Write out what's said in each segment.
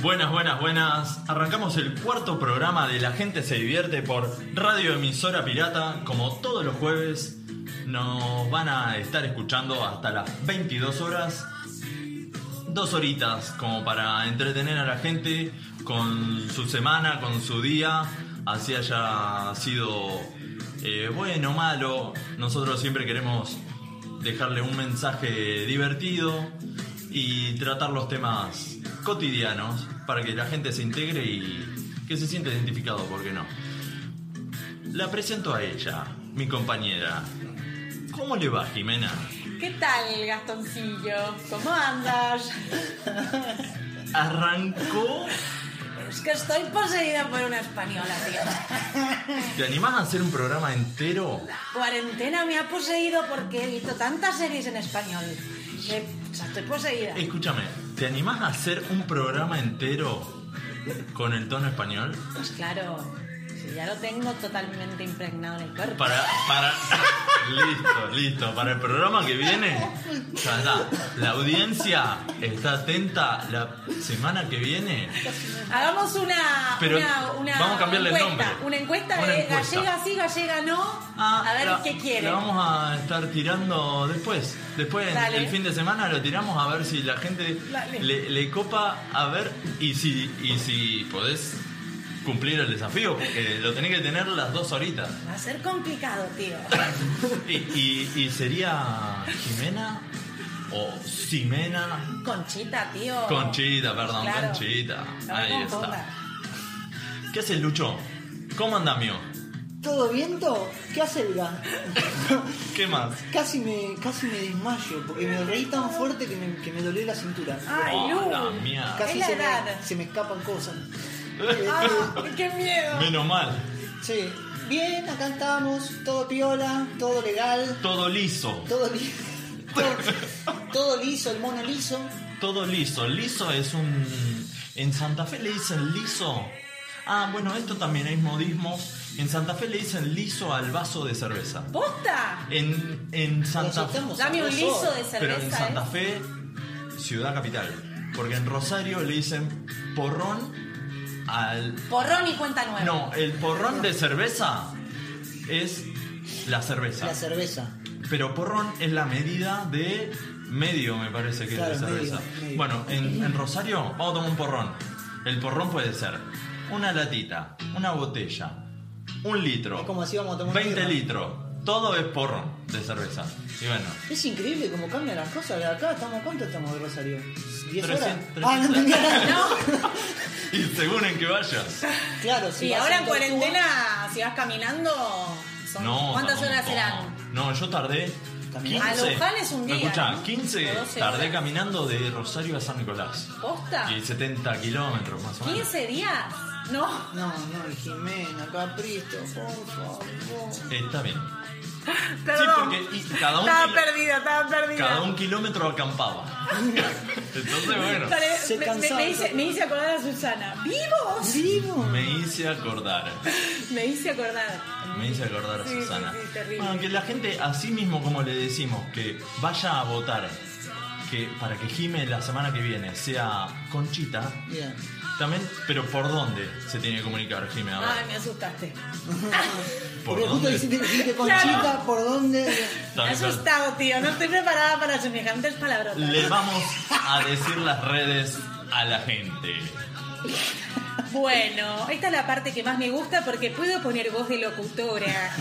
Buenas, buenas, buenas. Arrancamos el cuarto programa de La Gente Se Divierte por Radio Emisora Pirata. Como todos los jueves, nos van a estar escuchando hasta las 22 horas. Dos horitas como para entretener a la gente con su semana, con su día, así haya sido eh, bueno o malo. Nosotros siempre queremos dejarle un mensaje divertido y tratar los temas cotidianos para que la gente se integre y que se sienta identificado, ¿por qué no? La presento a ella, mi compañera. ¿Cómo le va, Jimena? ¿Qué tal, Gastoncillo? ¿Cómo andas? ¿Arrancó? Es que estoy poseída por una española, tío. ¿Te animás a hacer un programa entero? Cuarentena me ha poseído porque he visto tantas series en español. Eh, o sea, estoy poseída. Escúchame, ¿te animás a hacer un programa entero con el tono español? Pues claro, si ya lo tengo totalmente impregnado en el cuerpo. Para, para. listo, listo. Para el programa que viene, ya está. La audiencia está atenta la semana que viene. Hagamos una, Pero una, una vamos a cambiarle el encuesta, nombre. Una encuesta Una de encuesta. gallega sí, gallega no. Ah, a ver la- qué quiere. La vamos a estar tirando después. Después, en- Dale. el fin de semana, lo tiramos a ver si la gente Dale. le, le copa. A ver, y si, y si podés cumplir el desafío, porque lo tenés que tener las dos horitas. Va a ser complicado, tío. ¿Y, y- y sería Jimena o Simena? Conchita, tío. Conchita, perdón, Claro. Conchita. No me Ahí confundas. está. ¿Qué haces, Lucho? ¿Cómo anda, mío? ¿Todo viento? ¿Qué hace el gas? ¿Qué más? casi, me, casi me desmayo, porque me reí tan fuerte que me, que me dolió la cintura. Ay, Oh, Lu. la mierda. es Casi la se me, edad. se me escapan cosas. Ah, qué miedo. Menos mal. Sí, bien, acá estamos, todo piola, todo legal, Todo liso. todo liso. Todo, todo liso, el mono liso. Todo liso. Liso es un. En Santa Fe le dicen liso. Ah, bueno, esto también es modismo. En Santa Fe le dicen liso al vaso de cerveza. ¡Posta! En, en Santa Fe. estamos Dame un liso de cerveza. Pero en Santa ¿eh? Fe, ciudad capital. Porque en Rosario le dicen porrón al Porrón y cuenta nueva. No, el porrón de cerveza es la cerveza. La cerveza. Pero porrón es la medida de medio, me parece que Claro, es de cerveza. medio, medio. Bueno, en, en Rosario vamos a tomar un porrón. El porrón puede ser una latita, una botella, un litro, Es como así vamos a tomar 20 birra. litros. Todo es porrón de cerveza. Y bueno, Es increíble cómo cambian las cosas de acá. ¿Estamos cuánto estamos de Rosario? ¿10 300, horas? 300. Ah, no entendía nada. y según en que vayas. Claro, sí. Y ahora en cuarentena, si vas caminando, son- No, ¿cuántas tampoco. horas serán? No, yo tardé. Caminando. 15. A Luján es un día, Escuchá, ¿no? 15 O 12 tardé horas. caminando de Rosario a San Nicolás. ¿Posta? Y 70 kilómetros más o menos. ¿15 días? No. No, no, Jimena, Capristo, por favor. Está bien. Perdón. porque- y cada un estaba kilo- perdida, estaba perdida. Cada un kilómetro acampaba. Entonces, bueno, Pare- Se me, cansaba. me hice, me hice acordar a Susana. ¿Vivos? Vivo. me hice acordar. Me hice acordar. Me hice acordar a Sí, Susana. sí, sí, terrible. Bueno, que la gente, así mismo como le decimos, que vaya a votar. Que para que Jime la semana que viene sea Conchita, Bien. también, pero ¿por dónde se tiene que comunicar, Jime? A ver. Ay, me asustaste. ¿Por Porque justo dónde? dijiste, dijiste Conchita, Claro. ¿por dónde? Me Dale, he claro. asustado, tío. No estoy preparada para semejantes palabrotas. Le vamos a decir las redes a la gente. Bueno, esta es la parte que más me gusta porque puedo poner voz de locutora.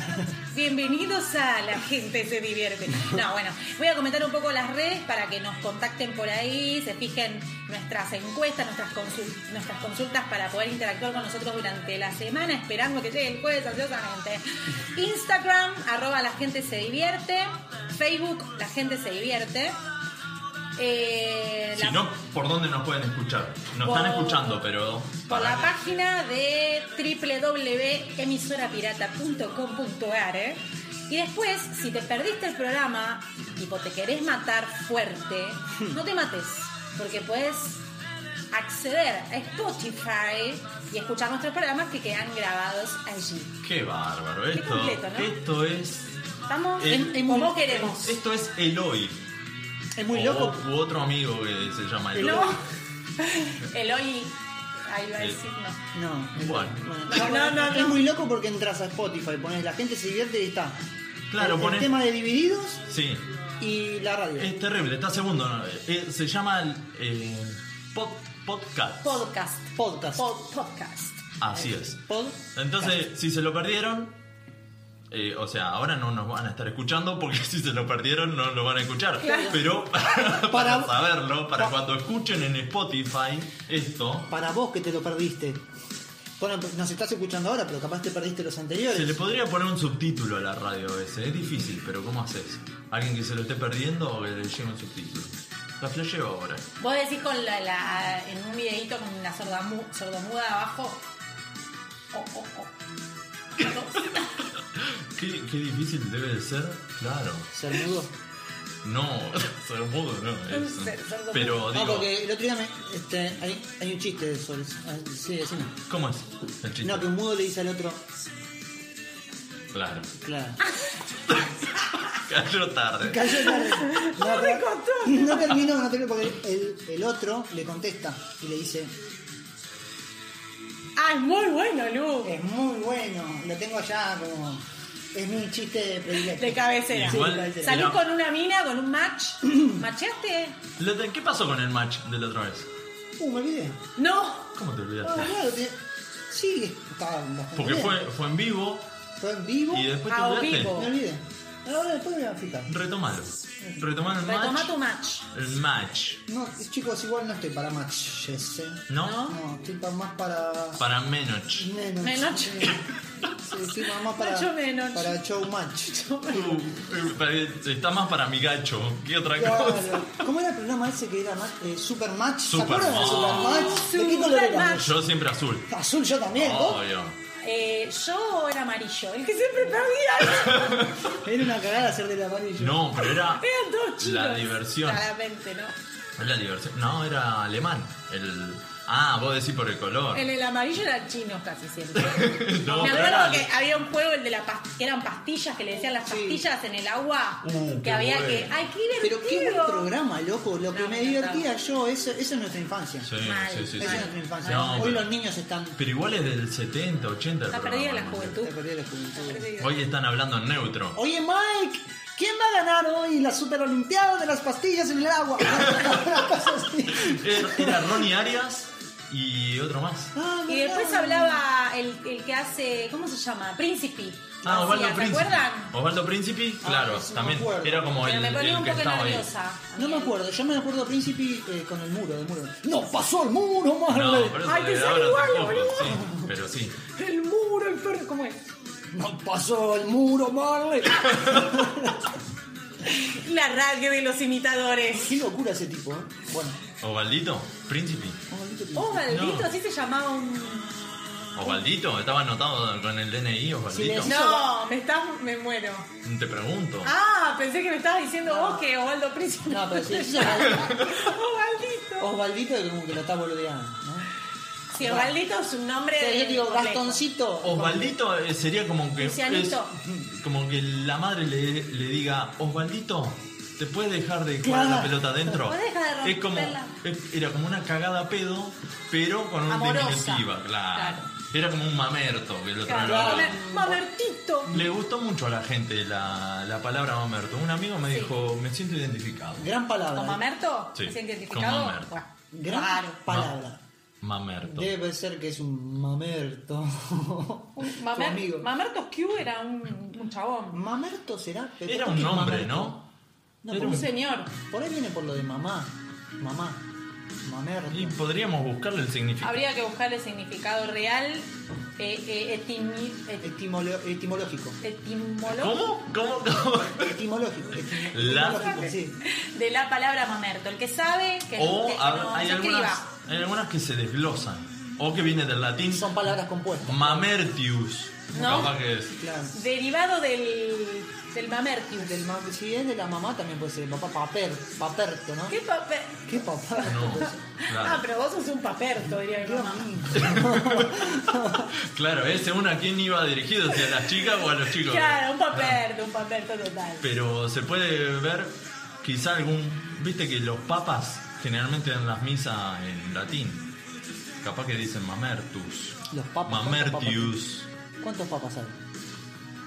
Bienvenidos a La Gente se divierte. No, bueno, voy a comentar un poco las redes para que nos contacten por ahí, se fijen nuestras encuestas, nuestras, consul- nuestras consultas para poder interactuar con nosotros durante la semana, esperando que llegue el jueves ansiosamente. Instagram, arroba La Gente se divierte. Facebook, La Gente se divierte. Eh, Si la- no, ¿por dónde nos pueden escuchar? Nos Por- están escuchando, pero. por la para- página de www.emisorapirata.com.ar ¿eh? y después, si te perdiste el programa tipo te querés matar fuerte, no te mates, porque puedes acceder a Spotify y escuchar nuestros programas que quedan grabados allí. Qué bárbaro. Qué Esto, completo, ¿no? esto es. ¿Estamos? Eh, En- en- como queremos. Esto es Eloy. Es muy o, loco. Oh, u otro amigo que se llama Eloy. No. Eloy Ahí va a Sí. decir no. No, Bueno. No, no, no, Es no. muy loco porque entras a Spotify, pones la gente se divierte y está. Claro, el, pones- El tema de divididos Sí, y la radio. es terrible, está segundo. ¿no? Eh, se llama el eh, pod- podcast. Podcast. Podcast. Pod- podcast. Así es. Pod. Entonces, si se lo perdieron, eh, o sea, ahora no nos van a estar escuchando porque si se lo perdieron no lo van a escuchar. Claro. Pero para, Para- saberlo, para pa- cuando escuchen en Spotify esto, Para vos que te lo perdiste. Bueno, pues, nos estás escuchando ahora, pero capaz te perdiste los anteriores. se le podría poner un subtítulo a la radio a veces. Es difícil, pero ¿cómo haces? Alguien que se lo esté perdiendo o que le llegue un subtítulo. La flasheo ahora. Vos decís con la, la- en un videito con una sordamu, sordomuda abajo. Oh, oh, oh. ¿Qué, qué difícil debe de ser, claro. Ser mudo. No, ser mudo no. Eh, es- Ser- ser mudo. Eh, pero No, digo, Ah, porque el otro día me- este, hay, hay un chiste de eso. Ah, Sí, decime. ¿cómo es el chiste? No, que un mudo le dice al otro. Claro. Claro. Cayó tarde. Cayó tarde. No, pero- no terminó, no terminó porque el, el otro le contesta y le dice, Ah, es muy bueno, Lu. es muy bueno, lo tengo allá como. Es mi chiste predilecto. De cabecera. Sí, Igual- cabecera. Salí Era- con una mina, con un match. ¿Macheaste? Lo de- ¿Qué pasó con el match de la otra vez? Uh, me olvidé. No. ¿Cómo te Ah, olvidaste? claro, te- Sí, estaba bastante Porque bien. fue, fue en vivo Fue en vivo. y después te Ah, olvidaste. vivo. Me olvidé. Ahora después me voy a fijar. Retomalo. Retomalo el Retoma match. tu match. El match. No, chicos, igual no estoy para matches, eh. ¿No? No, estoy pa- más para. Para Menoch. Menos. Menos. Sí, estoy más para. Macho menos. Para show match. Uh, para- Está más para mi gacho. ¿Qué otra cosa? Claro. ¿Cómo era el programa ese que era más, eh, Supermatch? ¿Se Supermatch. acuerdan de Supermatch? ¿De qué color era? Supermatch. Yo siempre azul. Azul yo también, ¿no? Obvio. Eh, yo era amarillo, el que siempre perdía. Era una cagada hacer del amarillo. No, pero era Eran dos chicos. la diversión. Claramente, ¿no? La diversión. No, era alemán. El... Ah, vos decís por el color. En el amarillo eran chinos casi siempre. No, Me acuerdo pero era- que había un juego, el de la pas- que eran pastillas, que le decían las Sí. pastillas en el agua. Uh, que qué había bueno. que. ¡Ay, qué Pero qué buen divertido! programa, loco. Lo que No, me me divertía yo, eso, eso es nuestra infancia. Sí, Mal. sí, sí, Eso sí. es nuestra infancia. No, Hoy pero- los niños están. Pero igual es del 70, 80 el Está programa, perdida la ¿no? juventud. Te perdí la juventud. Hoy están hablando en neutro. Oye, Mike, ¿quién va a ganar hoy la Super Olimpiada de las pastillas en el agua? Una cosa así. Era era Ronnie Arias y otro más. Ah, Y mirá. después hablaba el, el que hace. ¿Cómo se llama? Príncipe. Ah, Osvaldo ¿Se Príncipe. acuerdan? Osvaldo Príncipe, Ah, claro, sí, me también acuerdo. era como Pero el, me ponía el un que poco estaba ahí. nerviosa. No me acuerdo, yo me acuerdo Príncipe eh, con el muro, del muro. ¡No pasó el muro, No, Marley! pero eso Ay, de te sale ahora igual, tampoco, boludo. sí, pero sí. El muro, el perro, ¿cómo es? ¡No pasó el muro, Marley! La radio de los imitadores. ¡Qué locura ese tipo, eh! Bueno, Osvaldito, Príncipe. vamos al título. Oh, maldito, No. así se llamaba un. Osvaldito, estaba anotado con el DNI, Osvaldito. Sí, No, me estás. me muero. Te pregunto. Ah, pensé que me estabas diciendo vos que Osvaldo Príncipe. No, pero sí, sí, Osvaldito. Osvaldito. Osvaldito es como que lo está boludeando, ¿no? Sí, Osvaldito es un nombre Pero de. yo digo, complejo. Gastoncito. Osvaldito eh, sería como que. Lucianito. es- como que la madre le, le diga, Osvaldito, ¿te puedes dejar de jugar Claro. la pelota adentro? ¿Puedes dejar de es como, romperla? es- Era como una cagada a pedo, pero con una Amorosa. diminutiva, claro. Claro. Era como un mamerto que lo Claro, traía. Mamer- Mamertito. Le gustó mucho a la gente la, la palabra mamerto. Un amigo me dijo, me siento identificado. Gran palabra. ¿Con Mamerto? Sí, ¿Es identificado? con Mamerto. Bueno, Gran Claro. palabra. Mamerto. Debe ser que es un mamerto. Un Tu Mamer- amigo. Mamerto Q era un, un chabón. Mamerto será. pero Era ¿por un qué nombre, mamerto? ¿no? No, Era por- Un señor. Por ahí viene por lo de mamá. Mamá. Mamerto. Y podríamos buscarle el significado. Habría que buscarle significado real, eh, eh, etimi- et- Etimolo- etimológico. etimológico ¿Cómo? ¿Cómo? ¿Cómo? Etimológico. etimo- La- etimológico, sí. de la palabra mamerto. El que sabe que, O que- que a- no hay, se algunas, escriba. hay algunas que se desglosan. O que viene del latín Son palabras compuestas. mamertius. No. Capaz que es. Claro. Derivado del, del mamertius. Del ma- si es de la mamá también puede ser papá. Paper. Paperto, ¿no? Pues, ¿Qué papel? ¿Qué papá? No. Ah, Claro, pero vos sos un paperto, diría mi Dios mamá. mío. pues. Claro, es según a quién iba dirigido, si a las chicas o a los chicos. Claro, un paperto, un paperto total. Pero se puede ver quizá algún... Viste que los papas generalmente dan las misas en latín. Capaz que dicen Mamertus. Los papas, Mamertius. ¿Cuántos papas hay?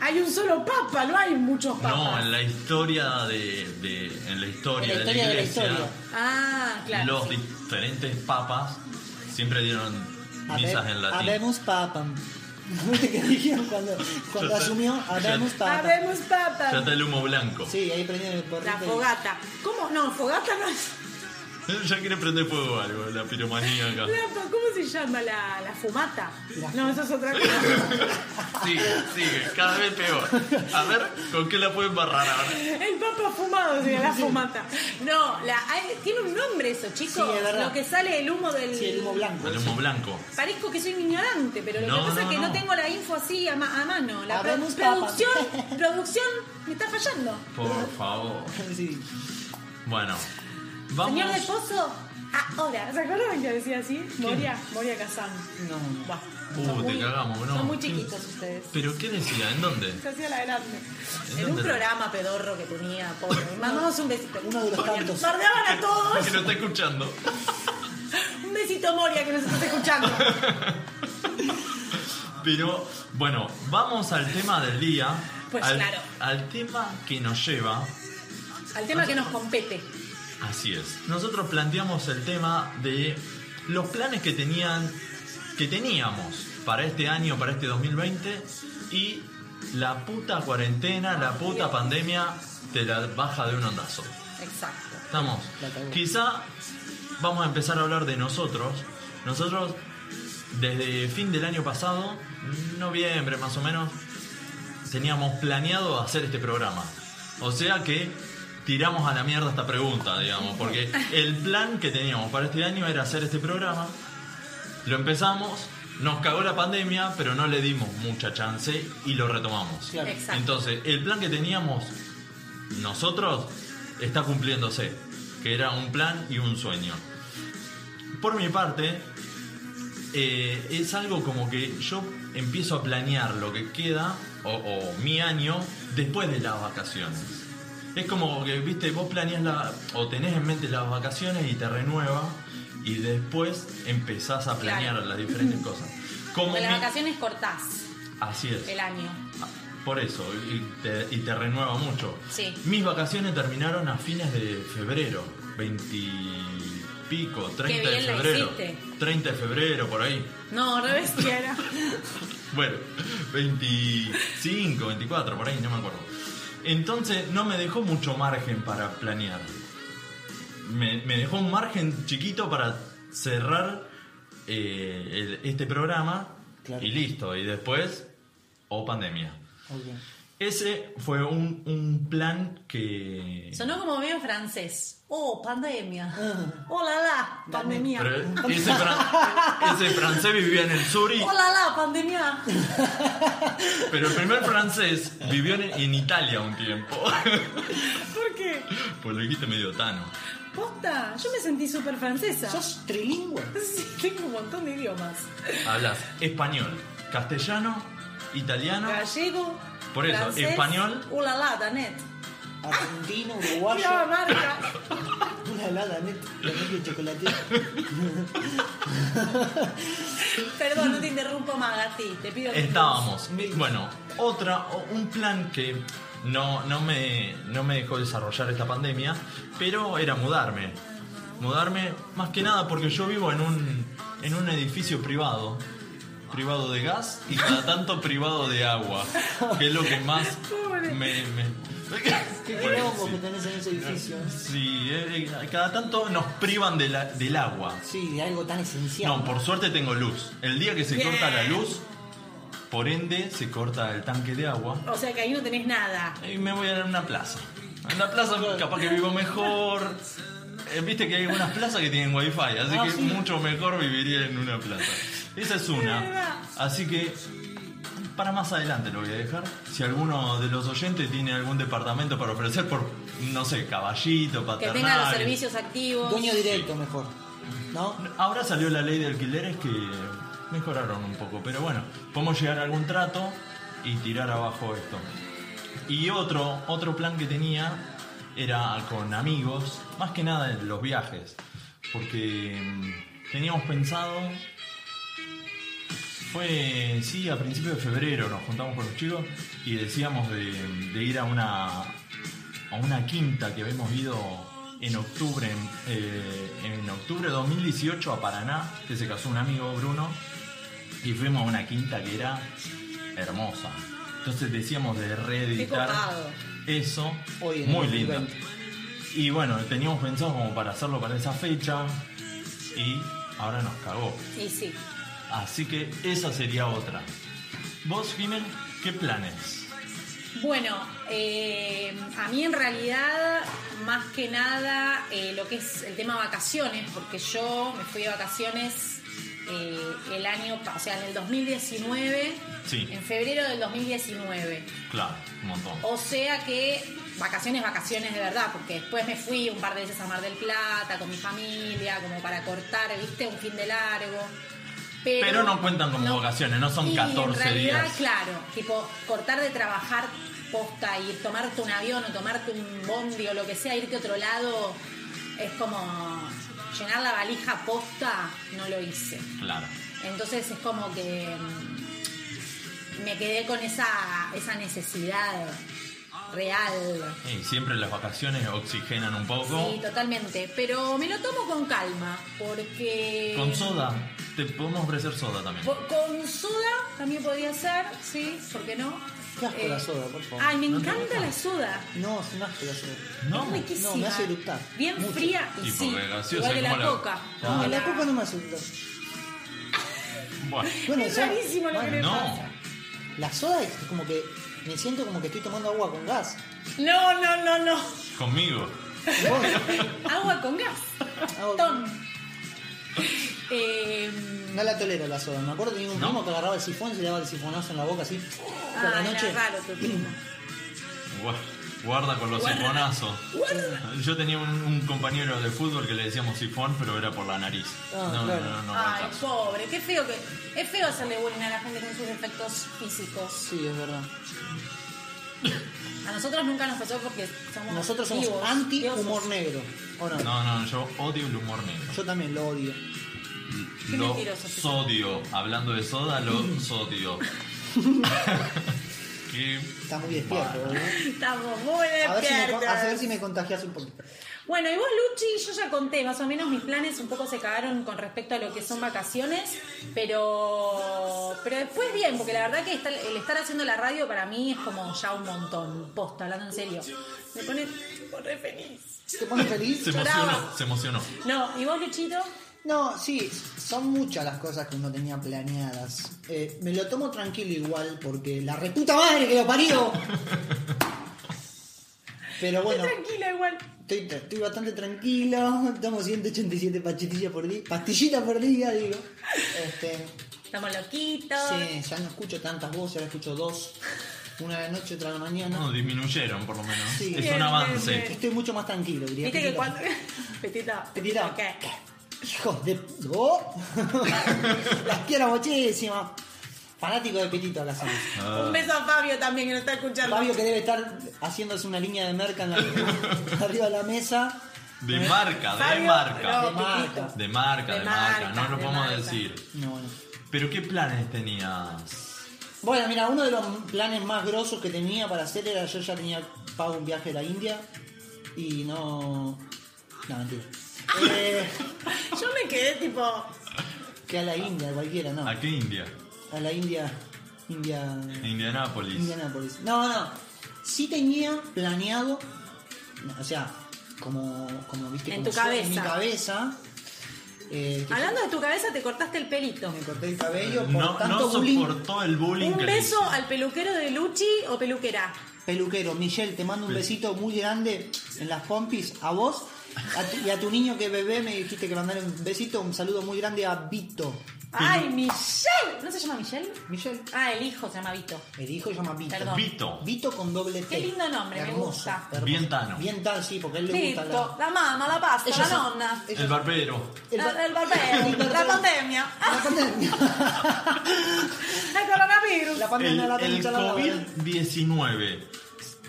Hay un solo papa, no hay muchos papas. No, en la historia de, de- en la historia, En la historia de de la la iglesia, historia. Ah, claro. los sí. diferentes papas siempre dieron misas en latín. Habemos papam. ¿Viste que dijeron cuando, cuando Ya sé. asumió? Habemos papam. Habemos papas. Ya está el humo blanco. Sí, ahí prendieron el porrito. La y- fogata. ¿Cómo? No, fogata no es. Ya quiere prender fuego algo, la piromanía acá. la- ¿Cómo se llama la, la fumata? La No, eso es otra cosa. Sigue, sigue, cada vez peor. A ver, ¿con qué la pueden barrar ahora? El papa fumado sería la fumata. No, la, hay- tiene un nombre eso, chicos. Sí, es verdad. Lo que sale el humo del. Sí, el humo blanco. El humo blanco. Parezco que soy un ignorante, pero lo No, que pasa no, es que no. no. tengo la info así a, ma- a mano. La pro- Habemos papas. producción, producción me está fallando. Por favor. Sí. Bueno, vamos. Señor Ah, de Pozo, ahora. ¿Se acuerdan que decía así? Moria, Moria Kazan. No, no. Va. Uh, te cagamos, ¿no? Son muy ¿Qué- chiquitos ustedes. ¿Pero qué decía? ¿En dónde? Se hacía la grande. En un dónde? programa pedorro que tenía, pobre. Mandamos un besito. Uno de los tantos. Bardeaban a todos. Que no está escuchando. Un besito, Moria, que nos estás escuchando. Pero bueno, vamos al tema del día. Pues al, claro. Al tema que nos lleva. Al tema que nos compete. Así es. Nosotros planteamos el tema de los planes que tenían, que teníamos para este año, para este 2020 y la puta cuarentena, la puta pandemia te la baja de un ondazo. Exacto. Estamos. La cagó. Quizá vamos a empezar a hablar de nosotros. Nosotros, desde fin del año pasado, noviembre más o menos, teníamos planeado hacer este programa. O sea que tiramos a la mierda esta pregunta, digamos, porque el plan que teníamos para este año era hacer este programa. Lo empezamos, nos cagó la pandemia, pero no le dimos mucha chance y lo retomamos. Claro. Exacto. Entonces, el plan que teníamos nosotros está cumpliéndose, que era un plan y un sueño. Por mi parte, eh, es algo como que yo empiezo a planear lo que queda o, o mi año después de las vacaciones. Es como que, viste, vos planeas la, o tenés en mente las vacaciones y te renueva y después empezás a planear Claro. las diferentes cosas. Como Con las mi- vacaciones cortás Así es. el año. Por eso, y te, y te renueva mucho. Sí. Mis vacaciones terminaron a fines de febrero, 20 y pico, 30 de bien la febrero. hiciste. 30 de febrero, por ahí. No, al revés. Quiero. Bueno, 25, 24, por ahí, no me acuerdo. Entonces no me dejó mucho margen para planear. Me, me dejó un margen chiquito para cerrar eh, el- este programa Claro. y listo. Y después, o pandemia. Ok. Ese fue un, un plan que... Sonó como medio francés. Oh, pandemia. Ah. Oh la la, pandemia. Pero ese, fran- ese francés vivía en el sur y- Oh la la, pandemia. Pero el primer francés vivió en, en Italia un tiempo. ¿Por qué? Pues lo dijiste medio tano. Posta, yo me sentí súper francesa. Sos trilingüe. Sí, tengo un montón de idiomas. Hablas español, castellano, italiano. Gallego. Por eso, francés. español. Oh la la, Danet. Argentino, Mira, uruguayo. marca. Una helada, net. La de chocolate. Perdón, no te interrumpo más, Gati. Te pido. Estábamos. Eh, Bueno, otra, o- un plan que no, no, me, no me dejó desarrollar esta pandemia, pero era mudarme. Mudarme más que nada porque yo vivo en un, en un edificio privado. Privado de gas y cada tanto privado de agua. Que es lo que más me... me- Qué Por quilombo eso, que tenés en ese edificio. Sí, eh, eh, cada tanto nos privan de la- del agua. Sí, de algo tan esencial. No, por suerte tengo luz. El día que se Bien. corta la luz, por ende se corta el tanque de agua O sea que ahí no tenés nada. y me voy a dar una plaza. En la plaza capaz que vivo mejor. Eh, Viste que hay unas plazas que tienen wifi, así Ah, que sí. mucho mejor viviría en una plaza. Esa es una. Así que para más adelante lo voy a dejar. Si alguno de los oyentes tiene algún departamento para ofrecer por, no sé, caballito, Que paternal. tenga los servicios activos. Dueño directo, mejor. ¿No? Ahora salió la ley de alquileres que mejoraron un poco, pero bueno, podemos llegar a algún trato y tirar abajo esto. Y otro, otro plan que tenía era con amigos, más que nada en los viajes, porque mm, teníamos pensado. Fue, sí, a principios de febrero nos juntamos con los chicos y decíamos de, de ir a una, a una quinta que habíamos ido en octubre, en, eh, en octubre de 2018 a Paraná, que se casó un amigo Bruno, y fuimos a una quinta que era hermosa. Entonces decíamos de reeditar copado. eso, Hoy en muy el linda. 2020. Y bueno, teníamos pensado como para hacerlo para esa fecha y ahora nos cagó. Y sí. Así que esa sería otra. Vos, Jiménez, ¿qué planes? Bueno, eh, a mí en realidad, más que nada, eh, lo que es el tema vacaciones, porque yo me fui de vacaciones eh, el año, pa- o sea, en el 2019, Sí. en febrero del 2019. Claro, un montón. O sea que vacaciones, vacaciones de verdad, porque después me fui un par de veces a Mar del Plata con mi familia, como para cortar, viste, un fin de largo. Pero, Pero no cuentan como vacaciones, no son Eh, Y 14 en realidad, días. Claro, tipo, cortar de trabajar posta y tomarte un avión o tomarte un bondi o lo que sea, irte a otro lado, es como llenar la valija posta, no lo hice. Claro. Entonces es como que mm, me quedé con esa, esa necesidad real. Y siempre las vacaciones oxigenan un poco. Sí, totalmente. Pero me lo tomo con calma, porque... Con soda, te podemos ofrecer soda también. Po- Con soda también podría ser, sí, ¿por qué no? Eh, Qué asco la soda, por favor. Ay, me No te encanta gusta. la soda. No, es un asco la soda. No, es riquísima. no, me hace eructar. Bien Mucho. fría y Y sí. porque gaseosa, igual que la, ¿cómo la- coca. Ah. No, Como la copa no me asusta. bueno. Bueno, Es o sea, rarísimo lo que bueno, le No, pasa. La soda es como que me siento como que estoy tomando agua con gas. No, no, no, no. conmigo. Vos, Agua con gas. Agua con- Ton. Eh, No la tolero la soda. Me acuerdo que tenía un ¿No? primo que agarraba el sifón y se le daba el sifonazo en la boca así por ah, la era noche. raro tu primo. Gua- Guarda con los sifonazos. Yo tenía un, un compañero de fútbol que le decíamos sifón, pero era por la nariz. Ah, no, claro. no, no, no, Ay, aguantás. pobre, qué feo que. Es feo hacerle bullying a la gente con sus defectos físicos. Sí, es verdad. A nosotros nunca nos pasó porque somos. Nosotros somos vivos, anti diosos. humor negro. ¿O no? No, no, yo odio el humor negro. Yo también lo odio. Qué Lo mentiroso que sos. sodio. Hablando de soda, lo sodio. Qué Está muy despierto. mal. ¿verdad? Estamos muy A ver, si me, con- a ver despiertas. si me contagias un poquito. Bueno, y vos, Luchi, yo ya conté, más o menos mis planes un poco se cagaron con respecto a lo que son vacaciones, pero pero después bien, porque la verdad que estar- el estar haciendo la radio para mí es como ya un montón, posta, hablando en serio. Me pone tipo, re feliz. ¿Te pones feliz? Se emocionó, Lloraba. se emocionó. No, ¿y vos, Luchito? No, sí, son muchas las cosas que uno tenía planeadas. Eh, me lo tomo tranquilo igual porque la reputa madre que lo parió. Pero bueno, Tranquila, igual. estoy, estoy bastante tranquilo. Tomo 187 pastillas por día, pastillitas por día, digo. Este, Estamos loquitos. sí, ya no escucho tantas voces, ahora escucho dos. Una de la noche, otra de la mañana. No, disminuyeron por lo menos. Sí. Es Bien, un bien, avance. bien. Estoy mucho más tranquilo, diría. Viste que Petita. cuando... Petita. Petita. ¿Qué? Hijos de. ¡Oh! Las quiero muchísimo. Fanático de Petito la somos. Ah. Un beso a Fabio también que nos está escuchando. Fabio que debe estar haciéndose una línea de merca en la- arriba de la mesa. De marca, de Fabio, marca. no, De marca. Petito. De marca, De de marca. marca, No lo de podemos marca. decir. No, bueno. Pero ¿qué planes tenías? Bueno, mira, uno de los planes más grosos que tenía para hacer era yo ya tenía pago un viaje a la India y no. No, mentira. Eh, Yo me quedé tipo. que a la India, cualquiera, no. ¿A qué India? A la India. India. Indianápolis. Indianapolis. No, no. Sí tenía planeado, o sea, como, como viste, En como tu suena en mi cabeza. cabeza. eh, Ah, que Hablando de tu cabeza, te cortaste el pelito. me corté el cabello por No, tanto no bullying. soportó el bullying Un que le beso hizo. al peluquero de Luchi o peluquera. Peluquero, Michelle, te mando un besito muy grande en las pompis a vos a tu- y a tu niño que bebé me dijiste que mandara un besito, un saludo muy grande a Vito. ¡Ay, Michelle! ¿No se llama Michelle? Michelle, Ah, el hijo se llama Vito. el hijo se llama Vito. Perdón. Vito. Vito con doble T. Qué lindo nombre, me Hermoso, gusta. hermoso. Bien Tano. Bien Tano, sí, porque a él le gusta Listo, la... la mamá, la pasta, Ellos la son- nonna, El barbero. el, ba- el barbero, el barbero. la pandemia, ah, La pandemia. el coronavirus. La El, pandemia la el pincha la COVID-19.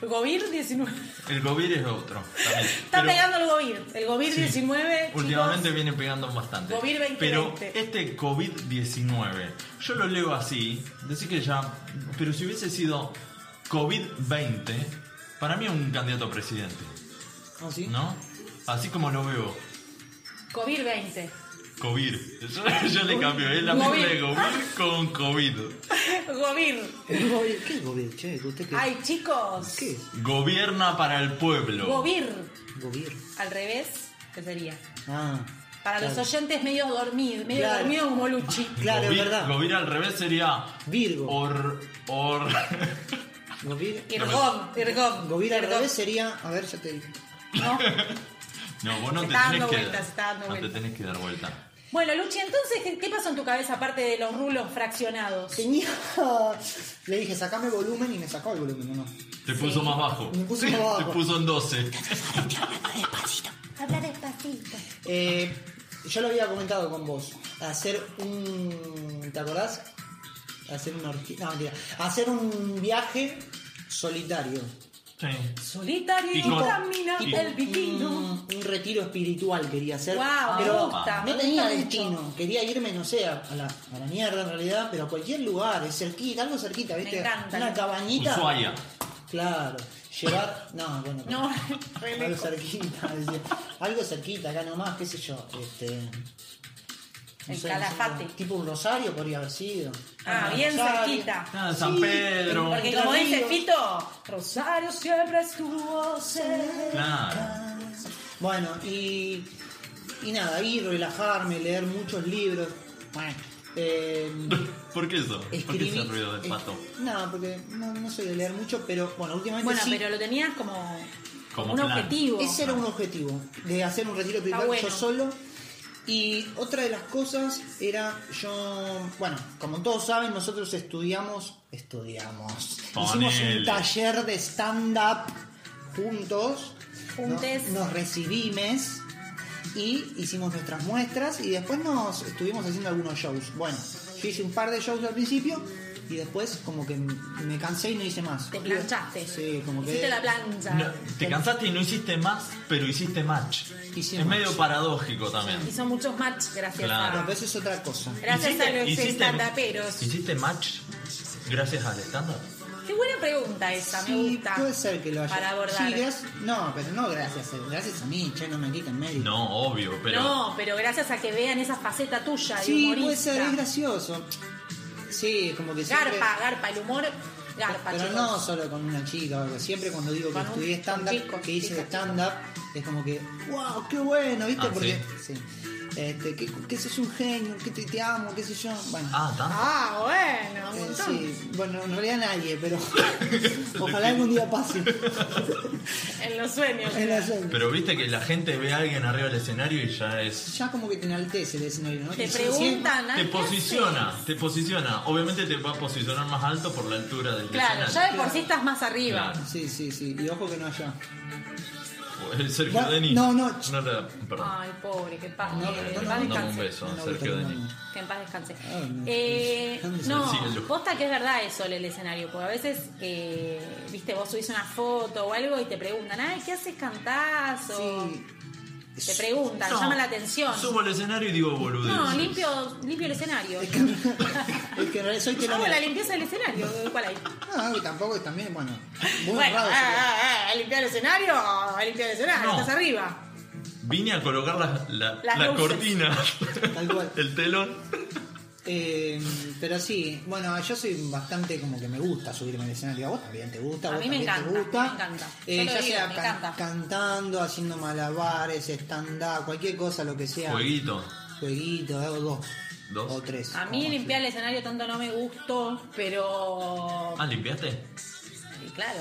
COVID-19. El COVID es otro. también. Está Pero pegando el COVID. El COVID-19. Últimamente chicos, viene pegando bastante. COVID 2020. Pero este COVID-19, yo lo leo así, decir que ya. Pero si hubiese sido COVID-20, para mí es un candidato a presidente, ¿Ah, sí? ¿no? Así como lo veo. COVID-20. COVID. Yo, yo le cambio, es la mezcla de COVID con COVID. COVID. El gobierno- ¿Qué es gobierno? Che, ¿usted qué? Ay, chicos. ¿Qué es? Gobierna para el pueblo. COVID. Gobierno. Al revés, ¿qué sería? Ah. Para los claro. oyentes medio dormidos, medio Claro. dormido como Luchi. Claro, es Gobir- verdad. Gobir al revés sería. Virgo. Or. Or. Gobir. Irgón, Irgón. Gobir al Irgón. revés sería. A ver, ya te digo. No. No, vos no Se te está tenés dando que vuelta, se está dar. dando No te vuelta. tenés que dar vuelta. Bueno, Luchi, entonces, ¿qué, qué pasó en tu cabeza aparte de los rulos fraccionados? Tenía. Le dije, sacame volumen y me sacó el volumen, ¿no? Te puso más bajo. Me puso más bajo. Te puso en 12. Habla despacito. Eh, yo lo había comentado con vos. Hacer un. ¿Te acordás? Hacer una orgi- No, mentira. Hacer un viaje solitario. Sí. Solitario Y con- camina y- el vikingo. Un, un retiro espiritual quería hacer. Guau, me pero gusta, me no gusta tenía mucho. destino. Quería irme, no sé, a a la, a la mierda en realidad, pero a cualquier lugar, es cerquita, algo cerquita, ¿viste? encanta. Una cabañita. Ushuaia. Claro. Llevar. No, bueno. No, Algo cerquita, decía. algo cerquita, acá nomás, qué sé yo. Este, no El sé, Calafate. no sé, tipo un rosario podría haber sido. Ah, Un bien rosario. cerquita. Ah, San Sí, Pedro. Porque Entre como dice ríos. Fito, Rosario siempre estuvo cerca. Claro. Bueno, y, y nada, ir, relajarme, leer muchos libros. Bueno, eh, ¿Por qué eso? ¿Por qué escribí- ese ruido del es- pato? No, porque no, no soy de leer mucho, pero bueno, últimamente Bueno, sí. pero lo tenías como, Como un plan. objetivo. Ese era un objetivo, de hacer un retiro espiritual bueno. yo solo. Y otra de las cosas era yo, bueno, como todos saben, nosotros estudiamos, estudiamos. Hicimos Ponele. un taller de stand-up juntos. ¿no? Juntes. Nos recibimos y hicimos nuestras muestras y después nos estuvimos haciendo algunos shows. Bueno, yo hice un par de shows al principio y después como que me cansé y no hice más. Te planchaste. Sí, como que... Hiciste la plancha. No, te cansaste y no hiciste más, pero hiciste match. Hice es match. medio paradójico también. Hizo muchos match gracias Claro. Bueno, a... pero eso es otra cosa. Gracias a los hiciste- estandaperos. ¿Hiciste match gracias al estándar? Qué buena pregunta esa, me Sí, gusta. puede ser que lo haya. Para abordar. Sí, gracias- no, pero no gracias a Gracias a mí, che, no me quiten medio. No, obvio, pero. no, pero gracias a que vean esa faceta tuya de Sí, puede humorista. ser, es gracioso. Sí, como que siempre... Garpa, garpa, el humor, garpa, Pero chicos. no solo con una chica, o algo. siempre cuando digo que Con un- estudié con stand-up, chicos, que hice chicas, stand-up, es como que, wow, qué bueno, ¿viste? Ah, Porque, sí. Este, que, que sos un genio, que te, te amo, qué sé yo. Bueno, Ah, tanto. Ah, bueno, un eh, montón. sí, bueno, en realidad nadie, pero ojalá algún día pase. En los sueños. En la serie. Pero viste que la gente ve a alguien arriba del escenario y ya es. Ya como que te enaltece el escenario, ¿no? Te Sí, sí. preguntan, ah, Te ¿qué haces? posiciona, te posiciona. Obviamente te va a posicionar más alto por la altura del Claro, ya escenario. de por sí estás más arriba. Claro. Sí, sí, sí. Y ojo que no haya. Pues, El Sergio Ya- Denis. no, no. No le- perdón. Ay, pobre, que en paz, No, que no, en no, paz Le mandamos un descanse. beso No, a no, Sergio no, no. Denis. Que en paz descanse. Ay, Ah, no. Eh, ¿Dónde se no, sigue el lujo? posta que es verdad eso, el escenario, porque a veces, eh, viste, vos subís una foto o algo y te preguntan, ay, ¿qué haces cantás? O Te preguntan, No. llama la atención. Subo al escenario y digo boludez. No, limpio, limpio el escenario. Es que, es que en realidad soy Yo hago la telonero. limpieza del escenario, ¿cuál hay? No, y tampoco es también, bueno. Muy Bueno, raro. ah, ah, ah, a limpiar el escenario, ah, a limpiar el escenario, No. estás arriba. Vine a colocar la, la, Las la luces. cortina, Tal cual. el telón. Eh, pero sí, bueno, yo soy bastante como que me gusta subirme al escenario. A vos también te gusta, A vos mí me también te encanta, gusta. me encanta. Eh, Yo lo ya digo, sea me can- encanta. cantando, haciendo malabares, stand-up, cualquier cosa, lo que sea. Jueguito. Jueguito, eh, o dos. Dos. O tres. A mí como limpiar el escenario tanto no me gustó, pero... Ah, ¿limpiaste? Y Eh, claro,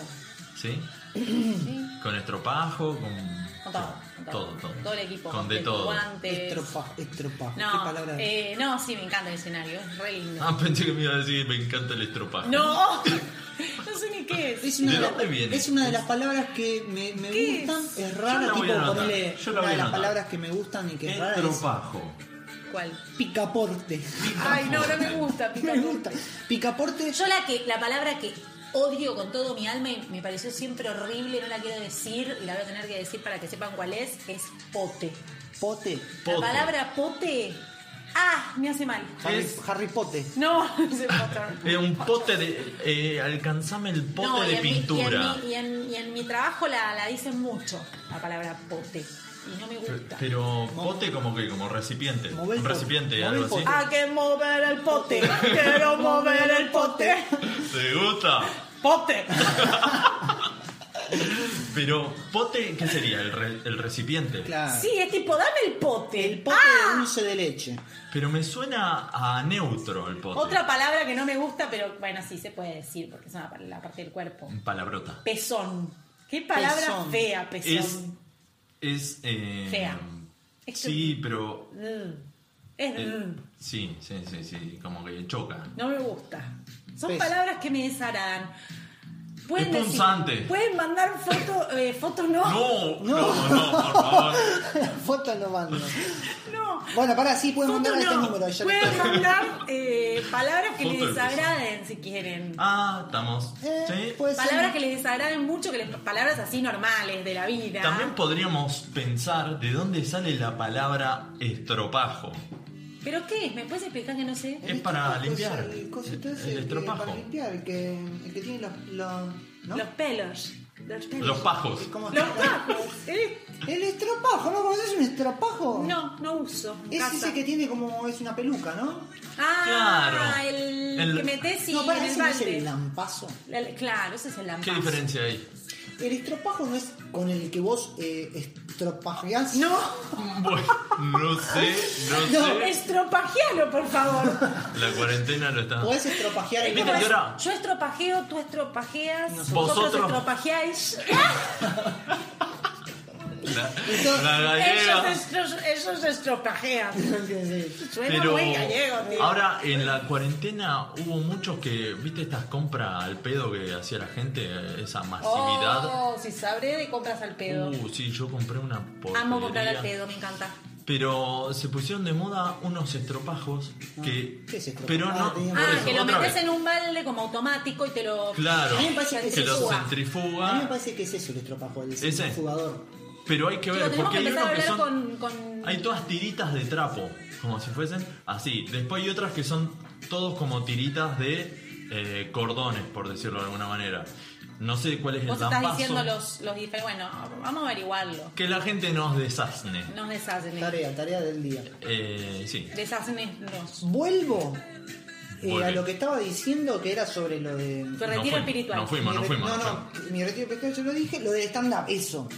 ¿Sí? sí. Con estropajo, con. Con todo, con todo. Todo, todo. Todo el equipo. Con de completo, todo. Guantes. Estropa, estropa. ¿Qué No, palabra? eh, no, sí, me encanta el escenario, es re lindo. Ah, pensé que me iba a decir, me encanta el estropajo. No, no sé ni qué es. Es una ¿De de, la- dónde viene? es una de las palabras que me, me ¿Qué gustan, es? es, rara, Yo la tipo voy a anotar, ponele yo una la voy a de las anotar. palabras que me gustan y que es rara es Estropajo. ¿Cuál? picaporte. Ay, no, no me gusta, me picaporte. gusta. Picaporte Yo la que, la palabra que odio con todo mi alma y me pareció siempre horrible, no la quiero decir y la voy a tener que decir para que sepan cuál es, es pote. Pote. Pote. La palabra pote, ah, me hace mal. Harry, Es- Harry Potter. No, dice Potter. Eh, un pote de. eh, alcanzame el pote No, y de en mi- y en pintura. mi- y, en, y en mi trabajo la, la dicen mucho, la palabra pote, y no me gusta. Pero pote como que, como recipiente. Mover Un pote. recipiente, Mover algo así. pote. Hay que mover el pote. Quiero mover el pote. ¿Te gusta? Pote. Pero pote, ¿qué sería? El, re- el recipiente. Claro. Ah. Sí, es tipo, dame el pote. Ah. El pote de dulce de leche. Pero me suena a neutro el pote. Otra palabra que no me gusta, pero bueno, sí se puede decir porque es una, pa- la parte del cuerpo. Palabrota. Pezón. Qué palabra Pezón. fea, pezón. Es. Es. eh, Fea. Es Sí, pero. Mm. Es eh, mm. sí, sí, sí, sí. Como que choca. No me gusta. Son Pez. palabras que me desagradan. Pueden Es decir- punzante. pueden mandar fotos, fotos no. No, no, no, por favor. Foto no mando. No. Bueno, pará, sí, pueden mandar a Fotos este no. número. ya lo Pueden tengo. mandar eh, palabras que les Foto del pezón. desagraden si quieren. Ah, estamos. Eh, sí. puede ser. Palabras que les desagraden mucho, que les, palabras así normales de la vida. También podríamos pensar de dónde sale la palabra estropajo. ¿Pero qué? ¿Me puedes explicar que no Eh, sé? Es para Cosa- limpiar. cosa- El- entonces, el que- estropajo. Para limpiar, el que, el que tiene los. los ¿no? Los pelos. Los pelos. Los pajos. ¿Cómo se Los llama? pajos. ¿eh? El estropajo, ¿no conoces un estropajo? No, no uso. en Es casa. ese que tiene como. es una peluca, ¿no? Ah, Claro. el, El- que metes y no, para en el ese no es el balde. lampazo. El- claro, ese es el lampazo. ¿Qué diferencia hay? El estropajo no es con el que vos eh, estropajeás. No, Bueno, no sé, no, No, sé. estropajealo, por favor. La cuarentena lo está. Podés estropajear el Viste, ¿Cómo y es? ahora- Yo estropajeo, tú estropajeas, Nosotros. vosotros Vosotros. estropajeáis. La, Entonces, la Ellos, gallega. estro- ellos estropajean. Suena Pero muy gallego, tío. ahora en la cuarentena hubo muchos que, viste, estas compras al pedo que hacía la gente, esa masividad. Oh, si sabré de compras al pedo. Uh, sí, yo compré una Amo comprar al porquería. pedo, me encanta. Pero se pusieron de moda unos estropajos que. Ah, ¿qué es estropajo? Pero Ah, no. tenía por Ah, eso, que lo otra metes vez. en un balde como automático y te lo. Claro. A mí me parece que Que se lo suba. A mí me centrifuga. parece que es eso el estropajo, el Ese. jugador. Pero hay que Digo, ver, tenemos porque que hay empezar a unos que hablar son. con, con- Hay todas tiritas de trapo, como si fuesen así. Después hay otras que son todos como tiritas de eh, cordones, por decirlo de alguna manera. No sé cuál es el Vos estás lampazo. diciendo los, los diferentes. Bueno, vamos a averiguarlo. Que la gente nos deshazne. Nos deshacen. Tarea, tarea del día. Eh, sí. Deshacen los. Vuelvo eh, Vuelve. a lo que estaba diciendo que era sobre lo de. Tu retiro fuimos, espiritual. no fuimos, no Mi re- No, fuimos. no no, mi retiro espiritual yo lo dije, lo de stand-up, eso.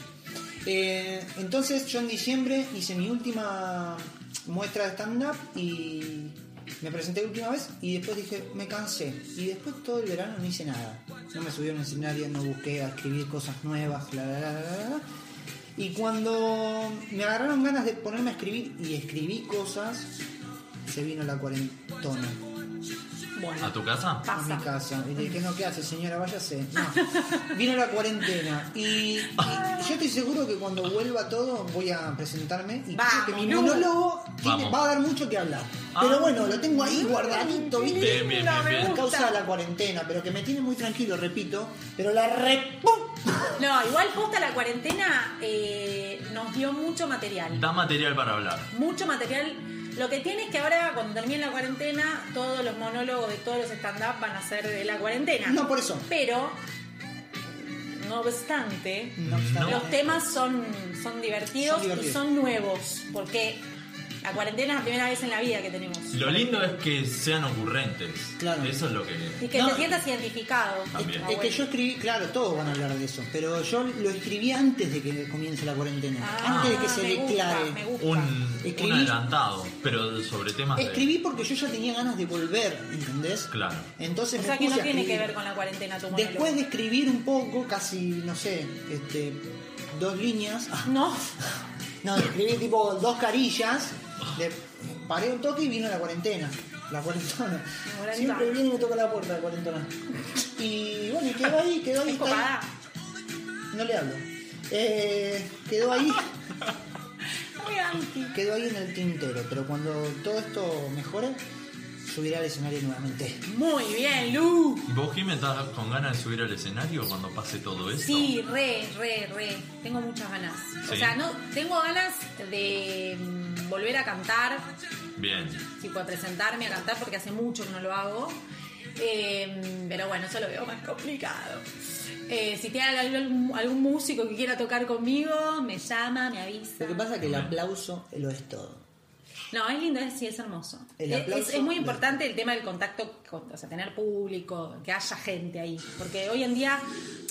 Eh, entonces yo en diciembre hice mi última muestra de stand-up y me presenté la última vez y después dije, me cansé. Y después todo el verano no hice nada. No me subí a un escenario, no busqué a escribir cosas nuevas, la, la, la, la, la, la. Y cuando me agarraron ganas de ponerme a escribir y escribí cosas, se vino la cuarentona fuimos. ¿A Bueno, tu casa? Pa- a mi casa. Y le dije, no, ¿qué hace, señora? Váyase. No. Vino la cuarentena. Y, y yo estoy seguro que cuando vuelva todo voy a presentarme. Y creo que mi Vamos, Lu. monólogo tiene- Vamos. va a dar mucho que hablar. Ah. Pero bueno, lo tengo ahí guardadito, ¿viste? Bien, bien, No, bien, me bien. A causa de la cuarentena, pero que me tiene muy tranquilo, repito. Pero la repu... no, igual posta la cuarentena eh, nos dio mucho material. Da material para hablar. mucho material. Lo que tiene es que ahora, cuando termine la cuarentena, todos los monólogos de todos los stand-up van a ser de la cuarentena. No, por eso. Pero, no obstante, No obstante. los temas son, son divertidos Son divertidos. y son nuevos. Porque la cuarentena es la primera vez en la vida que tenemos. Lo lindo es que sean ocurrentes. Claro. Eso es lo que. Y que No. te sientas identificado. Ah, También. Está Es que bueno. yo escribí, claro, todos van a hablar de eso, pero yo lo escribí antes de que comience la cuarentena, Ah, antes de que se me gusta, declare. me gusta. un, Escribí- un adelantado, pero sobre temas de- Escribí porque yo ya tenía ganas de volver, ¿entendés? Claro. Entonces O me sea que puse no a tiene que escribir. ver con la cuarentena tu monólogo. Después de escribir un poco, casi, no sé, este, dos líneas. No, No, escribí tipo dos carillas. le paré un toque y vino la cuarentena. La cuarentona. cuarentona. Siempre viene y me toca la puerta la cuarentona. Y bueno, y quedó ahí, quedó ahí. es está ahí. copada. No le hablo. Eh, quedó ahí, Muy anti. quedó ahí en el tintero. Pero cuando todo esto mejore, subir al escenario nuevamente. Muy bien, Lu. ¿Y vos, Jimé, estás con ganas de subir al escenario cuando pase todo esto? Sí, re, re, re. Tengo muchas ganas. O Sí. sea, no, tengo ganas de mm, volver a cantar, Bien. tipo a presentarme a cantar porque hace mucho que no lo hago. Eh, pero bueno, eso lo veo más complicado. Eh, si tiene algún, algún músico que quiera tocar conmigo, me llama, me avisa. Lo que pasa es que el aplauso lo es todo. No, es lindo, es, sí, es hermoso. El Es- aplauso es, es muy de- importante el tema del contacto, con- o sea, tener público, que haya gente ahí. Porque hoy en día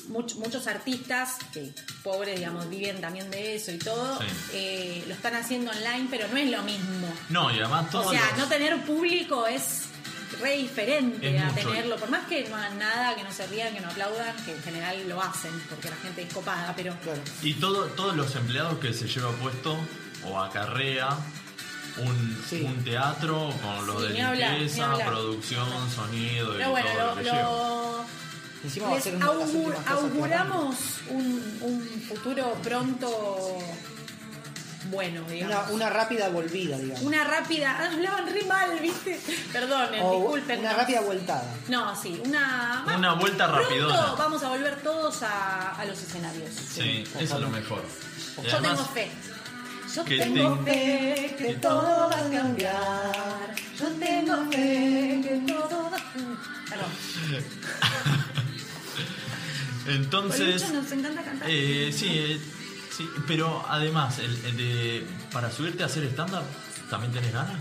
much- muchos artistas, que pobres, digamos, viven también de eso y todo, Sí. eh, lo están haciendo online, pero no es lo mismo. No, y además todo. O sea, no tener público es re diferente Es a mucho. tenerlo. Por más que no hagan nada, que no se rían, que no aplaudan, que en general lo hacen, porque la gente es copada, pero... Claro. Y todo, todos los empleados que se lleva puesto o acarrea un, Sí. un teatro con los Sí, de ni hablar, ni limpieza, hablar. producción, sonido y Pero bueno, todo lo, lo, que lleva. lo- Encima va a les ser una de las augur- últimas cosas que auguramos un, un futuro pronto bueno, digamos. Una, una rápida volvida, digamos. Una rápida. ah, Hablaban re mal, ¿viste? Perdonen, O disculpen. una rápida vueltada. No, sí, una. Una vuelta Pronto rapidona. Vamos a volver todos a, a los escenarios. Sí, Sí, eso es ojalá. lo mejor. Y Yo tengo además, fe. Yo que tengo te- fe que todo va a cambiar. Yo tengo fe que todo va a Perdón. entonces. Bolucho, nos encanta cantar. Eh, sí, eh, sí, pero además, el- el de- para subirte a hacer stand-up, ¿también tenés ganas?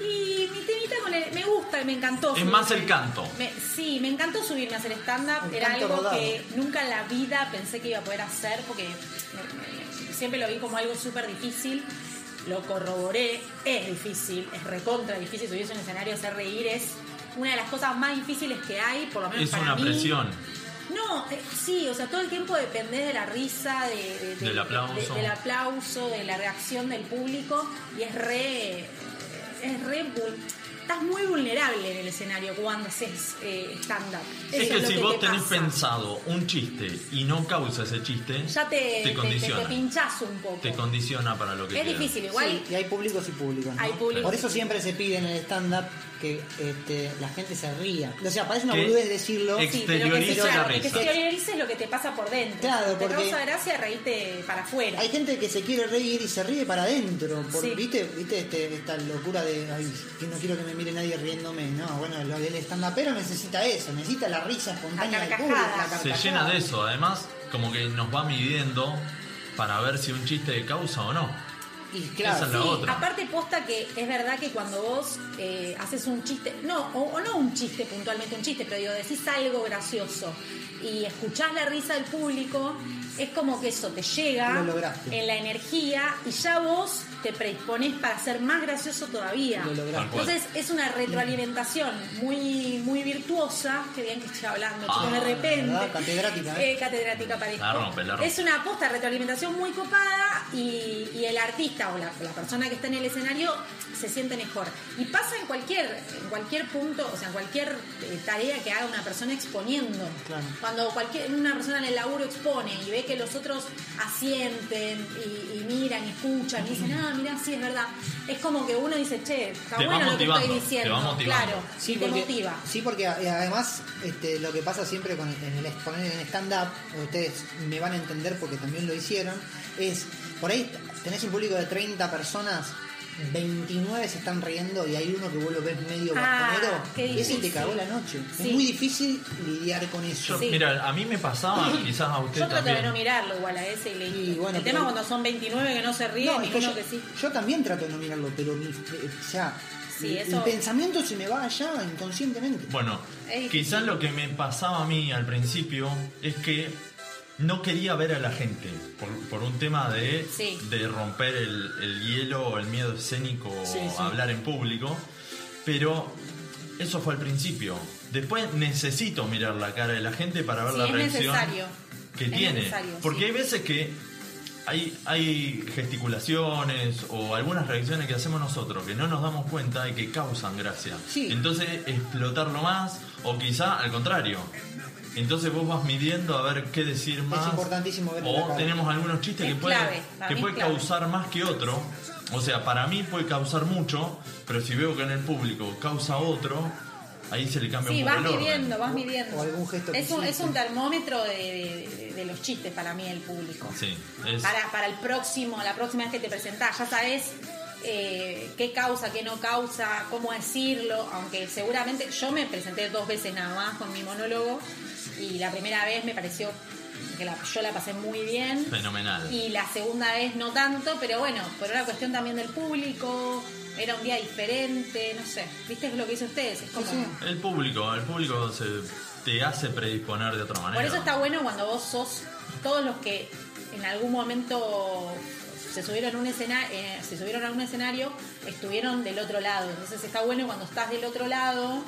Y mi temita con el. Me gusta, me encantó. Es subirme. más el canto. Me- sí, me encantó subirme a hacer stand-up. El Era canto algo rodado. que nunca en la vida pensé que iba a poder hacer porque me- me- siempre lo vi como algo súper difícil. Lo corroboré, es difícil, es recontra difícil subirse a un escenario a hacer reír. Es una de las cosas más difíciles que hay, por lo menos Es para una mí. presión. No, eh, sí, o sea, todo el tiempo dependés de la risa, de, de- de- Del aplauso. de- del aplauso, de la reacción del público y es re, es re, vul- estás muy vulnerable en el escenario cuando haces eh, stand-up. Eso Es que lo si vos te tenés pasa. pensado un chiste y no causa ese chiste, ya te, te- te- condiciona. te pinchás un poco. Te condiciona para lo que es queda. difícil, igual Sí, y hay públicos y públicos. ¿no? Hay públicos. Por eso siempre se pide en el stand-up que este, la gente se ría. O sea, parece una Que boludez decirlo. ex- sí, pero que, exterioriza se- la que te risa. exteriorices lo que te pasa por dentro. Claro, te porque- causa gracia reírte para afuera. Hay gente que se quiere reír y se ríe para adentro. por- Sí. ¿Viste, viste este, esta locura de ay, que no quiero que me mire nadie riéndome? No, bueno, lo- el stand pero necesita eso, necesita la risa espontánea La del público. carcajada. la Se carcajada. llena de eso, además, como que nos va midiendo para ver si un chiste de causa o no. Y claro, Esa es la Sí, otra. aparte posta que es verdad que cuando vos eh, haces un chiste, no, o, o no un chiste puntualmente, un chiste, pero digo, decís algo gracioso y escuchás la risa del público, es como que eso te llega Lo lograste. en la energía y ya vos te predisponés para ser más gracioso todavía. lo lograste. Tal cual. Entonces es una retroalimentación muy muy virtuosa, que bien que estoy hablando, chicos, Ah, de repente. ¿verdad? Catedrática, ¿eh? Eh, catedrática para La rompe, la rompe. Es una aposta retroalimentación muy copada y, y el artista o la, la persona que está en el escenario se siente mejor. Y pasa en cualquier, en cualquier punto, o sea, en cualquier eh, tarea que haga una persona exponiendo. Claro. Cuando cualquier, una persona en el laburo expone y ve que los otros asienten y, y miran y escuchan y dicen, ah, mira, sí, es verdad. Es como que uno dice, che, está Te va bueno lo que estoy motivando, te va diciendo. motivando. Claro, Sí, y te porque, motiva. sí, porque a- además este, lo que pasa siempre con el, en el exponer en stand-up, ustedes me van a entender porque también lo hicieron, es, por ahí tenés un público de 30 personas, 29 se están riendo y hay uno que vos lo ves medio Ah, bastonero, qué y ese te difícil. cagó la noche. Sí. Es muy difícil lidiar con eso. Yo- Sí. Mira, a mí me pasaba, quizás a usted Yo trato también. de no mirarlo igual a ese y le Y bueno, El tema pero- cuando son 29 que no se ríen No, y es que uno yo, que sí. yo también trato de no mirarlo, pero mi- eh, o sea, Sí, mi- eso- el pensamiento se me va allá inconscientemente. Bueno, Es difícil. quizás lo que me pasaba a mí al principio es que no quería ver a la gente por, por un tema de, Sí. de romper el, el hielo o el miedo escénico Sí, sí. o hablar en público, pero eso fue al principio. Después necesito mirar la cara de la gente para ver Sí, la es reacción necesario. que Es tiene. necesario, Porque sí. hay veces que hay, hay gesticulaciones o algunas reacciones que hacemos nosotros que no nos damos cuenta y que causan gracia. Sí. Entonces explotarlo más o quizá al contrario, Entonces vos vas midiendo a ver qué decir más. importantísimo verlo en la O cara. tenemos algunos chistes Es que puede, clave, para que mí puede es clave. causar más que otro. O sea, para mí puede causar mucho, pero si veo que en el público causa otro, ahí se le cambia Sí, un poco vas el orden. midiendo, vas midiendo. o algún gesto que es, un, es hiciste. un termómetro de, de- de- de los chistes para mí, el público. Sí, es- Para, para el próximo, la próxima vez que te presentás, ya sabes eh, qué causa, qué no causa, cómo decirlo, aunque seguramente yo me presenté dos veces nada más con mi monólogo y la primera vez me pareció que la- yo la pasé muy bien. fenomenal. Y la segunda vez no tanto, pero bueno, por una cuestión también del público, era un día diferente, no sé. ¿Viste lo que hizo ustedes? Es como- sí. El público, el público se, te hace predisponer de otra manera. Por eso está bueno cuando vos sos todos los que en algún momento se subieron, a un escena, eh, se subieron a un escenario, estuvieron del otro lado. Entonces está bueno cuando estás del otro lado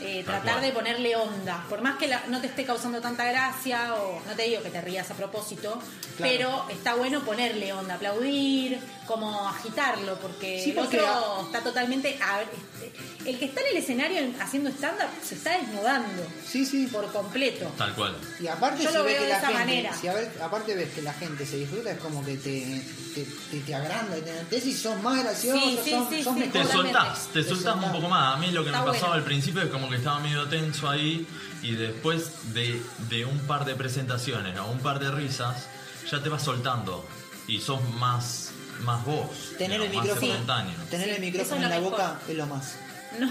eh, Tal tratar cual. de ponerle onda. Por más que la- no te esté causando tanta gracia o no te digo que te rías a propósito, Claro. pero está bueno ponerle onda, aplaudir, como agitarlo, porque, Sí, porque el otro la- está totalmente... a- este, el que está en el escenario haciendo stand-up se está desnudando Sí, sí. por completo. Tal cual. Y aparte Yo si lo ves veo que de la esa gente, manera. si a ver- aparte ves que la gente se disfruta, es como que te, te, te, te agranda, y te enaltece y sos más gracioso, Sí, sí, sos, sí, sos sí. Te mejor. Totalmente. soltás, te Te soltás un soltás. poco más. A mí lo que Está me pasaba bueno. al principio es como que estaba medio tenso ahí y después de, de un par de presentaciones o un par de risas, ya te vas soltando y sos más, más vos. Tener el digamos, más micrófono, espontáneo. tener el Sí, eso micrófono en es la lo boca es lo más. No.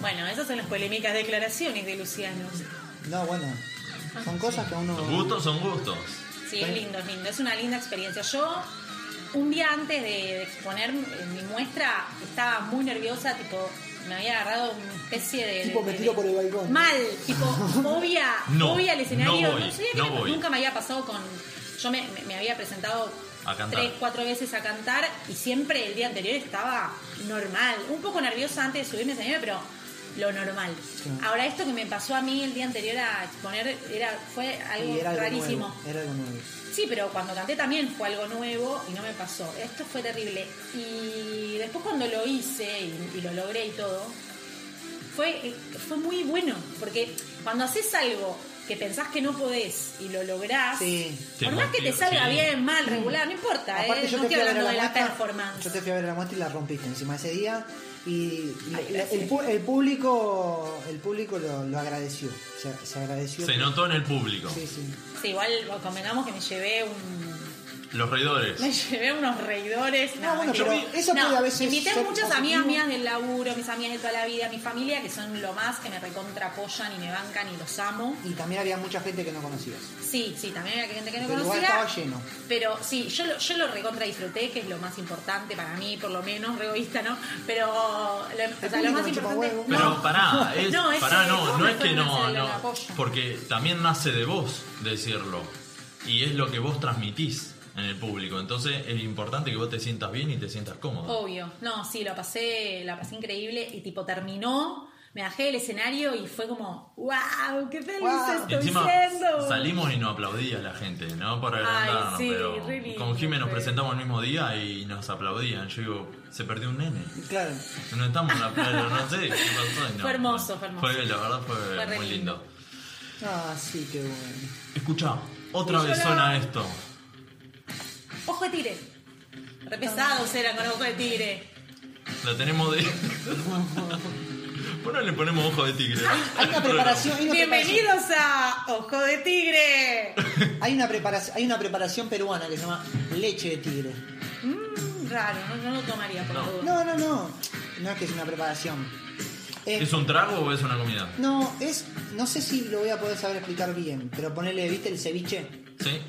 Bueno, esas son las polémicas declaraciones de Luciano. No, bueno, son cosas que uno... Los gustos son gustos. Sí, es lindo, es lindo. Es una linda experiencia. Yo, un día antes de, de exponer eh, mi muestra, estaba muy nerviosa, tipo, me había agarrado una especie de. Tipo, de- me de- tiro por el balcón. Mal, tipo, fobia, No, fobia al escenario. no voy, sabía que no voy. nunca me había pasado con. Yo me, me- me había presentado A cantar. tres, cuatro veces a cantar y siempre el día anterior estaba normal. Un poco nerviosa antes de subirme al escenario, pero lo normal. Sí. Ahora, esto que me pasó a mí el día anterior a exponer era, fue algo Y era algo rarísimo. nuevo, era algo nuevo. Sí, pero cuando canté también fue algo nuevo y no me pasó. Esto fue terrible. Y después cuando lo hice y, y lo logré y todo, fue, eh, fue muy bueno. Porque cuando haces algo que pensás que no podés y lo lográs, Sí. Mm. Te Ah, por más que te motiva, salga sí. bien, mal, regular, no importa. Aparte ¿eh? yo no estoy te fui a ver hablando a la de la muestra, performance. Yo te fui a ver a la muestra y la rompiste encima ese día y la- Ay, la- el, gracias. pu- el público el público lo, lo agradeció, se, se agradeció. Se notó en el público. Sí, sí. Sí, igual convengamos que me llevé un... Los reidores. Me llevé unos reidores. No, bueno, mentira. pero eso puede a veces Invité a ser muchas positivo. amigas mías del laburo, mis amigas de toda la vida, mi familia, que son lo más, que me recontrapoyan y me bancan y los amo. Y también había mucha gente que no conocías. Sí, sí, también había gente que no el lugar conocía. estaba lleno. Pero sí, yo lo, yo lo recontra disfruté, que es lo más importante para mí, por lo menos, regoísta, ¿no? Pero lo, o sea, lo público más me chupa importante. huevo. Pero No. pará, es, No, es- pará, no, ¿cómo no me es que pueden no, hacer el no, apoyo? porque también nace de vos decirlo y es lo que vos transmitís en el público, entonces es importante que vos te sientas bien y te sientas cómodo. Obvio. No, sí, lo pasé, la pasé increíble y tipo terminó, me bajé del escenario y fue como, wow, qué feliz Guau. Y estoy Encima siendo. salimos y no aplaudía la gente, ¿no? Por agrandarnos, sí, pero re lindo, con Jimé nos pero- presentamos el mismo día y nos aplaudían. Yo digo, se perdió un nene. Y Claro. No estamos en la playa, no sé qué pasó. y no. Fue hermoso, fue hermoso. Fue, la verdad fue, Fue re muy lindo. lindo. Ah, sí, qué bueno. Escucha, otra Y vez yo la- suena esto. Ojo de tigre. Repesados eran con ojo de tigre. La tenemos de. Bueno, le ponemos ojo de tigre. Hay una preparación, hay una preparación, Bienvenidos a Ojo de Tigre. hay una preparación, hay una preparación peruana que se llama leche de tigre. Mm, raro, no, no lo tomaría por No. favor. No, no, no. No es que es una preparación. Es- ¿Es un trago o es una comida? no, es. No sé si lo voy a poder saber explicar bien, pero ponerle, ¿viste el ceviche? Sí.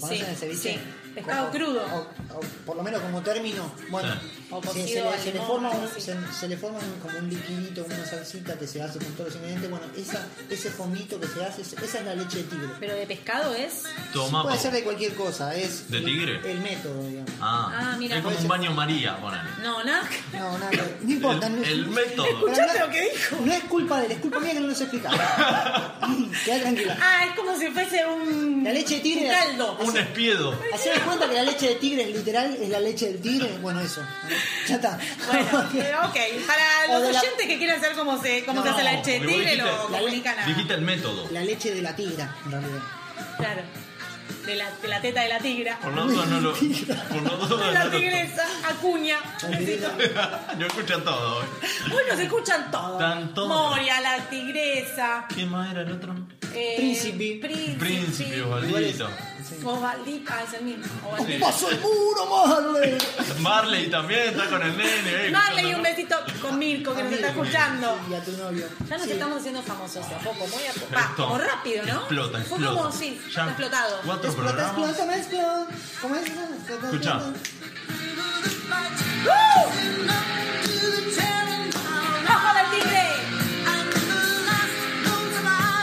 ¿Conocen Sí, el ceviche? sí. Pescado crudo. o- o por lo menos como término. Bueno, Sí. O se- se, cocido le, al se le limón, forma algo un- así. se- se le forma un- como un liquidito, una salsita que se hace con todos los ingredientes. Bueno, esa, ese fondito que se hace, es- esa es la leche de tigre. Pero de pescado es. Toma. Puede po- ser de cualquier cosa, es ¿De tigre? el método, digamos. Ah, Ah, mira. es como un baño María, ponele. No, nada. No, nada, que- no importa. El, no- el método. pero ¿Escuchaste no- lo que dijo? No es culpa de él, es culpa mía que no lo sé explicar. Queda tranquila. Ah, es como si fuese un. La leche de tigre Un caldo. Un espiedo. Hacer, cuenta que la leche de tigre es literal, es la leche del tigre. Bueno, eso. Ya está. Bueno, pero ok. Para O los de la- oyentes que quieran saber cómo se, cómo se No, hace la leche de porque vos tigre, lo dijiste- comunican a... Dijiste el método. La leche de la tigra, en realidad. Claro. De la, de la teta de la tigra. Por lo tanto no lo. Por lo tanto De no la lo- tigresa, acuña. Yo escucho todo. Hoy nos escuchan todos. Están todos. Moria, la tigresa. ¿Quién más era el otro? eh, Príncipe. Príncipe, Igual es- Osvaldito. Osvaldito, ah, es el mismo. Sí. Osvaldito. ¡Pasó el muro, Marley! Marley también está con el nene. eh, Marley, un escuchando, besito con Mirko que nos está escuchando. Y a tu novio. Ya nos Sí. estamos haciendo famosos de a poco, muy a poco. ¿no? Va, Esto como rápido, ¿no? Explota, Fue explota. como, sí, Ya está explotado. Cuatro Explota, explota, programas. explota. ¿Cómo es? Explota, Escuchá. explota. ¡Ojo del tigre!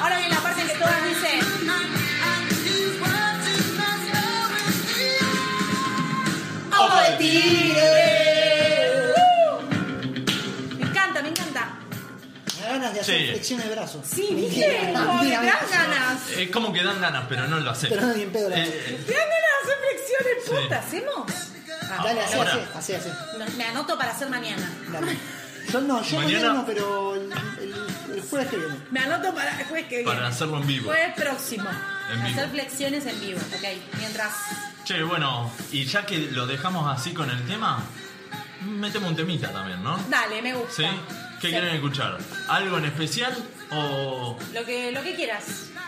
Ahora viene la parte en que todos dicen. ¡Ojo del tigre! ¡Uh! Me encanta, me encanta. Me da ganas de hacer Sí. flexión de brazo. Sí, ¿viste? Mira, Como que mira, te dan ganas. Es como que dan ganas, pero no lo hacen. Pero no, ni en pedo la Eh, Te dan ganas de hacer flexiones, puta. ¿Hacemos? Ah, Dale, así, Ahora. así, así, así. no, me anoto para hacer mañana. Dale. Yo no, yo Mañana- mañana no, pero el, el, el jueves que viene. Me anoto para el jueves que viene. Para hacerlo en vivo. Jueves próximo. En vivo. Hacer flexiones en vivo, ok. Mientras. Che, bueno, y ya que lo dejamos así con el tema, metemos un temita también, ¿no? Dale, me gusta. ¿Sí? ¿Qué Sí. quieren escuchar? ¿Algo en especial o Lo que, lo que quieras.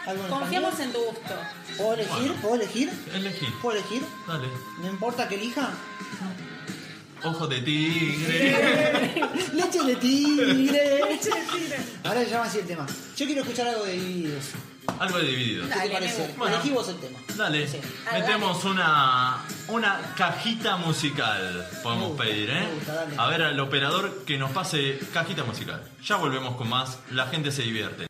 ¿Algo en Confiamos en tu gusto. ¿Puedo elegir? Bueno. ¿Puedo elegir? elegir? ¿Puedo elegir? Dale. No importa que elija. Ojo de tigre. ¡Leche de tigre! Dale, Ahora se llama así el tema. Yo quiero escuchar algo de divididos. Algo dividido. ¿Qué te me parece? gusta. Bueno. Elegí vos el tema. Dale, Sí. Ah, metemos una, una cajita musical. Me Podemos gusta, pedir, ¿eh? me gusta, dale. A ver al operador que nos pase cajita musical. Ya volvemos con más. La gente se divierte.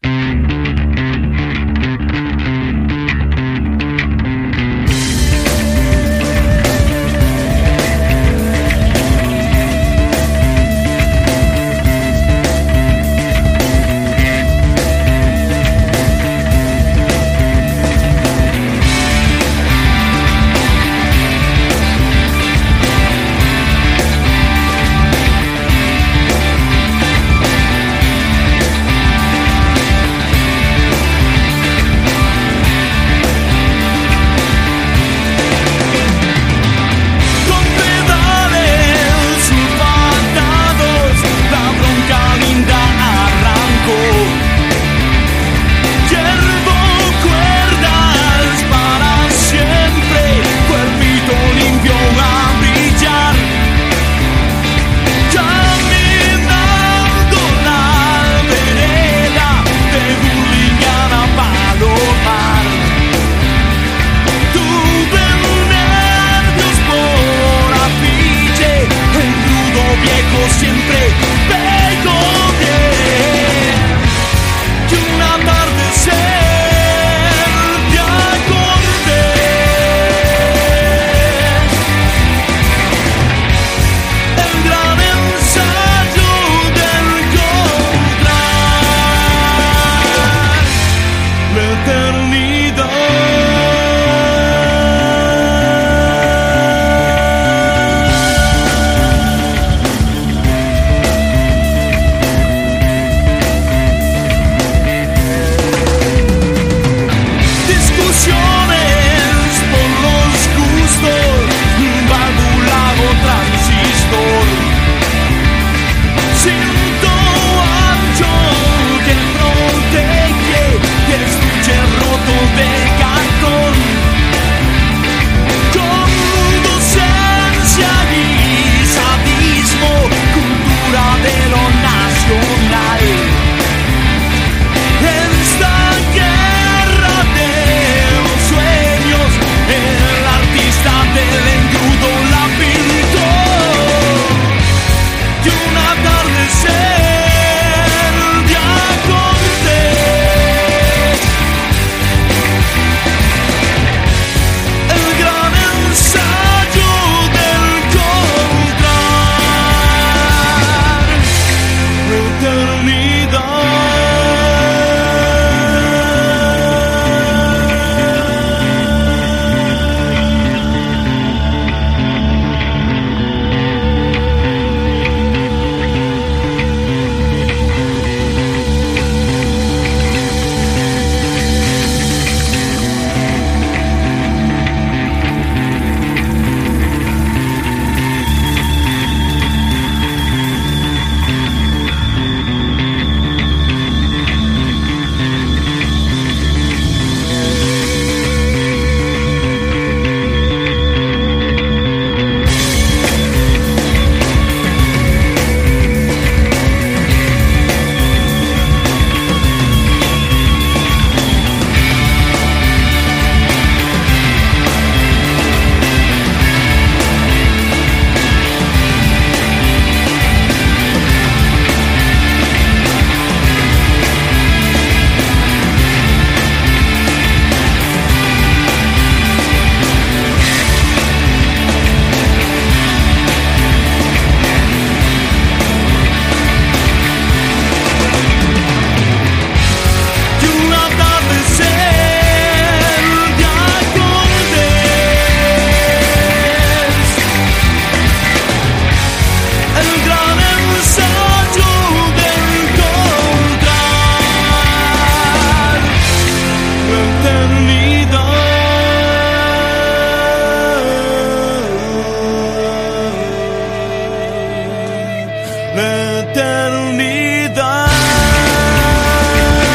Con pedales supatados, la bronca linda arrancó. Hiervo cuerdas para siempre, cuerpito limpio a brillar. Caminando la vereda de Burlingame a Palomar. Tuve nervios por afiche, el rudo viejo siempre pegote. Y un atardecer te acordé. El gran ensayo del contra la eternidad.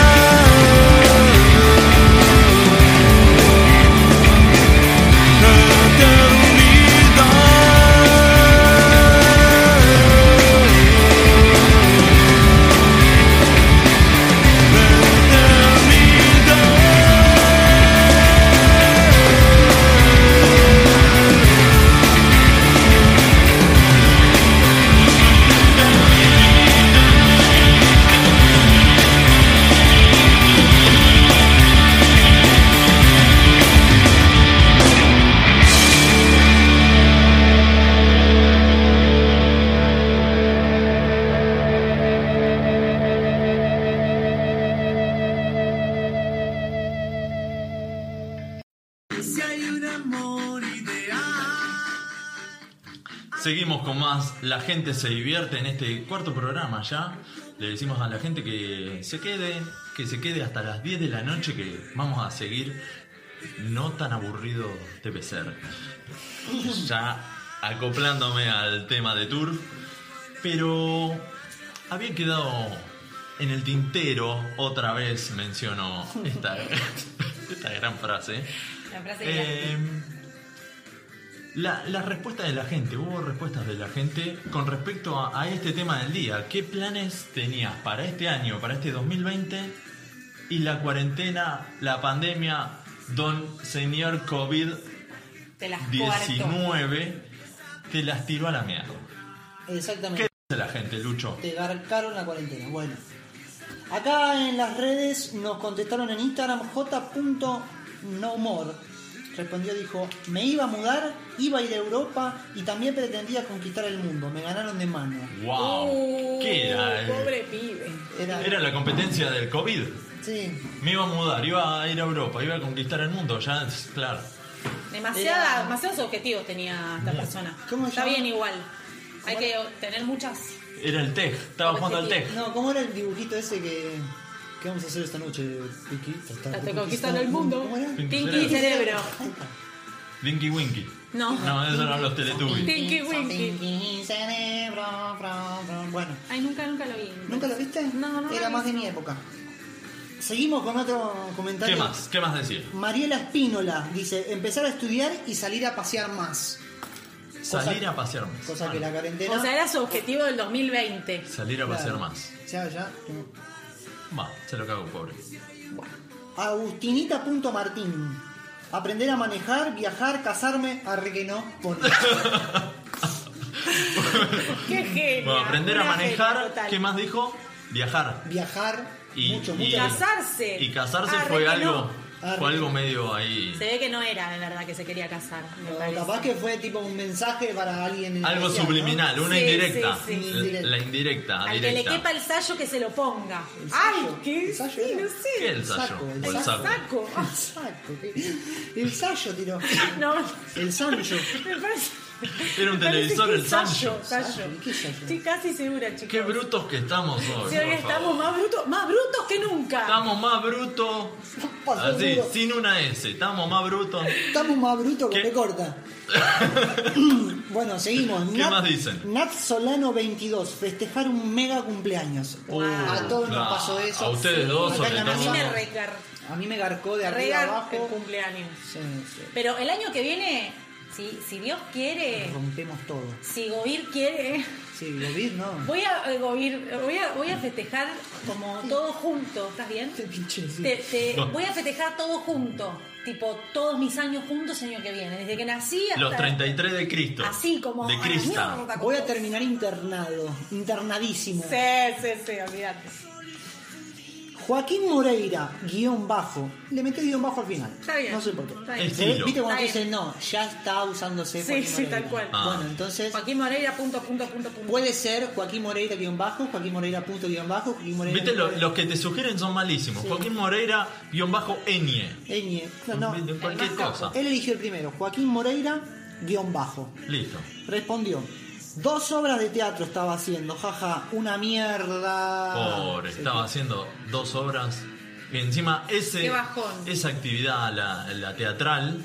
eternidad. Seguimos con más. La gente se divierte en este cuarto programa ya. Le decimos a la gente que se quede, que se quede hasta las 10 de la noche que vamos a seguir no tan aburrido debe ser. Ya acoplándome al tema de Tour. Pero había quedado en el tintero, otra vez menciono esta, esta gran frase. La frase que- Eh, la, la respuesta de la gente, hubo respuestas de la gente con respecto a, a este tema del día. ¿Qué planes tenías para este año, para este 2020? Y la cuarentena, la pandemia, don señor COVID-19, te las cuarto. te las tiró a la mierda. ¿Qué Exactamente. dice la gente, Lucho? Te garcaron la cuarentena. Bueno. Acá en las redes nos contestaron en Instagram j.nomore. Respondió, dijo, me iba a mudar, iba a ir a Europa y también pretendía conquistar el mundo. Me ganaron de mano. Uh, ¡Wow! ¿Qué era? eh? Pobre pibe. Era, Era la competencia del COVID. sí, Me iba a mudar, iba a ir a Europa, iba a conquistar el mundo. Ya, claro. Demasiada, Era- Demasiados objetivos tenía esta persona. ¿Cómo se Está llama? bien igual. Hay que tener muchas. Era el TEG, estaba jugando al E TEG. Eh, No, ¿cómo era el dibujito ese que, que vamos a hacer esta noche, Vicky? Tratar de Hasta conquistar el mundo. ¿Cómo era? Tinky cerebro. Dinky Winky. No. No, esos eran los Teletubbies. Tinky Winky. Cerebro, bro, bro. Bueno, Ay, nunca, nunca lo vi. ¿nunca lo viste? No, no. Era no. más de mi época. Seguimos con otro comentario. ¿Qué más? ¿Qué más decir? Mariela Espínola dice, empezar a estudiar y salir a pasear más. Salir a pasear más. Cosa que la cuarentena... O sea, era su objetivo del 2020. Salir a pasear más. Ya, ya. no. Va, se lo cago, pobre. Agustinita.martín. Aprender a manejar, viajar, casarme, arre que no, con... Qué genio. Bueno, aprender a manejar, ¿qué más dijo? Viajar. viajar, Y, mucho, y- mucho. Casarse. Y casarse Arre fue que algo. no. Arre Fue algo que medio ahí. Se ve que no era de verdad que se quería casar. me O parece. capaz que fue tipo un mensaje para alguien. en Algo especial, ¿no? subliminal, una Sí, indirecta. sí, sí. La- La indirecta, Al que le directa. quepa el sallo que se lo ponga. El Ay, sayo. qué El sayo sí, era. no ¿Qué es sé. el sayo? saco, el O el saco. Saco. El saco, qué- El sallo tiró. No, El Sancho. me parece. Era un me parece televisor, que el es sayo, Sancho. sayo. ¿Qué es eso? Estoy casi segura, chicos. Qué brutos que estamos hoy. Si hoy por estamos favor. más brutos, más brutos que nunca. Estamos más brutos. Pasó Así, duro. sin una S. Estamos más brutos. Estamos más brutos que ¿Qué? me corta. bueno, seguimos. ¿Qué más dicen? Nat Solano 22, festejar un mega cumpleaños. Uh, a todos claro. nos pasó eso. A ustedes dos, Acá sobre en a la mí todo. me mesa, regar, a mí me garcó de arriba regar el abajo. cumpleaños. Sí, sí. Pero el año que viene, si, si Dios quiere, Rompemos todo. si Govir quiere, Sí, lo vi, no. voy a, eh, Govir, voy a, voy a festejar como todos juntos. ¿Estás bien? Este pinche, sí. Te, te- No. voy a festejar todo junto, tipo todos mis años juntos el año que viene, desde que nací hasta Los 33 de Cristo. así como De a la Crista. mierda, como- Voy a terminar internado, internadísimo. Sí, sí, sí, olvídate. Joaquín Moreira, guión bajo. Le metí guión bajo al final. Está bien. No sé por qué. Está bien. ¿Eh? Estilo. ¿Viste cuando Está dicen no? Ya está usándose. Sí, Joaquín sí, Moreira. tal cual. Ah. Bueno, entonces Joaquín Moreira, punto, punto, punto, punto. puede ser Joaquín Moreira guión bajo, Joaquín Moreira punto guión bajo, Joaquín Moreira. Viste, lo- los que te sugieren son malísimos. Joaquín Moreira, guión bajo Eñe. Ñ. No, no. De cualquier el más cosa. Él eligió el primero, Joaquín Moreira guión bajo. Listo. Respondió. Dos obras de teatro estaba haciendo, jaja, una mierda. Ah, Pobre, estaba haciendo dos obras. Y encima ese, Qué bajón. esa actividad, la, la teatral,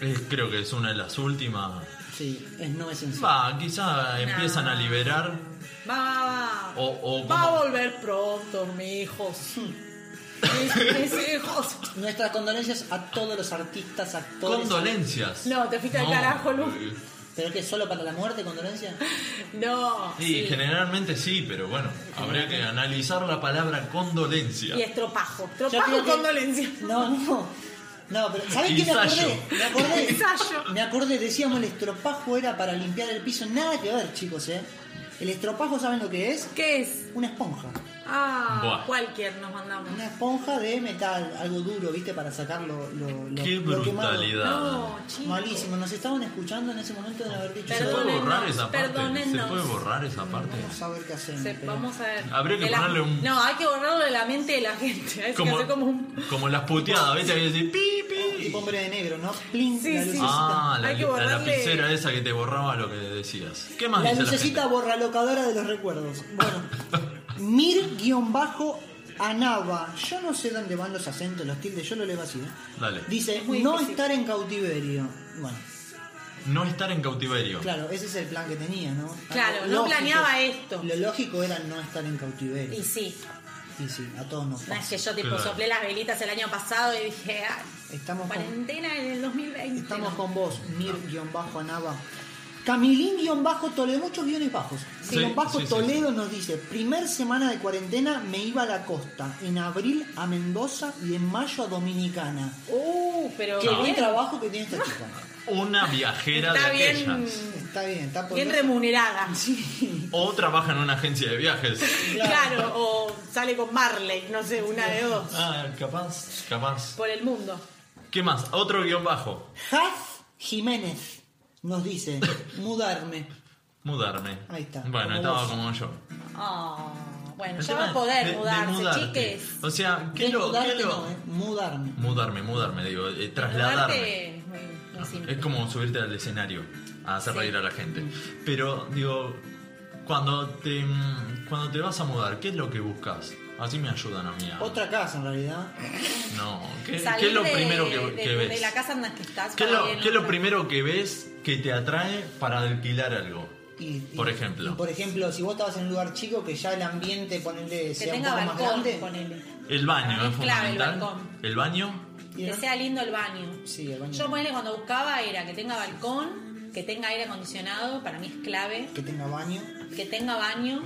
es- creo que es una de las últimas. Sí, es no esencial. Va, quizá empiezan a liberar Va, va, O- o va como- a volver pronto, mi hijos. Mis, mis hijos. Nuestras condolencias a todos los artistas, actores. Condolencias. No, te fuiste al No, carajo, Lu. eh, ¿Pero que solo para la muerte, condolencias? No. Sí, generalmente sí, pero bueno, habría que analizar la palabra condolencia. Y estropajo. Yo Estropajo creo que- condolencia. No, no. No, pero ¿sabés qué me Ensayo. acordé? Me acordé. Ensayo. Me acordé, decíamos el estropajo era para limpiar el piso. Nada que ver, chicos, ¿eh? El estropajo, ¿saben lo que es? ¿Qué es? Una esponja. Ah, Buah. cualquier nos mandamos. Una esponja de metal, algo duro, ¿viste? Para sacar lo, lo, lo- Qué lo quemado. brutalidad. No, chico. Malísimo, nos estaban escuchando en ese momento de haber dicho. ¿Se puede Perdónennos, borrar esa parte? ¿Se perdónennos. puede borrar esa parte? Vamos a ver qué hacemos. Se- pero- vamos a ver. Habría que De la- ponerle un- No, hay que borrarlo de la mente de la gente. Hay que Como, hacer como un. como las puteadas, ¿viste? Ahí decís, pi, Tipo pi. hombre de negro, ¿no? Plin, Sí, la sí. lucecita. Ah, la, Hay que la borrarle- lapicera esa que te borraba lo que decías. Ah, ¿Qué más La dice lucecita la borralocadora de los recuerdos. Bueno, Mir-Anava. Yo no sé dónde van los acentos, los tildes, yo lo leo así. ¿eh? Dale. Dice, muy no difícil. estar en cautiverio. Bueno, gente? No estar en cautiverio. claro, ese es el plan que tenía, ¿no? Algo Claro, no planeaba esto. Lo lógico era no estar en cautiverio. Y sí, Y sí, a todos nos no es pasa. que yo tipo Claro. soplé las velitas el año pasado y dije, ah, Estamos con, cuarentena en el 2020. estamos con vos, Mir-Anava. Camilín-Toledo, muchos guiones bajos. Sí, Guión bajo sí, sí, Toledo nos dice, primer semana de cuarentena me iba a la costa, en abril a Mendoza y en mayo a Dominicana. Oh, Uh, pero Qué buen bien, trabajo que tiene esta chica. Una viajera Está de bien, aquellas. Está bien, está por bien remunerada. O trabaja en una agencia de viajes. Claro. Claro. o sale con Marley, no sé, una de dos. Ah, capaz, capaz. Por el mundo. ¿Qué más? Otro guión bajo. Jaz Jiménez nos dice, mudarme. Mudarme. Ahí está, Bueno, como estaba vos. como yo. Ah, bueno, El ya tema va a poder de- de mudarse, mudarte. chiques. O sea, ¿qué ¿Qué lo, qué mudarte lo- no, eh, mudarme. Mudarme, mudarme, digo, eh, trasladarme. Mudarte es muy, muy simple. Es como subirte al escenario a hacer Sí. reír a la gente. Pero, digo, cuando te, mm, cuando te vas a mudar, ¿qué es lo que buscas? Así me ayudan a mí. a- Otra casa en realidad. No, ¿qué, Salir qué es lo de- primero que, de, que de ves? la casa en la que estás. ¿Qué es para lo, ir a qué es lo otra. primero que ves que te atrae para alquilar algo? Y- y- Por ejemplo. y por ejemplo, si vos estabas en un lugar chico que ya el ambiente, ponele, Que sea un tenga poco más balcón, grande. ponele. El baño, es, Es clave el fundamental. balcón. El baño, Y Que no- sea lindo el baño. Sí, el baño. Yo ponele cuando buscaba era que tenga balcón, que tenga aire acondicionado, para mí es clave. que tenga baño. Que tenga baño,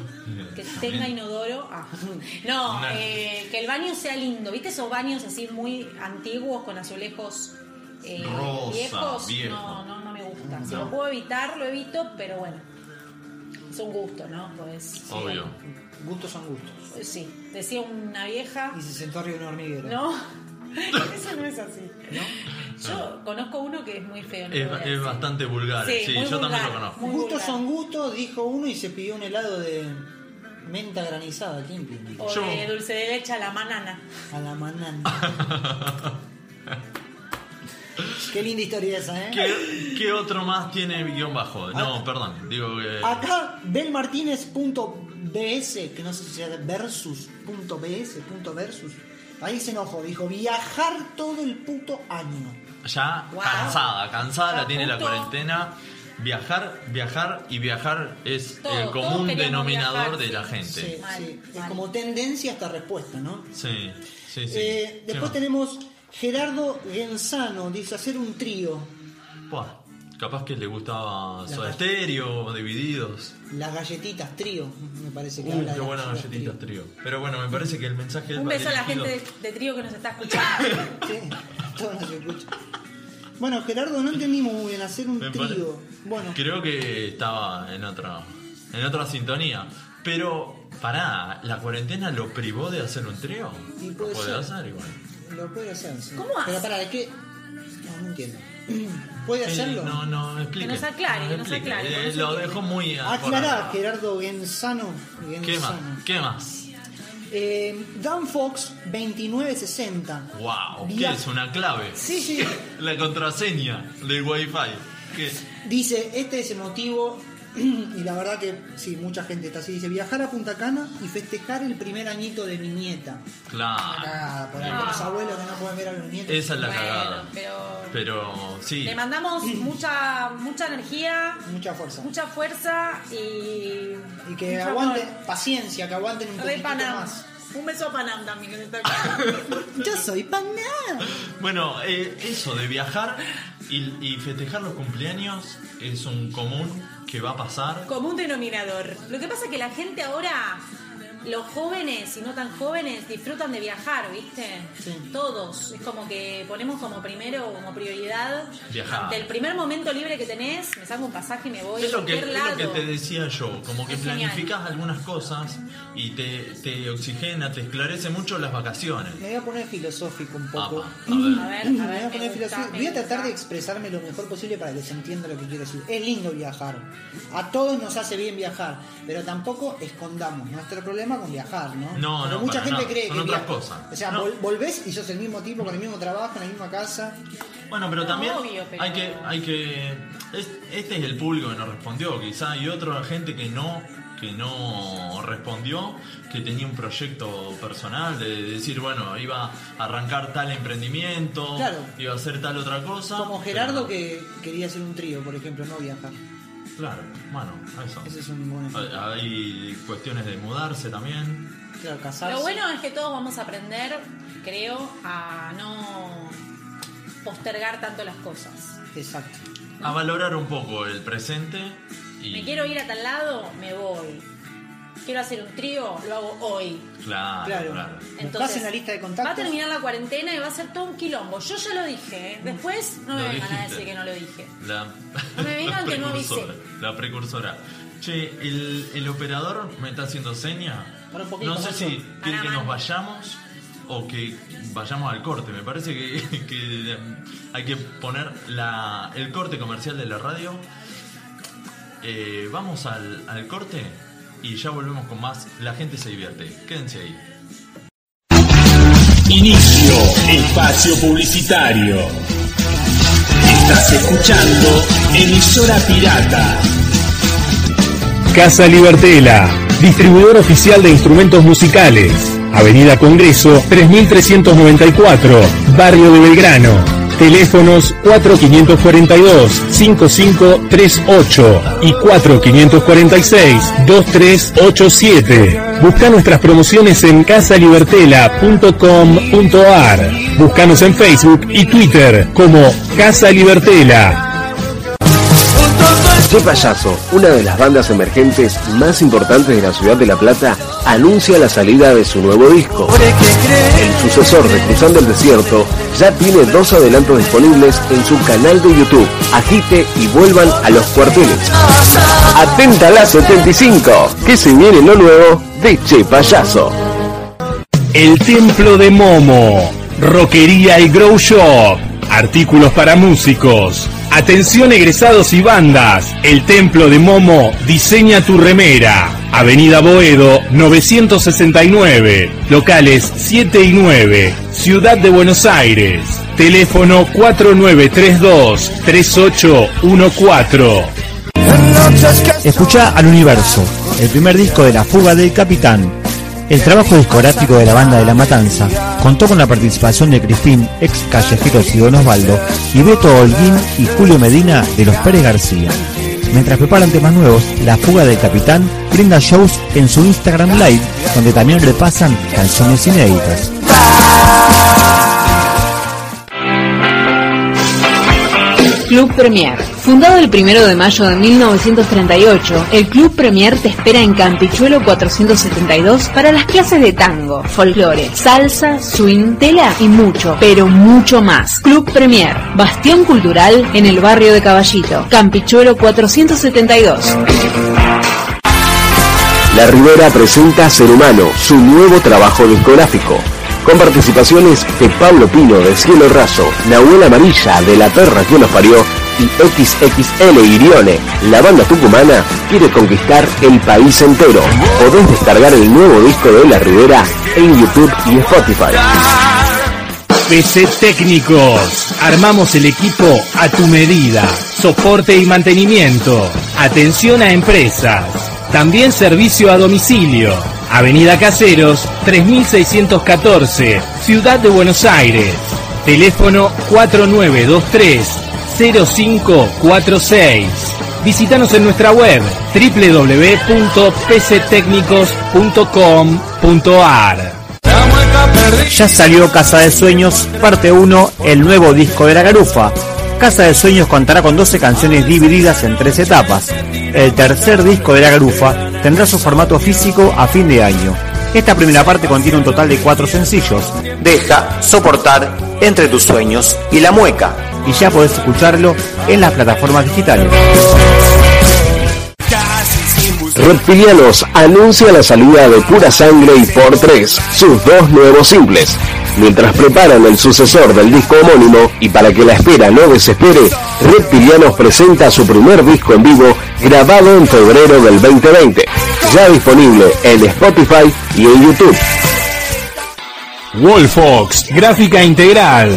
que También. tenga inodoro. Ah. No, No. eh, que el baño sea lindo. ¿Viste esos baños así muy antiguos con azulejos eh, Rosa, viejos? viejo. No, no, no me gusta. Si No. lo puedo evitar, lo evito, pero bueno. Es un gusto, ¿no? Pues. sí, obvio. Gustos son gustos. bueno. Sí, decía una vieja. Y se sentó arriba de una hormiguera. No, eso no es así. Yo conozco uno que es muy feo. no Es, lo voy a es decir. bastante vulgar. Sí, Sí, muy yo también vulgar. lo conozco. Muy gustos vulgar. son gustos, dijo uno y se pidió un helado de menta granizada. ¿Quién pide? O Yo- de dulce de leche a la manana. A la manana. Qué linda historia esa, ¿eh? ¿Qué, qué otro más tiene guión bajo? No, perdón, digo que. Ah. Acá, belmartinez.bs, que no sé si sea de versus, punto BS, punto versus. Ahí se enojó, dijo, viajar todo el puto año. Ya Wow. cansada, cansada Está la tiene la junto. cuarentena. Viajar, viajar y viajar es Todo, el todos común queríamos viajar, denominador de sí. la Sí, gente. Mal, sí. Es mal. como tendencia esta respuesta, ¿no? Sí, sí, sí. Eh, ¿Qué después más? tenemos Gerardo Genzano, dice hacer un trío. Buah, capaz que le gustaba La Soda calle. Stereo, Divididos. Las galletitas trío, me parece que Uh, habla qué de buenas las galletitas, trío. Pero bueno, me parece que el mensaje Un va beso a la dirigido- gente de, de trío que nos está escuchando. Sí, todo no se escucha. Bueno, Gerardo, no entendimos muy bien hacer un Me pare- trío. Bueno, Creo que estaba en otra, en otra sintonía. Pero, pará, ¿la cuarentena lo privó de hacer un trío? Y Lo puede puede ser. hacer igual. lo puede hacer. sí. ¿Cómo hace? Pero pará, es que. No, no entiendo. ¿Puede Eh, hacerlo? No, no, explique. Que nos aclare, que nos Explique. aclare, Eh, porque no lo se dejó muy... Aclará, por- Gerardo Genzano. ¿Qué más? Genzano. ¿Qué más? Eh, Dan Fox 2960. Wow, ¿qué Via- es? ¿Una clave? Sí, sí. La contraseña del wifi. ¿Qué? Dice, este es el motivo y la verdad que sí, mucha gente está así. Dice, viajar a Punta Cana y festejar el primer añito de mi nieta. Una cagada, por ahí, Claro. Ah. los abuelos que no pueden ver a los nietos. Esa es la Bueno, cagada. pero- Pero sí. Le mandamos mucha, mucha energía, Mucha fuerza. mucha fuerza y. y que mucho aguanten, amor. paciencia, que aguanten un Re poquito Panam. más. Un beso a Panam también, que está Yo soy paná. Bueno, eh, eso de viajar y, y festejar los cumpleaños es un común que va a pasar. Común denominador. Lo que pasa es que la gente ahora, los jóvenes y no tan jóvenes, disfrutan de viajar, ¿viste? Sí. Todos. Es como que ponemos como primero, como prioridad. Viajar. Del primer momento libre que tenés, me saco un pasaje y me voy Es a lo, que, cualquier es lado. lo que te decía yo, como que Es genial. planificas algunas cosas y te, te oxigena, te esclarece mucho las vacaciones. Me voy a poner filosófico un poco. Apa, a ver. Ah, A ver, Me a voy ver. a poner me gusta, filosófico. me Voy a tratar gusta. de expresarme lo mejor posible para que se entienda lo que quiero decir. Es lindo viajar. A todos nos hace bien viajar, pero tampoco escondamos nuestro problema con viajar, ¿no? No, Porque no, mucha para gente nada. cree Son que otras viaja- cosas. O sea, No. vol- volvés y sos el mismo tipo con el mismo trabajo, en la misma casa. Bueno, pero No, también obvio, pero- hay que, hay que. es- este es el público que nos respondió, quizá, y otra gente que no, que no respondió, que tenía un proyecto personal de decir, bueno, iba a arrancar tal emprendimiento, Claro. iba a hacer tal otra cosa. Como Gerardo pero- que quería hacer un trío, por ejemplo, no viajar. Claro, bueno, eso. Ese es un buen ejemplo. Hay cuestiones de mudarse también. Claro, casarse. Lo bueno es que todos vamos a aprender, creo, a no postergar tanto las cosas. Exacto. A valorar un poco el presente y. Me quiero ir a tal lado, me voy. Quiero hacer un trío, lo hago hoy. Claro, Claro. claro. Buscás en la lista de contactos. va a terminar la cuarentena y va a ser todo un quilombo. Yo ya lo dije, ¿eh? después no me Lo vengan a dijiste. decir que no lo dije. La, No me vengan la que no avisé. precursora, La precursora. Che, el, el operador me está haciendo seña. Para un poquito, No sé Marco. si quiere Para, que nos Marco. vayamos o que vayamos al corte. Me parece que, que hay que poner la, el corte comercial de la radio. Eh, vamos al, al corte y ya volvemos con más. La gente se divierte. Quédense ahí. Inicio espacio publicitario. Estás escuchando Emisora Pirata. Casa Libertela, distribuidor oficial de instrumentos musicales. Avenida Congreso 3394, Barrio de Belgrano. Teléfonos 4542-5538 y 4546-2387. Busca nuestras promociones en casalibertela.com.ar. Búscanos en Facebook y Twitter como Casa Libertela. Che Payaso, una de las bandas emergentes más importantes de la ciudad de La Plata, anuncia la salida de su nuevo disco. El sucesor de Cruzando el Desierto ya tiene dos adelantos disponibles en su canal de YouTube. Agite y vuelvan a los cuarteles. Atenta a la 75, que se viene lo nuevo de Che Payaso. El Templo de Momo, Roquería y Grow Shop, artículos para músicos. Atención egresados y bandas, El Templo de Momo diseña tu remera. Avenida Boedo 969, locales 7 y 9, Ciudad de Buenos Aires. Teléfono 4932 3814. Escucha al universo, el primer disco de La Fuga del Capitán. El trabajo discográfico de la banda de La Matanza contó con la participación de Crispín, ex callejeros y Don Osvaldo, y Beto Holguín y Julio Medina de los Pérez García. Mientras preparan temas nuevos, La Fuga del Capitán brinda shows en su Instagram Live, donde también repasan canciones inéditas. Club Premier. Fundado el 1 de mayo de 1938, el Club Premier te espera en Campichuelo 472 para las clases de tango, folclore, salsa, swing, tela y mucho, pero mucho más. Club Premier, bastión cultural en el barrio de Caballito, Campichuelo 472. La Rivera presenta Ser Humano, su nuevo trabajo discográfico. Con participaciones de Pablo Pino de Cielo Raso, Nahuel Amarilla de La Perra que nos parió y XXL Irione, la banda tucumana quiere conquistar el país entero. Podés descargar el nuevo disco de La Rivera en YouTube y Spotify. PC Técnicos. Armamos el equipo a tu medida. Soporte y mantenimiento. Atención a empresas. También servicio a domicilio. Avenida Caseros, 3614, Ciudad de Buenos Aires. Teléfono 4923-0546. Visítanos en nuestra web www.pctecnicos.com.ar. Ya salió Casa de Sueños, parte 1, el nuevo disco de la garufa. Casa de Sueños contará con 12 canciones divididas en tres etapas. El tercer disco de la garufa tendrá su formato físico a fin de año. Esta primera parte contiene un total de cuatro sencillos. Deja, soportar, entre tus sueños y la mueca. Y ya podés escucharlo en las plataformas digitales. Reptilianos anuncia la salida de Pura Sangre y Por 3, sus dos nuevos simples. Mientras preparan el sucesor del disco homónimo y para que la espera no desespere, Reptilianos presenta su primer disco en vivo grabado en febrero del 2020, ya disponible en Spotify y en YouTube. Wallfox, gráfica integral.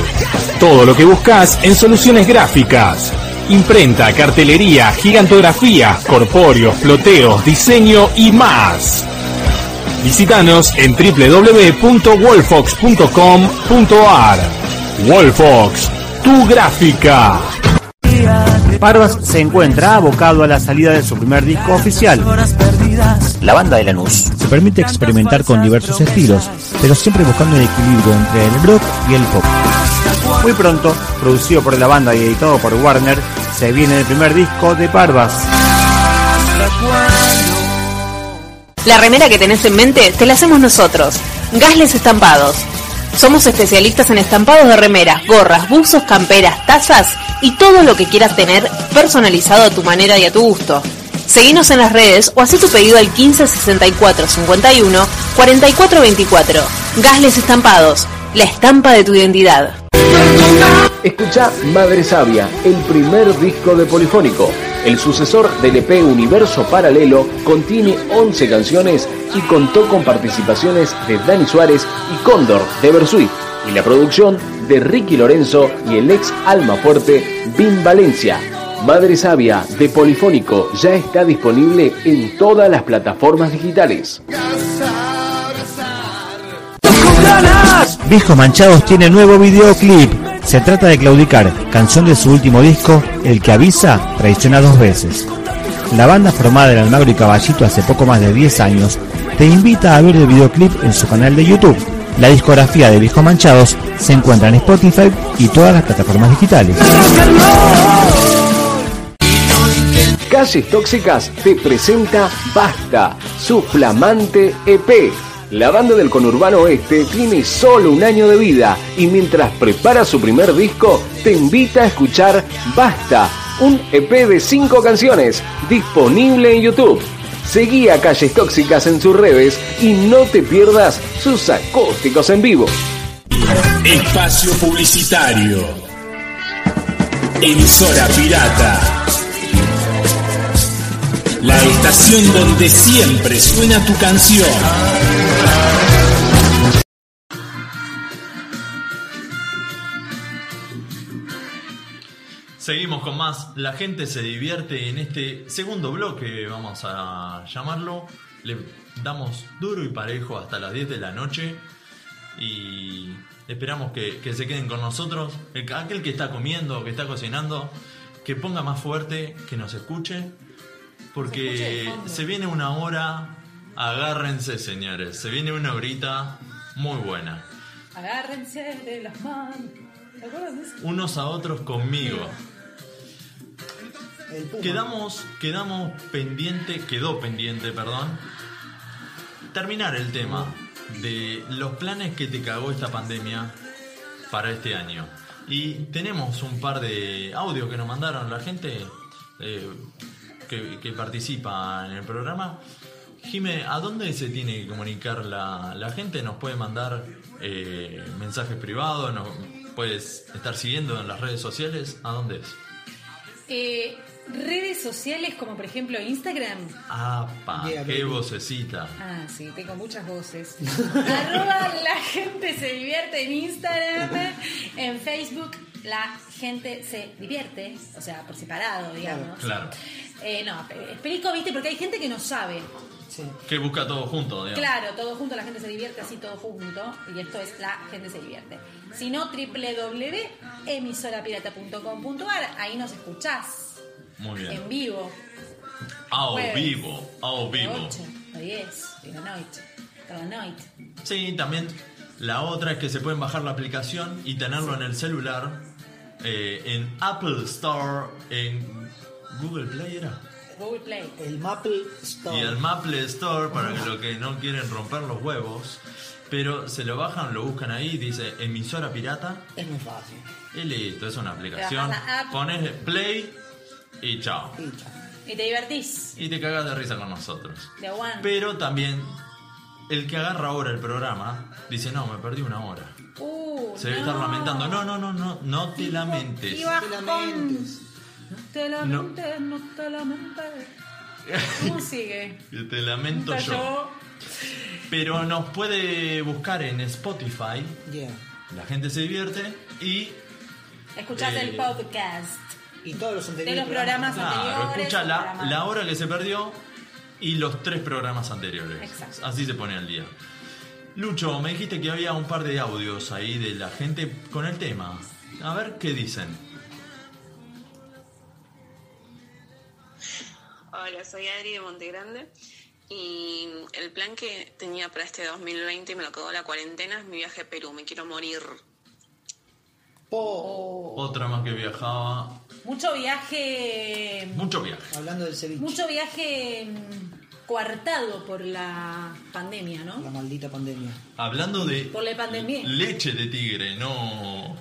Todo lo que buscas en soluciones gráficas. Imprenta, cartelería, gigantografía, corpóreos, floteos, diseño y más. Visítanos en www.wolfox.com.ar. Wolfox, tu gráfica. Parvas se encuentra abocado a la salida de su primer disco oficial, La Banda de Lanús. Se permite experimentar con diversos estilos, pero siempre buscando el equilibrio entre el rock y el pop. Muy pronto, producido por la banda y editado por Warner, se viene el primer disco de Parvas. La remera que tenés en mente te la hacemos nosotros, Gasles Estampados. Somos especialistas en estampados de remeras, gorras, buzos, camperas, tazas y todo lo que quieras tener personalizado a tu manera y a tu gusto. Seguinos en las redes o haz tu pedido al 15 64 51 44 24. Gasles Estampados, la estampa de tu identidad. Escucha Madre Sabia, el primer disco de Polifónico. El sucesor del EP Universo Paralelo contiene 11 canciones y contó con participaciones de Dani Suárez y Cóndor de Bersuit y la producción de Ricky Lorenzo y el ex alma fuerte Vin Valencia. Madre Sabia de Polifónico ya está disponible en todas las plataformas digitales. Viejos Manchados tiene nuevo videoclip. Se trata de Claudicar, canción de su último disco, El que avisa, traiciona dos veces. La banda formada en Almagro y Caballito hace poco más de 10 años te invita a ver el videoclip en su canal de YouTube. La discografía de Viejos Manchados se encuentra en Spotify y todas las plataformas digitales. Calles Tóxicas te presenta Basta, su flamante EP. La banda del conurbano oeste tiene solo un año de vida y mientras prepara su primer disco, te invita a escuchar Basta, un EP de 5 canciones, disponible en YouTube. Seguí a Calles Tóxicas en sus redes y no te pierdas sus acústicos en vivo. Espacio publicitario. Emisora pirata. La estación donde siempre suena tu canción. Seguimos con más. La gente se divierte en este segundo bloque, vamos a llamarlo. Le damos duro y parejo hasta las 10 de la noche. Y esperamos que, que se queden con nosotros. El- aquel que está comiendo, que está cocinando, que ponga más fuerte, que nos escuche. Porque se viene una hora. Agárrense, señores. Se viene una horita muy buena. Agárrense de las manos. ¿Te acuerdas de eso? Unos a otros conmigo. El Puma. Quedamos, quedamos pendiente, quedó pendiente, perdón. Terminar el tema de los planes que te cagó esta pandemia para este año. Y tenemos un par de audios que nos mandaron la gente eh, que, que participa en el programa. Jime, ¿a dónde se tiene que comunicar la, la gente? ¿Nos puede mandar eh, mensajes privados? ¿Nos puedes estar siguiendo en las redes sociales? ¿A dónde es? Eh, redes sociales como por ejemplo Instagram. ¡Apa! Yeah, Ah, ¡Qué baby. vocecita! Ah, sí, tengo muchas voces. Arroba la gente se divierte en Instagram, en Facebook la gente se divierte, o sea, por separado, digamos. Claro. Eh, no, explico, viste, porque hay gente que no sabe. Que busca todo junto, digamos. Claro, todo junto, la gente se divierte, así todo junto. Y esto es La Gente se divierte. Si no, www.emisorapirata.com.ar, ahí nos escuchás Muy en bien. vivo. Ao Jueves. vivo, ao De vivo. 8 a 10 de la noche. Toda la noche. Sí, también la otra es que se pueden bajar la aplicación y tenerlo en el celular, eh, en Apple Store, en Google Play era. Google Play. El Maple Store. Y el Maple Store, para que los que no quieren romper los huevos, pero se lo bajan, lo buscan ahí, dice emisora pirata. Es muy fácil. Y listo, es una aplicación. Te bajas la app. Pones play y chao. Y te divertís. Y te cagas de risa con nosotros. De one. Pero también, el que agarra ahora el programa, dice, no, me perdí una hora. Uh, Se debe estar lamentando. No, no, no, no, no te lamentes. Y bajón. No te No. lamentes, no, te lamentes. ¿Cómo sigue? Te lamento Nunca yo. Pero nos puede buscar en Spotify. La gente se divierte y Escuchás Eh, el podcast. Y todos los De los programas claro, anteriores. escucha los la, programas- la hora que se perdió y los tres programas anteriores. Exacto. Así se pone al día. Lucho, me dijiste que había un par de audios ahí de la gente con el tema. A ver qué dicen. Hola, soy Adri de Montegrande y el plan que tenía para este 2020 y me lo quedó la cuarentena es mi viaje a Perú, me quiero morir. Otra más que viajaba. Mucho viaje. Mucho viaje. Hablando del ceviche. Mucho viaje mm, coartado por la pandemia, La ¿no? maldita pandemia. Hablando de Por la pandemia. leche de tigre, no.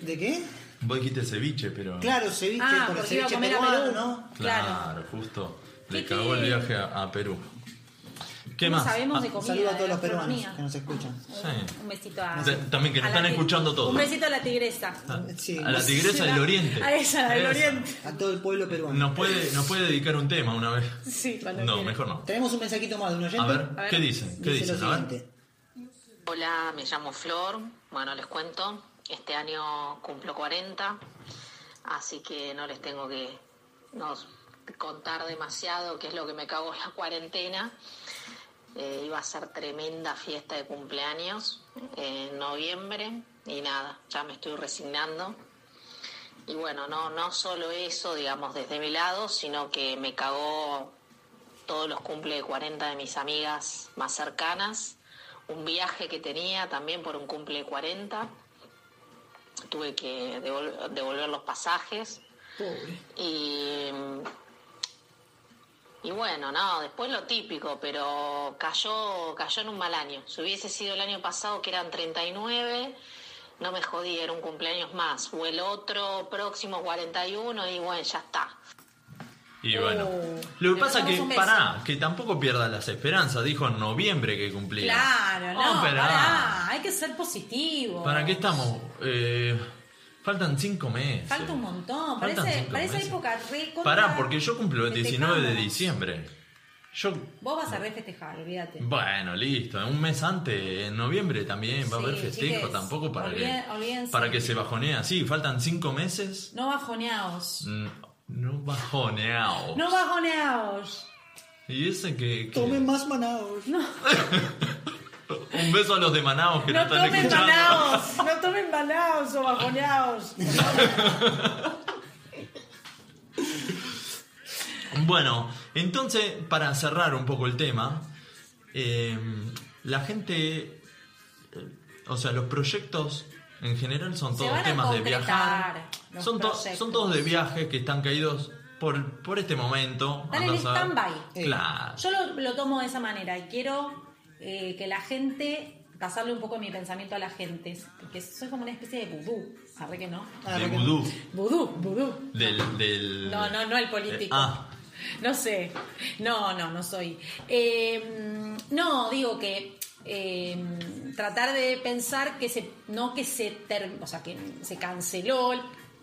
¿De qué? Vos dijiste ceviche, pero. Claro, ceviche, Ah, pero porque iba a ceviche comer a peruano, Perú. ¿no? Claro, justo. Le ¿Qué cagó el qué? viaje a, a Perú. ¿Qué No más? sabemos Ah, de comida. Saludo a todos de los peruanos gastronomía. que nos escuchan. sí. Un besito a. De- también que a nos la están ti- escuchando todos. Un besito a la tigresa. Ah, A la tigresa del oriente. A esa, la del Esa. oriente. A todo el pueblo peruano. Nos puede, nos puede dedicar un tema una vez. Sí, cuando No, quiera. mejor no. Tenemos un mensajito más de un oyente. A ver, A ver. ¿qué dicen? ¿Qué Dice dicen? lo A ver. siguiente. Hola, me llamo Flor. Bueno, les cuento, este año cumplo 40, así que no les tengo que no, contar demasiado qué es lo que me cago en la cuarentena. Eh, iba a ser tremenda fiesta de cumpleaños en noviembre y nada, ya me estoy resignando. Y bueno, no, no solo eso, digamos, desde mi lado, sino que me cagó todos los cumple de 40 de mis amigas más cercanas un viaje que tenía también por un cumple de 40. Tuve que devol- devolver los pasajes. Y, mm, y bueno, no, después lo típico, pero cayó, cayó en un mal año. Si hubiese sido el año pasado que eran 39, no me jodí, era un cumpleaños más. O el otro próximo 41 y bueno, ya está. Y bueno. Lo que Le pasa que, mandamos un beso. pará, que tampoco pierda las esperanzas. Dijo en noviembre que cumplía. Claro, no, Vamos a esperar. pará, hay que ser positivo. ¿Para qué estamos? Eh, faltan cinco meses. Falta un montón, Faltan parece, cinco parece meses. época re corta. Pará, porque yo cumplo el 19 de Festejamos. diciembre. Yo, Vos vas a re festejar, olvídate. bueno, listo. Un mes antes, en noviembre también va a Sí, haber festejo. chiques, tampoco para olviden- que, olvídense. para que se bajonee así. Faltan cinco meses. No bajoneaos. No, no bajoneado. No bajoneaos. Y ese que, que- Tomen más manaos. No, Un beso a los de Manaos que no, No están tomen escuchando. balaos, no tomen balaos o bajoneaos. Bueno, entonces, para cerrar un poco el tema, eh, la gente. eh, o sea, los proyectos en general son se todos van a temas de viajar. concretar. los Son, to- proyectos. son todos de viaje que están caídos por, por este momento. Están en Andá a saber. stand-by. Claro. Yo lo, lo tomo de esa manera y quiero eh, que la gente, pasarle un poco mi pensamiento a la gente, porque soy como una especie de vudú, ¿sabe que no? de vudú. Vudú, vudú. Del, del- No, no, no el político. Eh, ah, No sé. No, no, no soy. Eh, no, digo que eh, tratar de pensar que se, no que se ter- o sea, que se canceló el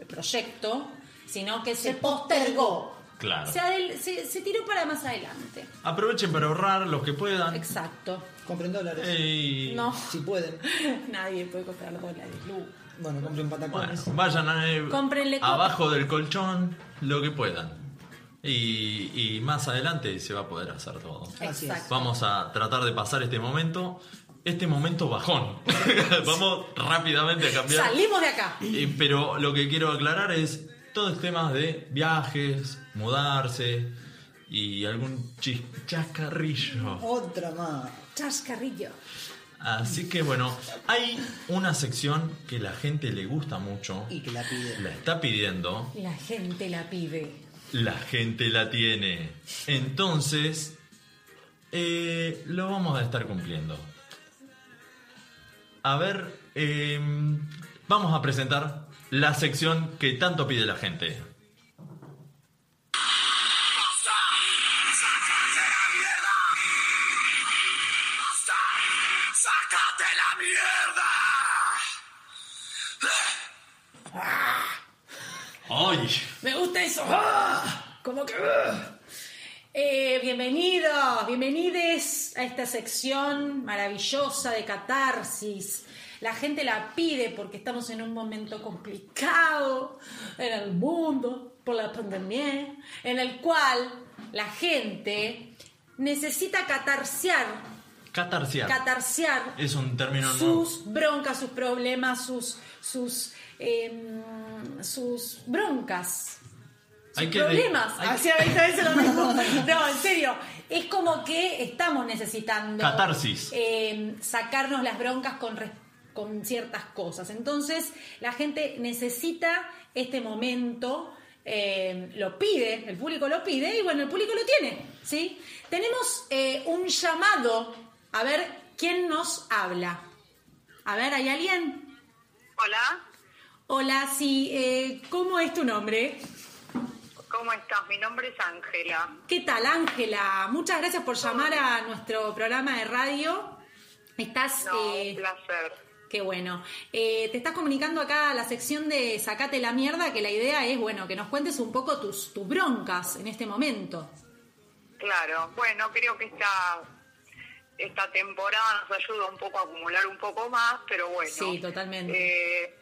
proyecto, sino que se, postergó. claro. Se, adel- se- se tiró para más adelante. Aprovechen para ahorrar los que puedan. Exacto. Compren dólares. Ey. No. Si pueden. Nadie puede comprar dólares. Lu. Bueno, compren patacones. Bueno, vayan a- eh, Cómprenle abajo del colchón, lo que puedan. Y, y más adelante se va a poder hacer todo. Así es. Vamos a tratar de pasar este momento, este momento bajón. Vamos rápidamente a cambiar. Salimos de acá. Eh, pero lo que quiero aclarar es todos temas de viajes, mudarse y algún chis- chascarrillo. Otra más. Chascarrillo. Así que bueno, hay una sección que la gente le gusta mucho. Y que la pide. La está pidiendo. La gente la pide. La gente la tiene. Entonces, eh, lo vamos a estar cumpliendo. A ver, eh, vamos a presentar la sección que tanto pide la gente. ¡Sácate la mierda! ¡Ay! Me gusta eso. ¡Ah! Como que. ¡ah! Eh, bienvenidos, bienvenides a esta sección maravillosa de catarsis. La gente la pide porque estamos en un momento complicado en el mundo por la pandemia, en el cual la gente necesita catarsear, Catarsear. catarsear es un término nuevo. sus broncas, sus problemas, sus sus em, sus broncas, Hay que- problemas. hay- Así a veces es lo mismo. No, en serio. Es como que estamos necesitando Catarsis. eh, sacarnos las broncas con, res- con ciertas cosas. Entonces, la gente necesita este momento. eh, lo pide, el público lo pide y bueno, el público lo tiene, ¿sí? Tenemos eh, un llamado a ver quién nos habla. A ver, ¿hay alguien? Hola, Hola, sí, eh, ¿cómo es tu nombre? ¿cómo estás? Mi nombre es Ángela. ¿Qué tal, Ángela? Muchas gracias por llamar a nuestro programa de radio. Estás. eh, Qué bueno. Eh, te estás comunicando acá a la sección de Sacate la mierda, que la idea es, bueno, que nos cuentes un poco tus, tus broncas en este momento. Claro, bueno, creo que esta, esta temporada nos ayuda un poco a acumular un poco más, pero bueno. Sí, totalmente. eh,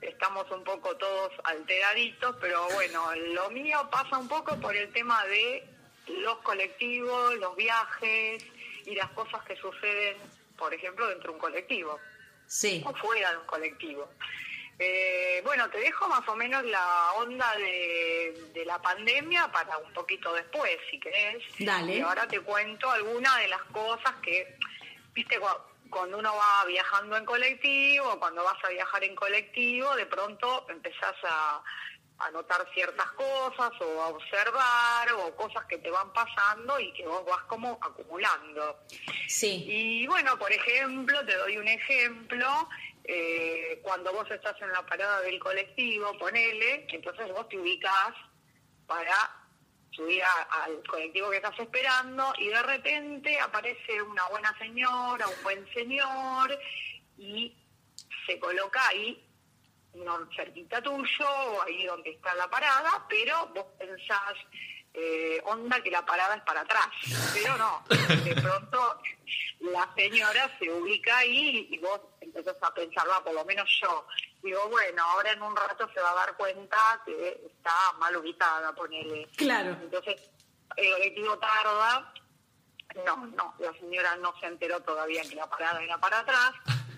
estamos un poco todos alteraditos, pero bueno, lo mío pasa un poco por el tema de los colectivos, los viajes y las cosas que suceden, por ejemplo, dentro de un colectivo. Sí. o fuera de un colectivo. Eh, bueno, te dejo más o menos la onda de, de la pandemia para un poquito después, si querés. Dale. Y ahora te cuento algunas de las cosas que, viste, cua- cuando uno va viajando en colectivo, cuando vas a viajar en colectivo, de pronto empezás a, a notar ciertas cosas o a observar o cosas que te van pasando y que vos vas como acumulando. Sí. Y bueno, por ejemplo, te doy un ejemplo, eh, cuando vos estás en la parada del colectivo, ponele, entonces vos te ubicás para subir a- al colectivo que estás esperando y de repente aparece una buena señora, un buen señor y se coloca ahí no cerquita tuyo o ahí donde está la parada, pero vos pensás, eh, onda que la parada es para atrás, pero no, de pronto la señora se ubica ahí y vos empezás a pensar, va, por lo menos yo, digo, bueno, ahora en un rato se va a dar cuenta que está mal ubicada, ponele. Claro. Entonces, el colectivo tarda, no, no, la señora no se enteró todavía que la parada era para atrás,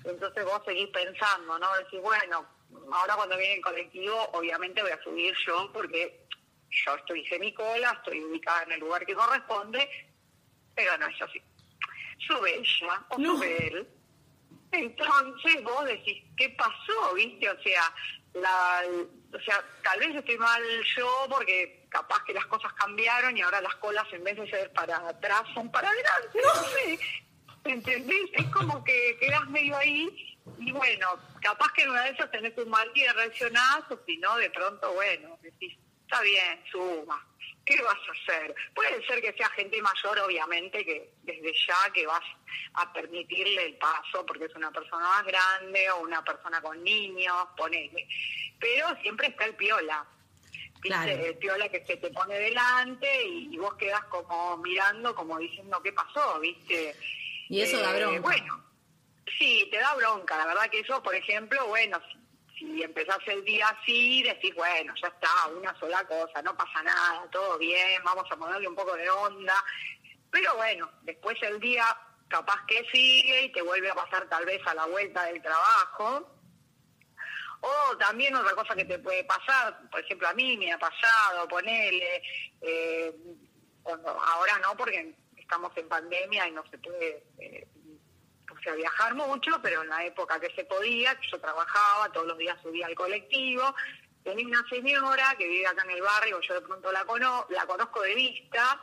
entonces vos seguís pensando, ¿no? Decís, bueno, ahora cuando viene el colectivo, obviamente voy a subir yo porque yo estoy hice mi cola, estoy ubicada en el lugar que corresponde, pero no es así. Sube ella o sube él. Entonces vos decís, ¿qué pasó? ¿Viste? O sea, la, o sea, tal vez estoy mal yo porque capaz que las cosas cambiaron y ahora las colas en vez de ser para atrás son para adelante. No sé. ¿Entendés? Es como que quedás medio ahí y bueno, capaz que en una de esas tenés un mal día, reaccionás o si no, de pronto, bueno, decís, está bien, suba. ¿Qué vas a hacer? Puede ser que sea gente mayor, obviamente, que desde ya que vas a permitirle el paso porque es una persona más grande o una persona con niños, ponele. Pero siempre está el piola. ¿viste? Claro. El piola que se te pone delante y, y vos quedas como mirando, como diciendo, ¿qué pasó? ¿Viste? Eh, Y eso da bronca. Bueno, sí, te da bronca. La verdad que yo, por ejemplo, bueno, si- si, si empezás el día así, decís, bueno, ya está, una sola cosa, no pasa nada, todo bien, vamos a ponerle un poco de onda. Pero bueno, después el día capaz que sigue y te vuelve a pasar tal vez a la vuelta del trabajo. O también otra cosa que te puede pasar, por ejemplo, a mí me ha pasado, ponele, eh, cuando, ahora no, porque estamos en pandemia y no se puede eh, o sea, viajar mucho, pero en la época que se podía, que yo trabajaba, todos los días subía al colectivo, tenía una señora que vive acá en el barrio, yo de pronto la, cono la conozco de vista,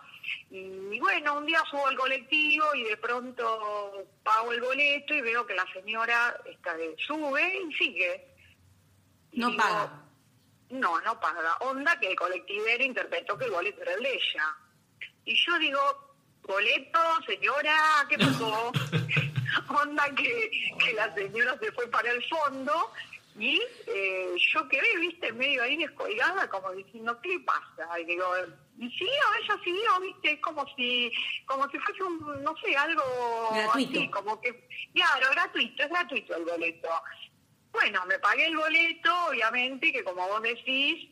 y bueno, un día subo al colectivo y de pronto pago el boleto y veo que la señora está de- sube y sigue. Y No digo, paga. No, no paga. Onda que el colectivero interpretó que el boleto era el de ella. Y yo digo, boleto, señora, ¿qué pasó? Onda que, que la señora se fue para el fondo y eh, yo quedé, viste, medio ahí descolgada, como diciendo, ¿qué le pasa? Y digo, y sí, ella siguió, viste, es como si, como si fuese un, no sé, algo Gratuito. así, como que, claro, gratuito, es gratuito el boleto. Bueno, me pagué el boleto, obviamente, que como vos decís,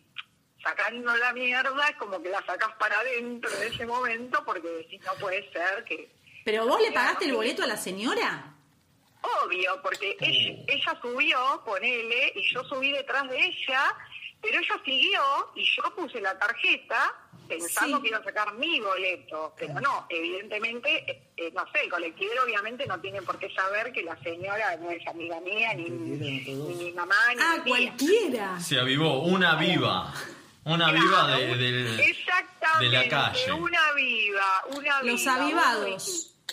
sacando la mierda, es como que la sacás para adentro en ese momento, porque decís, no puede ser que... ¿Pero vos le pagaste el boleto a la señora? Obvio, porque ella, ella subió, ponele, y yo subí detrás de ella, pero ella siguió y yo puse la tarjeta pensando Sí. que iba a sacar mi boleto, pero no, evidentemente, eh, eh, no sé, el colectivero obviamente no tiene por qué saber que la señora no es amiga mía, ni, ni mi mamá, ni mi tía. Ah, cualquiera. Se avivó una viva. Una viva de, del- de Exactamente, la calle. una viva, una Los viva, avivados. un-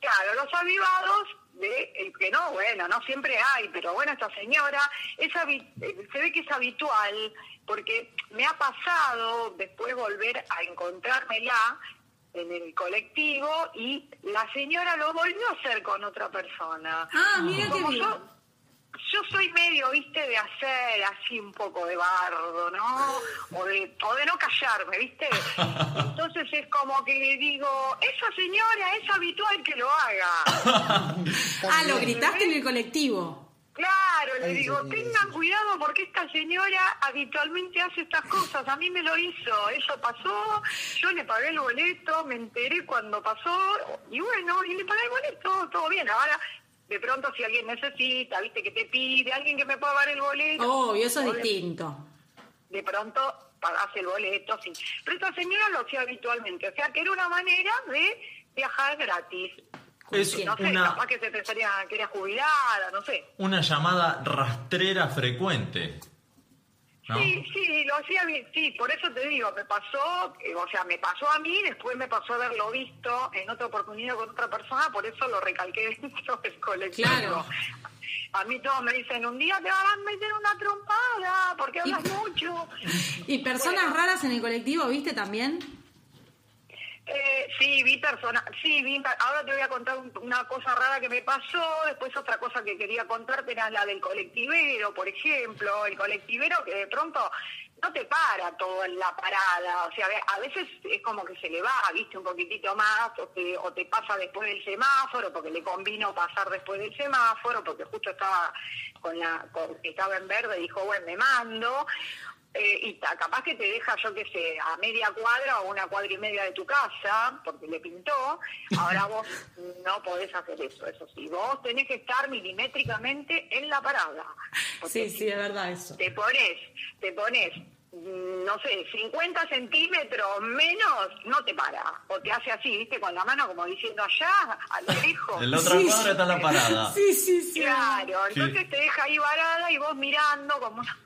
Claro, los avivados de el que no, bueno, no siempre hay, pero bueno, esta señora es habi- eh, se ve que es habitual porque me ha pasado después volver a encontrármela en el colectivo y la señora lo volvió a hacer con otra persona. Ah, mira qué Como bien. yo- yo soy medio, viste, de hacer así un poco de bardo, ¿no? O de, o de no callarme, viste. Entonces es como que digo, esa señora es habitual que lo haga. Ah, lo gritaste en el colectivo. Claro, le Ahí digo, se tiene que tengan cuidado porque esta señora habitualmente hace estas cosas. A mí me lo hizo, eso pasó, yo le pagué el boleto, me enteré cuando pasó y bueno, y le pagué el boleto, todo bien. Ahora, de pronto si alguien necesita, viste, que te pide, alguien que me pueda dar el boleto. Obvio, eso o es de- distinto. de pronto pagás el boleto, sí. Pero esta señora lo hacía habitualmente, o sea que era una manera de viajar gratis. Es no sé, una- capaz que se pensaría que era jubilada, no sé. Una llamada rastrera frecuente. ¿No? Sí, sí, lo hacía bien, sí, por eso te digo, me pasó, eh, o sea, me pasó a mí, después me pasó haberlo visto en otra oportunidad con otra persona, por eso lo recalqué dentro del colectivo. Claro. A mí todos me dicen, un día te van a meter una trompada, porque hablas mucho. ¿Y personas raras en el colectivo, viste también? Eh, sí, vi personas, sí, vi, per- ahora te voy a contar un- una cosa rara que me pasó, después otra cosa que quería contarte era la del colectivero, por ejemplo, el colectivero que de pronto no te para todo en la parada, o sea, a veces es como que se le va, viste, un poquitito más, o te, o te pasa después del semáforo, porque le convino pasar después del semáforo, porque justo estaba con la, con- estaba en verde, dijo, bueno, me mando, eh, y ta- capaz que te deja, yo qué sé, a media cuadra o una cuadra y media de tu casa, porque le pintó. Ahora vos no podés hacer eso, eso sí. Vos tenés que estar milimétricamente en la parada. Sí, sí, es verdad eso. Te pones, te pones, mm, no sé, 50 centímetros menos, no te para. O te hace así, viste, con la mano como diciendo allá, al lejos. En la otra Sí, cuadra sí. está la parada. Sí, sí, sí. Claro, Sí. entonces te deja ahí varada y vos mirando como una...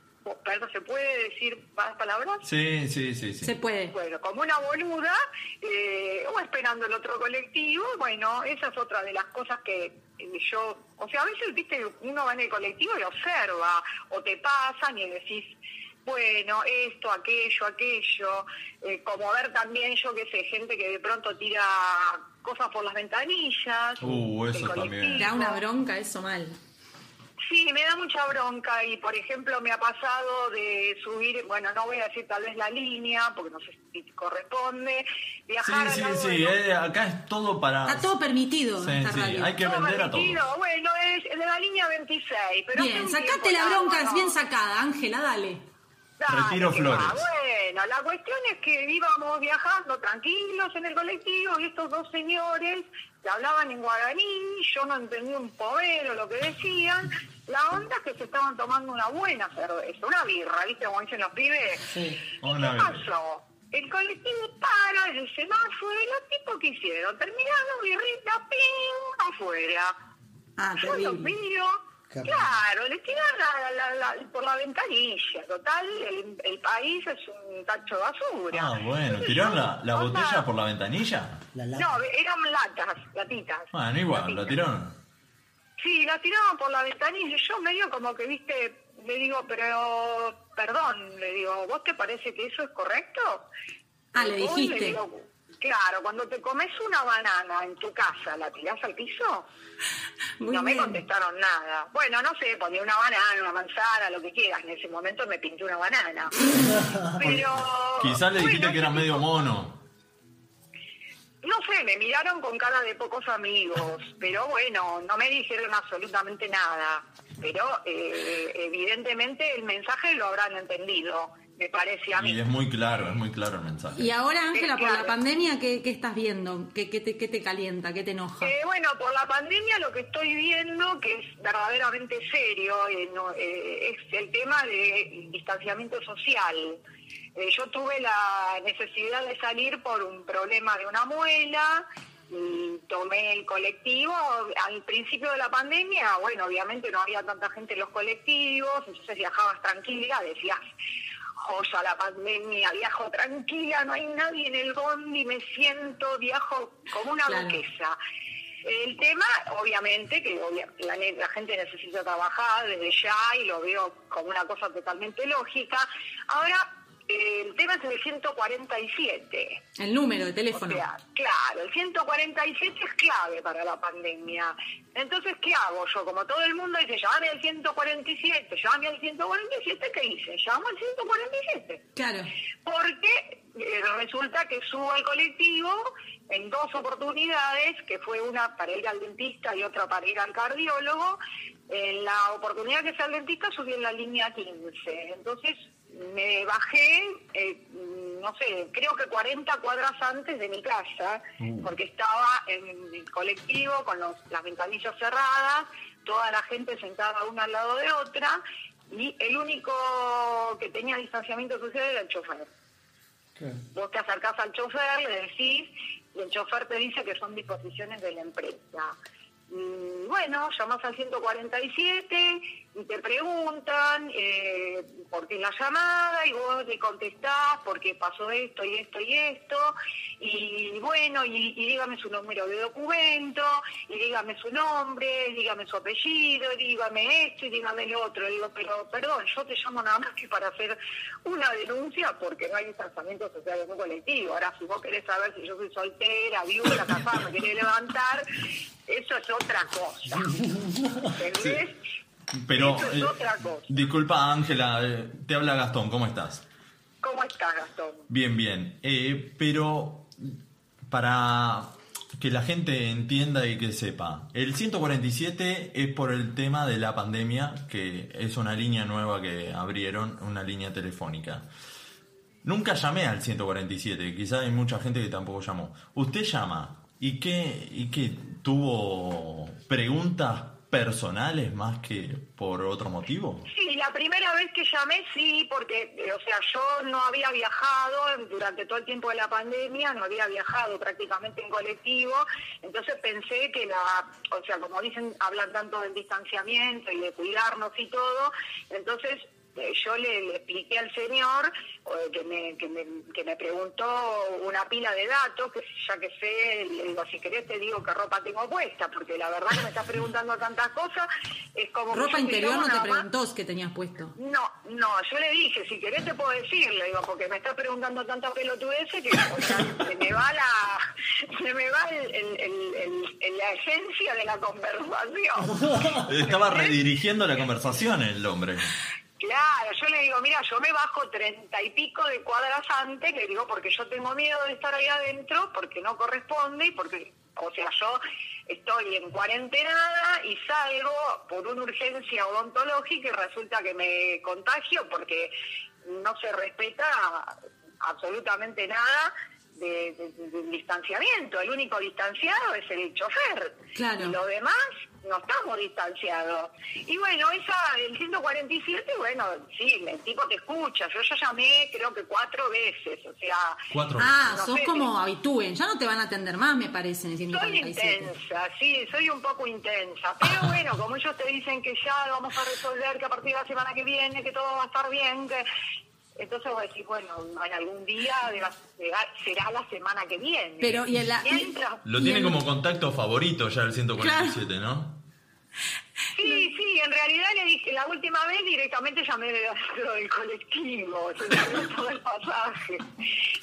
Perdón, ¿se puede decir más palabras? Sí, sí, sí, sí. puede. Bueno, como una boluda, eh, o esperando el otro colectivo, bueno, esa es otra de las cosas que eh, yo, o sea, a veces, viste, uno va en el colectivo y observa, o te pasan y decís, bueno, esto, aquello, aquello, eh, como ver también, yo qué sé, gente que de pronto tira cosas por las ventanillas. Uh, del eso también. Da una bronca eso mal. Sí, me da mucha bronca y, por ejemplo, me ha pasado de subir, bueno, no voy a decir tal vez la línea, porque no sé si corresponde, Sí, viajar sí, a la sí. eh, acá es todo para. Está todo permitido. Sí, sí, hay que vender a todos. Bueno, es, de la línea 26. Pero hace Bien, un sacate tiempo, la nada, bronca, es bueno. bien sacada, Ángela, dale. Dale, Retiro que va. flores. Bueno, la cuestión es que íbamos viajando tranquilos en el colectivo y estos dos señores que hablaban en guaraní, yo no entendí un povero lo que decían. La onda es que se estaban tomando una buena cerveza, una birra, ¿viste? Como dicen los pibes. Una ¿Qué vez. pasó? El colectivo para, el semáforo, y los tipos que hicieron, terminaron birrita, ping, afuera. Yo los miro, Qué claro, le tiran la- la- la- por la ventanilla, total, el, el país es un tacho de basura. Ah, bueno, Entonces, ¿tiraron la, la onda- botella por la ventanilla? No, eran latas, latitas. Bueno, igual, la tiraron. Sí, la tiraban por la ventanilla. Yo medio como que, viste, le digo, pero, perdón, le digo, ¿vos te parece que eso es correcto? Ah, le Vos dijiste. digo, claro, cuando te comes una banana en tu casa, ¿la tirás al piso? no me contestaron nada. Bueno, no sé, ponía una banana, una manzana, lo que quieras. En ese momento me pinté una banana. pero, Oh, Quizás le dijiste que era medio mono. no sé, me miraron con cara de pocos amigos, pero bueno, no me dijeron absolutamente nada. Pero eh, evidentemente el mensaje lo habrán entendido, me parece a mí. Y es muy claro, es muy claro el mensaje. Y ahora, Ángela, por la Eh, claro. pandemia, ¿qué, qué estás viendo? ¿Qué, qué te, qué te calienta? ¿Qué te enoja? Eh, bueno, por la pandemia lo que estoy viendo, que es verdaderamente serio, eh, no, eh, es el tema de distanciamiento social. Eh, yo tuve la necesidad de salir por un problema de una muela, y tomé el colectivo. Al principio de la pandemia, bueno, obviamente no había tanta gente en los colectivos, entonces viajabas tranquila, decías, joya la pandemia, viajo tranquila, no hay nadie en el bondi, me siento, viajo como una Claro. duquesa. El tema, obviamente, que obvia- la, ne- la gente necesita trabajar desde ya y lo veo como una cosa totalmente lógica. Ahora, eh, el tema es el 147. El número de teléfono. O sea, claro, el 147 es clave para la pandemia. Entonces, ¿qué hago yo? Como todo el mundo dice, llame al 147, llame al 147, ¿qué hice? Llamo al 147. Claro. Porque eh, resulta que subo al colectivo en dos oportunidades, que fue una para ir al dentista y otra para ir al cardiólogo. En la oportunidad que fui al dentista subí en la línea 15. Entonces me bajé, eh, no sé, creo que 40 cuadras antes de mi casa, Mm. porque estaba en el colectivo con los- las ventanillas cerradas, toda la gente sentada una al lado de otra, y el único que tenía distanciamiento social era el chofer. Vos te acercás al chofer, le decís, y el chofer te dice que son disposiciones de la empresa. Y bueno, llamás al 147 y te preguntan eh, por qué la llamada y vos le contestás porque pasó esto y esto y esto. Y bueno, y, y dígame su número de documento, y dígame su nombre, y dígame su apellido, y dígame esto y dígame lo otro. Y digo, pero perdón, yo te llamo nada más que para hacer una denuncia porque no hay distanciamiento social en un colectivo. Ahora, si vos querés saber si yo soy soltera, viuda, capaz, me querés levantar, eso es otra cosa. ¿Entendés? Pero, Eso es eh, otra cosa. disculpa Ángela, eh, te habla Gastón, ¿cómo estás? ¿Cómo estás, Gastón? Bien, bien. Eh, pero para que la gente entienda y que sepa, el 147 es por el tema de la pandemia, que es una línea nueva que abrieron, una línea telefónica. Nunca llamé al 147, quizás hay mucha gente que tampoco llamó. Usted llama y qué, y qué tuvo preguntas personales más que por otro motivo. Sí, la primera vez que llamé sí, porque, eh, o sea, yo no había viajado durante todo el tiempo de la pandemia, no había viajado prácticamente en colectivo, entonces pensé que la, o sea, como dicen, hablan tanto del distanciamiento y de cuidarnos y todo, entonces eh, yo le, le expliqué al señor eh, que, me, que, me, que me preguntó una pila de datos, que ya que sé, le digo, si querés te digo qué ropa tengo puesta, porque la verdad que me estás preguntando tantas cosas, es como... que yo Ropa te interior llamo no te nada más preguntó qué tenías puesto. no, no, yo le dije, si querés te puedo decir, le digo, porque me estás preguntando tanta pelotudez que o sea, se me va la, se me va el- el- el- el- el- la esencia de la conversación. Estaba redirigiendo la conversación el hombre. Claro, yo le digo, mira, yo me bajo treinta y pico de cuadras antes, le digo, porque yo tengo miedo de estar ahí adentro, porque no corresponde y porque O sea, yo estoy en cuarentena y salgo por una urgencia odontológica y resulta que me contagio porque no se respeta absolutamente nada de- de- de- del distanciamiento. El único distanciado es el chofer. Claro. Y los demás no estamos distanciados. Y bueno, esa, el 147, bueno, sí, el tipo te escucha. Yo ya llamé creo que cuatro veces, o sea... Ah, no sos sé, como habitúen. Ya no te van a atender más, me parece, en el soy 147. intensa, sí, soy un poco intensa. Pero bueno, como ellos te dicen que ya lo vamos a resolver, que a partir de la semana que viene, que todo va a estar bien, que... entonces vos decís, bueno, en algún día de la- será, será la semana que viene. Pero, y en la- y- Mientras- Lo tiene como contacto favorito ya el 147, ¿no? Sí, sí, en realidad le dije, la última vez directamente llamé de lo del colectivo, se me dio todo el pasaje,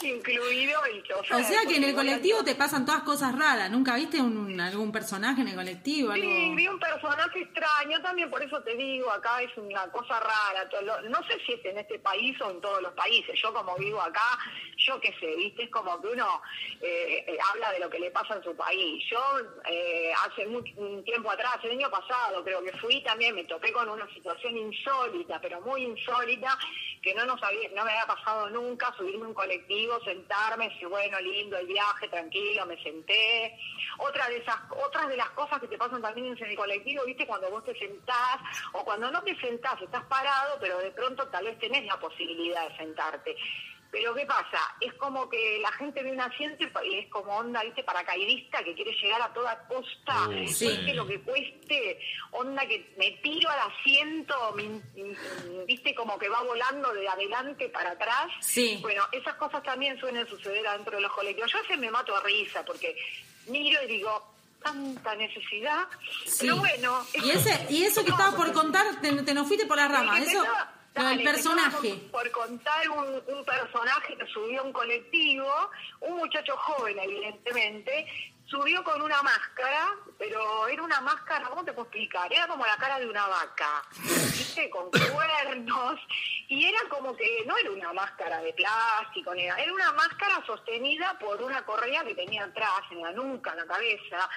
incluido el chofer. O sea que en el porque colectivo te pasan todas cosas raras. ¿Nunca viste un- algún personaje en el colectivo? Algo? Sí, vi un personaje extraño también, por eso te digo, acá es una cosa rara. to- lo- No sé si es en este país o en todos los países. Yo como vivo acá, yo qué sé, viste, es como que uno eh, eh, habla de lo que le pasa en su país. Yo eh, hace mu- un tiempo atrás, el año pasado creo que fui también, me topé con una situación insólita, pero muy insólita, que no nos había, no me había pasado nunca, subirme a un colectivo, sentarme, decir, bueno, lindo el viaje, tranquilo, me senté. Otra de esas, otras de las cosas que te pasan también en el colectivo, viste, cuando vos te sentás, o cuando no te sentás, estás parado, pero de pronto tal vez tenés la posibilidad de sentarte. Pero ¿qué pasa? Es como que la gente ve un asiento y pa- y es como onda, viste, paracaidista que quiere llegar a toda costa, Uh, sí. cueste lo que cueste, onda que me tiro al asiento, me in- in- in- viste, como que va volando de adelante para atrás. Sí. Bueno, esas cosas también suelen suceder adentro de los colectivos. Yo a veces me mato a risa porque miro y digo, tanta necesidad. Sí. Pero bueno. Y, ese, y eso que No, estaba por contar, te, te nos fuiste por la rama. Sí, que Eso, pensaba- lo del dale, personaje. pensaba Por, por contar un, un personaje que subió a un colectivo, un muchacho joven, evidentemente, subió con una máscara, pero era una máscara, ¿cómo te puedo explicar? Era como la cara de una vaca, ¿viste? Con cuernos, y era como que no era una máscara de plástico, ni nada, era una máscara sostenida por una correa que tenía atrás, en la nuca, en la cabeza.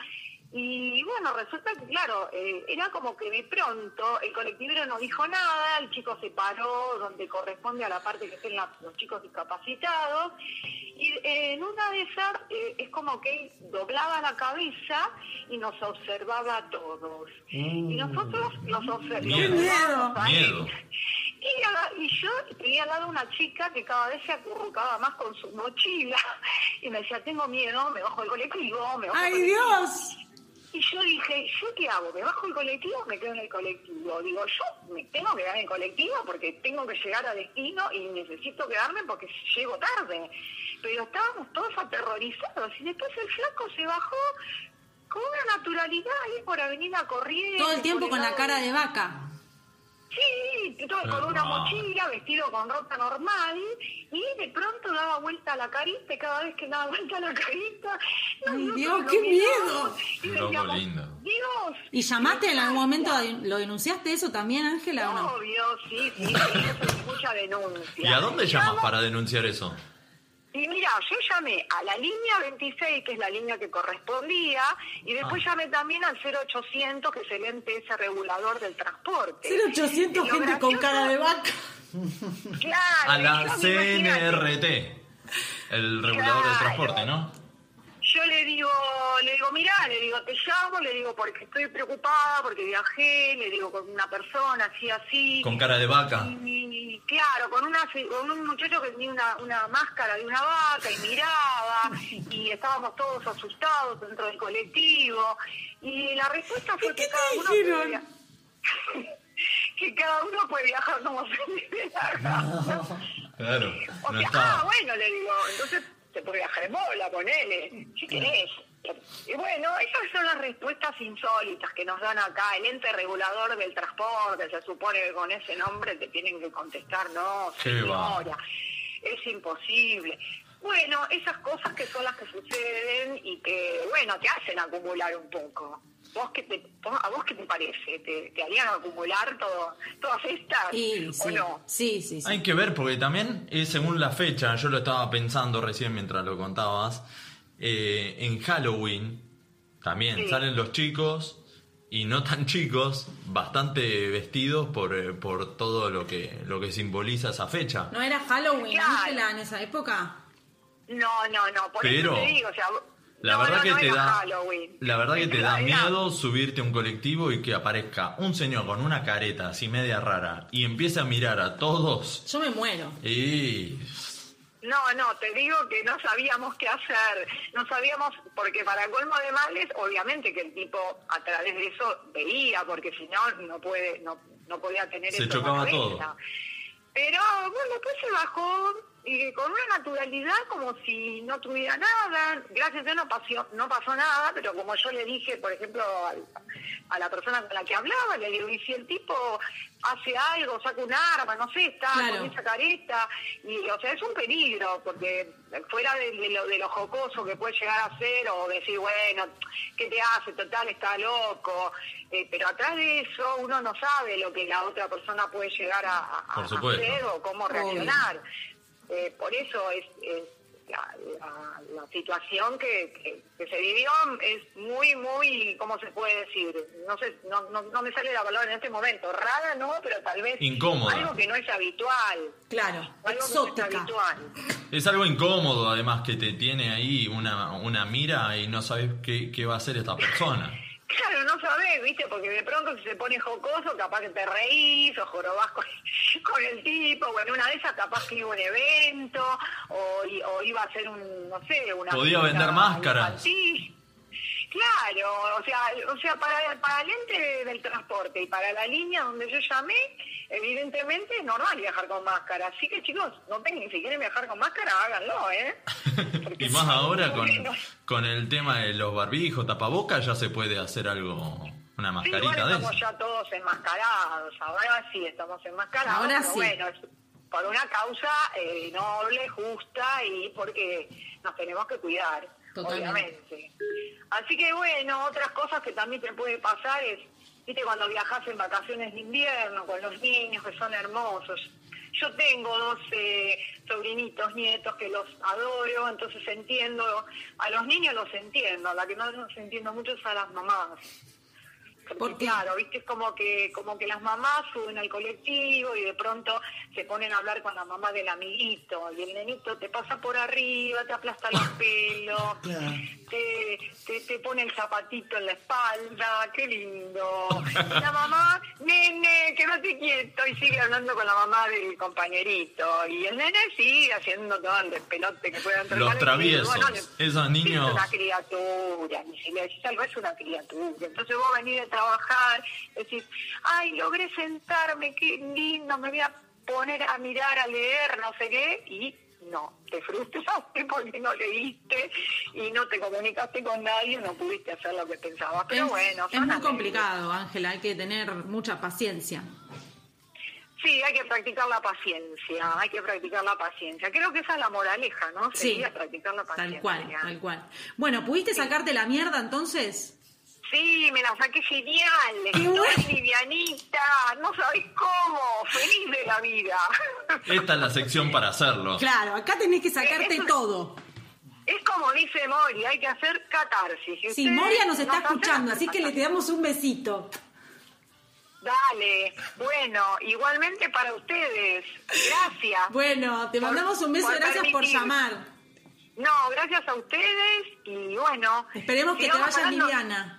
Y bueno, resulta que, claro, eh, era como que de pronto el colectivero no dijo nada, el chico se paró donde corresponde a la parte que estén la- los chicos discapacitados, y eh, en una de esas eh, es como que él doblaba la cabeza y nos observaba a todos. Y nosotros los obser- lo Miedo. observábamos a él. Miedo. Y, a- y yo tenía al lado una chica que cada vez se acurrucaba más con su mochila y me decía, tengo miedo, me bajo el colectivo, me bajo el ¡Ay, colectivo". Dios! Y yo dije, ¿yo qué hago? ¿Me bajo el colectivo o me quedo en el colectivo? Digo, yo me tengo que quedar en el colectivo porque tengo que llegar a destino y necesito quedarme porque llego tarde. Pero estábamos todos aterrorizados y después el flaco se bajó con una naturalidad ahí por Avenida Corrientes. Todo el tiempo por con la lado cara de- de vaca. Sí, todo con una mochila, vestido con ropa normal, y de pronto daba vuelta la carita, y cada vez que daba vuelta la carita... nosotros Dios, lo qué mirábamos Y Loco decíamos, lindo. Dios, ¿Y llamaste en algún momento? ¿Lo denunciaste eso también, Ángela, o no? obvio, sí, sí, eso es mucha ¿Y denuncia. a dónde llamas para denunciar eso? Y mira, yo llamé a la línea 26, que es la línea que correspondía, y después Ah. llamé también al 0800, que es el ente ese regulador del transporte. 0800 Y lo gente con cara de vaca. Ah, Claro, A yo la er- me imagino que- CNRT, el regulador del transporte, ¿no? yo le digo, le digo, mirá, le digo, te llamo, le digo, porque estoy preocupada, porque viajé, le digo, con una persona así, así. Con cara de vaca. Y, y, claro, con, una, con un muchacho que tenía una, una máscara de una vaca y miraba, y estábamos todos asustados dentro del colectivo. Y la respuesta fue que cada uno... puede via- que cada uno puede viajar como se le dé la gana. Claro, O no sea, está. ah, bueno, le digo, entonces te puede viajar en bola, ponele, si querés. Y bueno, esas son las respuestas insólitas que nos dan acá, el ente regulador del transporte, se supone que con ese nombre te tienen que contestar, no, Qué señora, es imposible. Bueno, esas cosas que son las que suceden y que, bueno, te hacen acumular un poco. ¿Vos qué te, vos- ¿A vos qué te parece? ¿Te, te harían acumular todo, todas estas Sí, o sí. no? Sí, sí, sí. Hay que ver, porque también es según la fecha, yo lo estaba pensando recién mientras lo contabas, eh, en Halloween También Sí. salen los chicos y no tan chicos, bastante vestidos por, eh, por todo lo que, lo que simboliza esa fecha. ¿No era Halloween, Ángela, en esa época? No, no, no, por Pero- eso te digo, o sea, La no, verdad no, que no te era da Halloween. la verdad que te Era- da era- miedo subirte a un colectivo y que aparezca un señor con una careta así media rara y empiece a mirar a todos Yo me muero. y No, no, te digo que no sabíamos qué hacer, no sabíamos, porque para colmo de males, obviamente que el tipo a través de eso veía, porque si no, no puede, no, no podía tener eso Se en la chocaba cabeza. todo. Pero bueno, después se bajó y con una naturalidad como si no tuviera nada. Gracias a Dios no pasó, no pasó nada, pero como yo le dije, por ejemplo, al- a la persona con la que hablaba, le digo, y si el tipo hace algo, saca un arma, no sé, está Claro. con esa careta, y o sea, es un peligro, porque fuera de, de lo, de lo jocoso que puede llegar a ser, o decir, bueno, ¿qué te hace? Total, está loco, Eh, pero atrás de eso uno no sabe lo que la otra persona puede llegar a, a- Por a supuesto. hacer o Ah, cómo Obvio. reaccionar. Eh, por eso es, es la, la- la situación que, que- que se vivió es muy, muy, ¿cómo se puede decir? No sé, no, no, no me sale la palabra en este momento. Rara no, pero tal vez Incómoda. algo que no es habitual. Claro, algo que no es habitual. es algo incómodo además que te tiene ahí una, una mira y no sabes qué, qué va a hacer esta persona. Claro, no sabés, ¿viste? Porque de pronto si se pone jocoso, capaz que te reís o jorobás con, con el tipo, o en una de esas capaz que iba a un evento, o, i- o iba a hacer un, no sé, una... Podía fiesta vender máscaras. infantil. Claro, o sea, o sea para, para el ente del transporte y para la línea donde yo llamé, evidentemente es normal viajar con máscara. Así que chicos, no tengan, si quieren viajar con máscara, háganlo, ¿eh? Y más ahora con, con el tema de los barbijos, tapabocas, ya se puede hacer algo, una Sí, igual mascarita de estamos eso. ya todos enmascarados, ahora sí estamos enmascarados, Ahora pero sí. bueno, es por una causa eh, noble, justa y porque nos tenemos que cuidar, Totalmente. obviamente. Así que bueno, otras cosas que también te puede pasar es, viste, cuando viajas en vacaciones de invierno con los niños que son hermosos. Yo tengo dos eh, sobrinitos, nietos que los adoro, entonces entiendo, a los niños los entiendo, la que no los entiendo mucho es a las mamás. Porque, claro, viste, es como que, como que las mamás suben al colectivo y de pronto se ponen a hablar con la mamá del amiguito y el nenito te pasa por arriba, te aplasta los pelos, te, te, te pone el zapatito en la espalda, qué lindo. Y la mamá, nene, quédate quieto y sigue hablando con la mamá del compañerito. Y el nene sigue haciendo todo el despelote que pueda Los traviesos, esos niños- es una criatura, y si le decís algo es una criatura. Entonces vos venís de trabajar, decís, ay, logré sentarme, qué lindo, me voy a poner a mirar, a leer, no sé qué, y no, te frustraste porque no leíste y no te comunicaste con nadie, no pudiste hacer lo que pensabas. Pero es, bueno, es muy complicado, Ángela, hay que tener mucha paciencia. Sí, hay que practicar la paciencia, hay que practicar la paciencia. Creo que esa es la moraleja, ¿no? Sí, Sería practicar la Tal paciencia. cual, tal cual. Bueno, ¿pudiste sacarte la mierda entonces? Sí, me la saqué genial, estoy livianita, no sabés cómo, feliz de la vida. Esta es la sección para hacerlo. Claro, acá tenés que sacarte Eh, todo. Es como dice Mori, hay que hacer catarsis. Si Sí, ustedes Moria nos está hacen escuchando, así hacer que le catarsis. damos un besito. Dale, bueno, igualmente para ustedes, gracias. Bueno, te Por- mandamos un beso, por gracias por permitir. llamar. No, gracias a ustedes y bueno. Esperemos que te sigamos vayas hablando. liviana.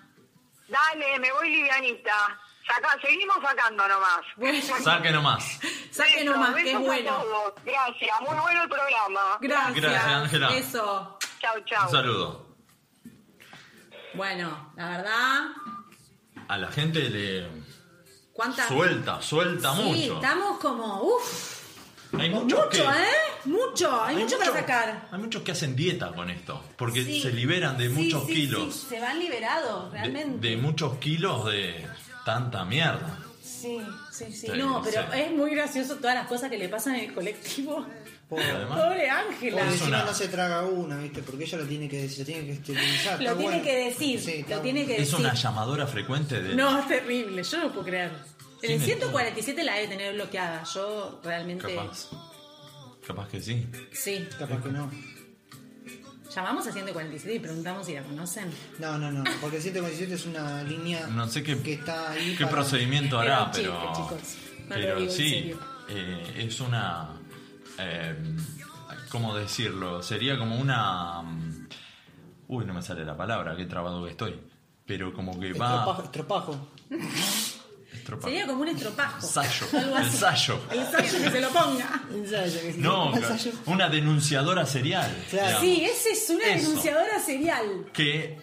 Dale, me voy livianita. Saca, seguimos sacando nomás. Saque nomás. Saque Besos, nomás, que es besos a bueno. todos. Gracias, muy bueno el programa. Gracias. Gracias, Ángela. Eso. Chau, Un saludo. Bueno, la verdad, A la gente le ¿cuántas? suelta, suelta Sí, mucho. estamos como, uff, Hay muchos mucho, que, ¿eh? Mucho, hay, mucho, para sacar. hay muchos que hacen dieta con esto, porque Sí. se liberan de Sí, muchos sí, kilos. sí, se van liberados, de- realmente. de muchos kilos de tanta mierda. Sí, sí, sí. Sí, No, pero sí. es muy gracioso todas las cosas que le pasan en el colectivo. Pero además- Pobre Ángela. Porque encima no se traga una, ¿viste? Porque ella lo tiene que decir, lo tiene que exteriorizar. Lo está tiene bueno. que decir, Sí, lo está tiene que Es decir. una llamadora frecuente de... No, es terrible, yo no puedo creer. En el Tiene 147 la debe tener bloqueada, yo realmente... Capaz. Capaz que sí. Sí. Capaz que no. Llamamos a 147 y preguntamos si la conocen. No, no, no, porque el 147 es una línea No sé qué, que está ahí. qué para- procedimiento Era hará, un chiste, pero. chicos. No lo pero digo en sí, serio. eh, es una. eh, ¿Cómo decirlo? Sería como una. mm, Uy, no me sale la palabra, qué trabado que estoy. Pero como que va. Estropajo. estropajo. estropajo. Sería como un estropajo. Sayo. Algo El así. sayo. El sayo que se lo ponga. No, una denunciadora serial. digamos. Sí, esa es una Eso. denunciadora serial. que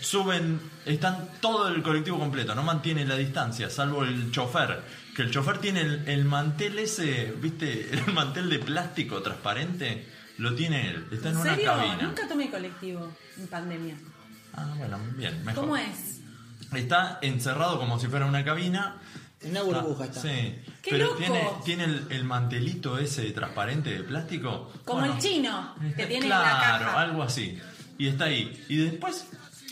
suben, están todo el colectivo completo, no mantienen la distancia, salvo el chofer. Que el chofer tiene el, el mantel ese, ¿viste? El mantel de plástico transparente, lo tiene él, está en, ¿En una serio? cabina. Nunca tomé colectivo en pandemia. Ah, bueno, bien, mejor. ¿Cómo es? Está encerrado como si fuera una cabina. En una burbuja Ah, está. Sí. ¡Qué Pero loco! tiene, tiene el, el mantelito ese transparente de plástico. Como Bueno, el chino, que tiene en la Claro, caja. algo así. Y está ahí. Y después,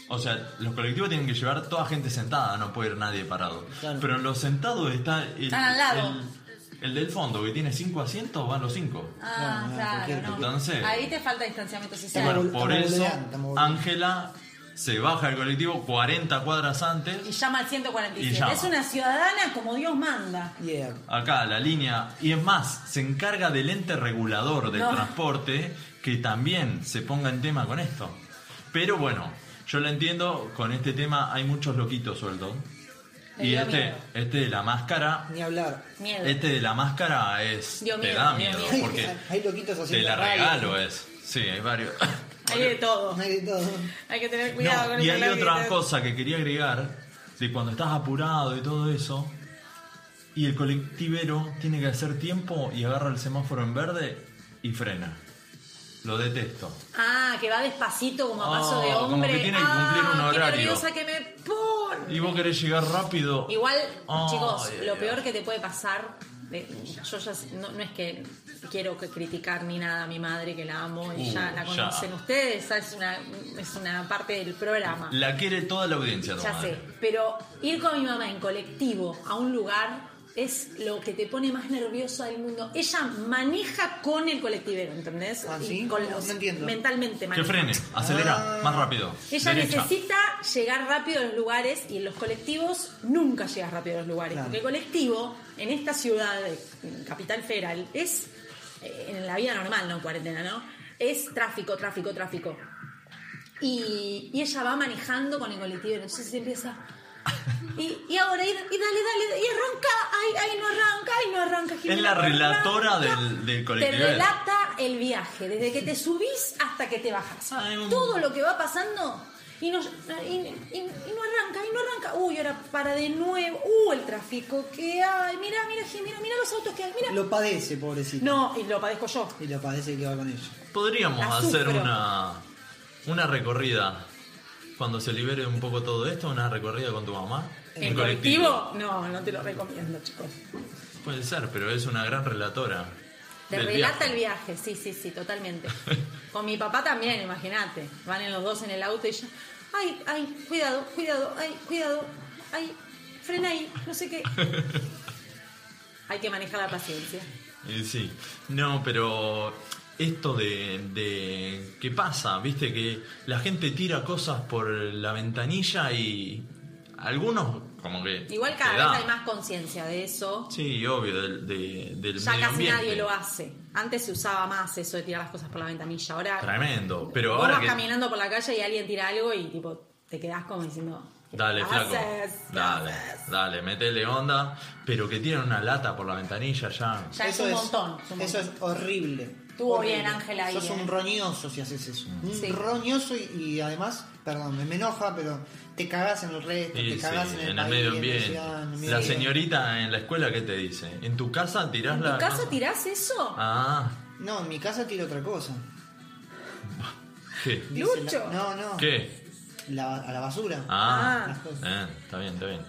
o sea, los colectivos tienen que llevar toda gente sentada, no puede ir nadie parado. Pero en los sentados está el, Están al lado. el- el del fondo, que tiene cinco asientos, van los cinco. Ah, claro, no. Entonces, Ahí te falta distanciamiento social. bueno, por eso Ángela se baja del colectivo 40 cuadras antes. Y llama al Y 147. llama. Es una ciudadana como Dios manda. Acá la línea, y es más, se encarga del ente regulador del No. transporte que también se ponga en tema con esto. Pero bueno, yo lo entiendo, con este tema hay muchos loquitos sueltos. Le Y dio este, miedo. este de la máscara, Ni hablar. este de la máscara es Dio te miedo, da dio miedo, miedo. porque Hay loquitos te haciendo la radio. regalo eh. es. Sí, hay varios. Hay de todo. Hay de todo. Hay que tener No, cuidado con y el hay colectivo. otra cosa que quería agregar, de cuando estás apurado y todo eso, y el colectivero tiene que hacer tiempo y agarra el semáforo en verde y frena. Lo detesto. Ah, que va despacito como a paso Oh, de como hombre. que tiene que cumplir Ah, un qué horario. nerviosa que me pone. Y vos querés llegar rápido. Igual, Ay, chicos, ay, lo ay. peor que te puede pasar, eh, yo ya s- no, no es que quiero que criticar ni nada a mi madre, que la amo y Uh, ya la ya. conocen ustedes, esa es una, es una parte del programa. La quiere toda la audiencia, tu ya madre. sé, pero ir con mi mamá en colectivo a un lugar es lo que te pone más nervioso del mundo. Ella maneja con el colectivero, ¿entendés? Ah, Y ¿sí? con No, los- no entiendo. Ah, Mentalmente Que maneja. frene, Ah. acelera, más rápido. Ella derecha. necesita llegar rápido a los lugares y en los colectivos nunca llegas rápido a los lugares. Porque el colectivo en esta ciudad, en Capital Federal, es eh, en la vida normal, no en cuarentena, ¿no? Es tráfico, tráfico, tráfico. Y, y ella va manejando con el colectivo, entonces se empieza. Y, y ahora, y, y dale, dale, y arranca, ay, ay, no arranca, ay, no arranca. Es Jimena, la no arranca. relatora del, del Te colectivero. relata el viaje, desde que te subís hasta que te bajas. Ah, Todo lo que va pasando y no, y, y- y no arranca, y no arranca. Uy, ahora para de nuevo. Uh, el tráfico que hay. Mira, mira, mira, mira los autos que hay. Mira. Lo padece, pobrecito. No, y lo padezco yo. Y lo padece el que va con ella. Podríamos La hacer sufro. una, una recorrida. Cuando se libere un poco todo esto, una recorrida con tu mamá. ¿En colectivo? No, no te lo recomiendo, chicos. Puede ser, pero es una gran relatora. Te del relata viaje. el viaje, sí, sí, sí, totalmente. Con mi papá también, imagínate. Van en los dos en el auto y yo, ay, ay, cuidado, cuidado, ay, cuidado, ay, frena ahí, no sé qué. Hay que manejar la paciencia. Eh, sí. No, pero esto de, de... ¿Qué pasa? Viste que la gente tira cosas por la ventanilla y... Algunos como que... Igual te da. cada vez hay más conciencia de eso. Sí, obvio, del, de- del Ya medio casi ambiente. nadie lo hace. Antes se usaba más eso de tirar las cosas por la ventanilla. Ahora Tremendo. Pero vos ahora vas que... caminando por la calle y alguien tira algo y tipo te quedás como diciendo, Dale, flaco. Haces, Dale, dale, metele onda. Pero que tienen una lata por la ventanilla ya. Ya es un montón, es un Eso es horrible. estuvo Horrible. bien Ángela ahí. Sos ¿eh? un roñoso si haces eso. Un Sí. roñoso y, y además, perdón, me, me enoja, pero te cagás en el resto, Y te sí, cagás en el, país, medio en la ambiente. ciudad, en el medio La ambiente. señorita en la escuela, ¿qué te dice? ¿En tu casa tirás ¿En la.? tu casa tirás eso? Ah, No, en mi casa tiro otra cosa. ¿qué? Dice la- no, no. ¿Qué? La- a la basura. Ah, Las cosas. eh, está bien, está bien.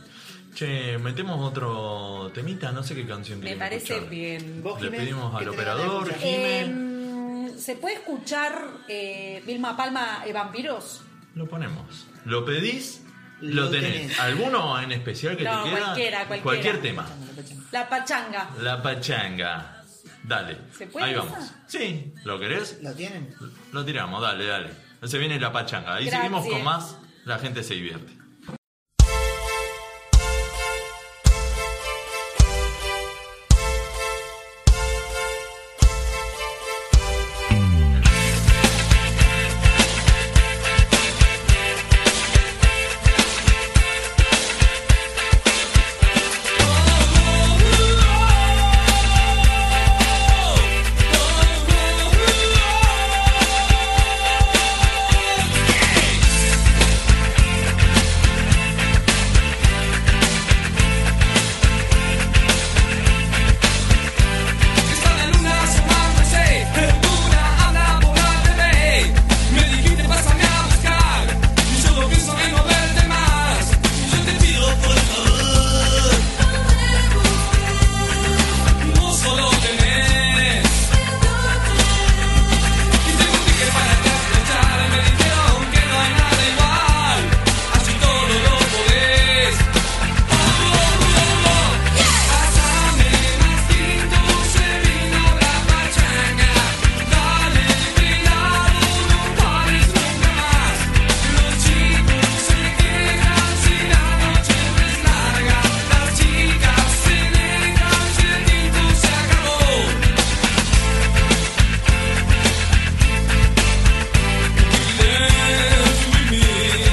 Che, metemos otro temita, no sé qué canción Me queremos parece escuchar. bien. Le pedimos al operador, Jiménez, Eh, ¿Se puede escuchar eh, Vilma Palma eh, Vampiros? lo ponemos. Lo pedís, lo, tenés. ¿Alguno en especial que No, te queda? cualquiera, cualquiera. Cualquier tema. La pachanga. La pachanga. Dale. ¿Se puede Ahí esa? vamos. Sí, ¿lo querés? ¿Lo tienen? Lo tiramos, dale, dale. Se viene la pachanga. Ahí Gracias. seguimos con más. La gente se divierte. Está la luna asomándose, perdura, habla por la TV. Me dijiste pásame a buscar, y solo pienso en no verte más. Yo te pido por favor, no solo tenés. Y tengo que para te aprovechar, me dijeron que no hay nada igual, así todo lo podés. Pásame más tinto, se vino la pachanga. Dale cuidado, no pares nunca más. Los chicos se quejan si la noche no es larga. Las chicas se dejan si el tinto se acabó. Dance with me.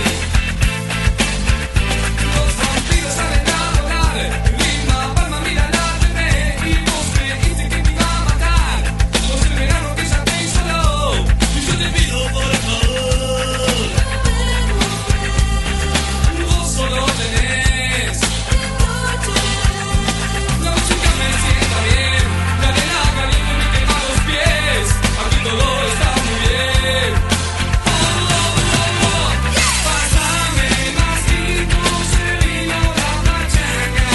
Los vampiros saben hablar, Vilma Palma mira la TV y vos creíste que me iba a matar. Vos el verano que ya te insoló y yo te pido por favor. Vos solo tenés. La música me sienta bien, la arena caliente me quema los pies. Aquí todo está muy bien. Pásame más tinto, se vino la pachanga.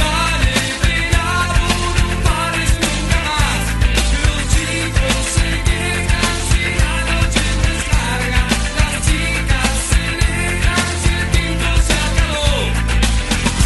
Dale cuidado, no pares nunca más. Los chicos se quejan si la noche no es larga. Las chicas se dejan si el tinto se acabó.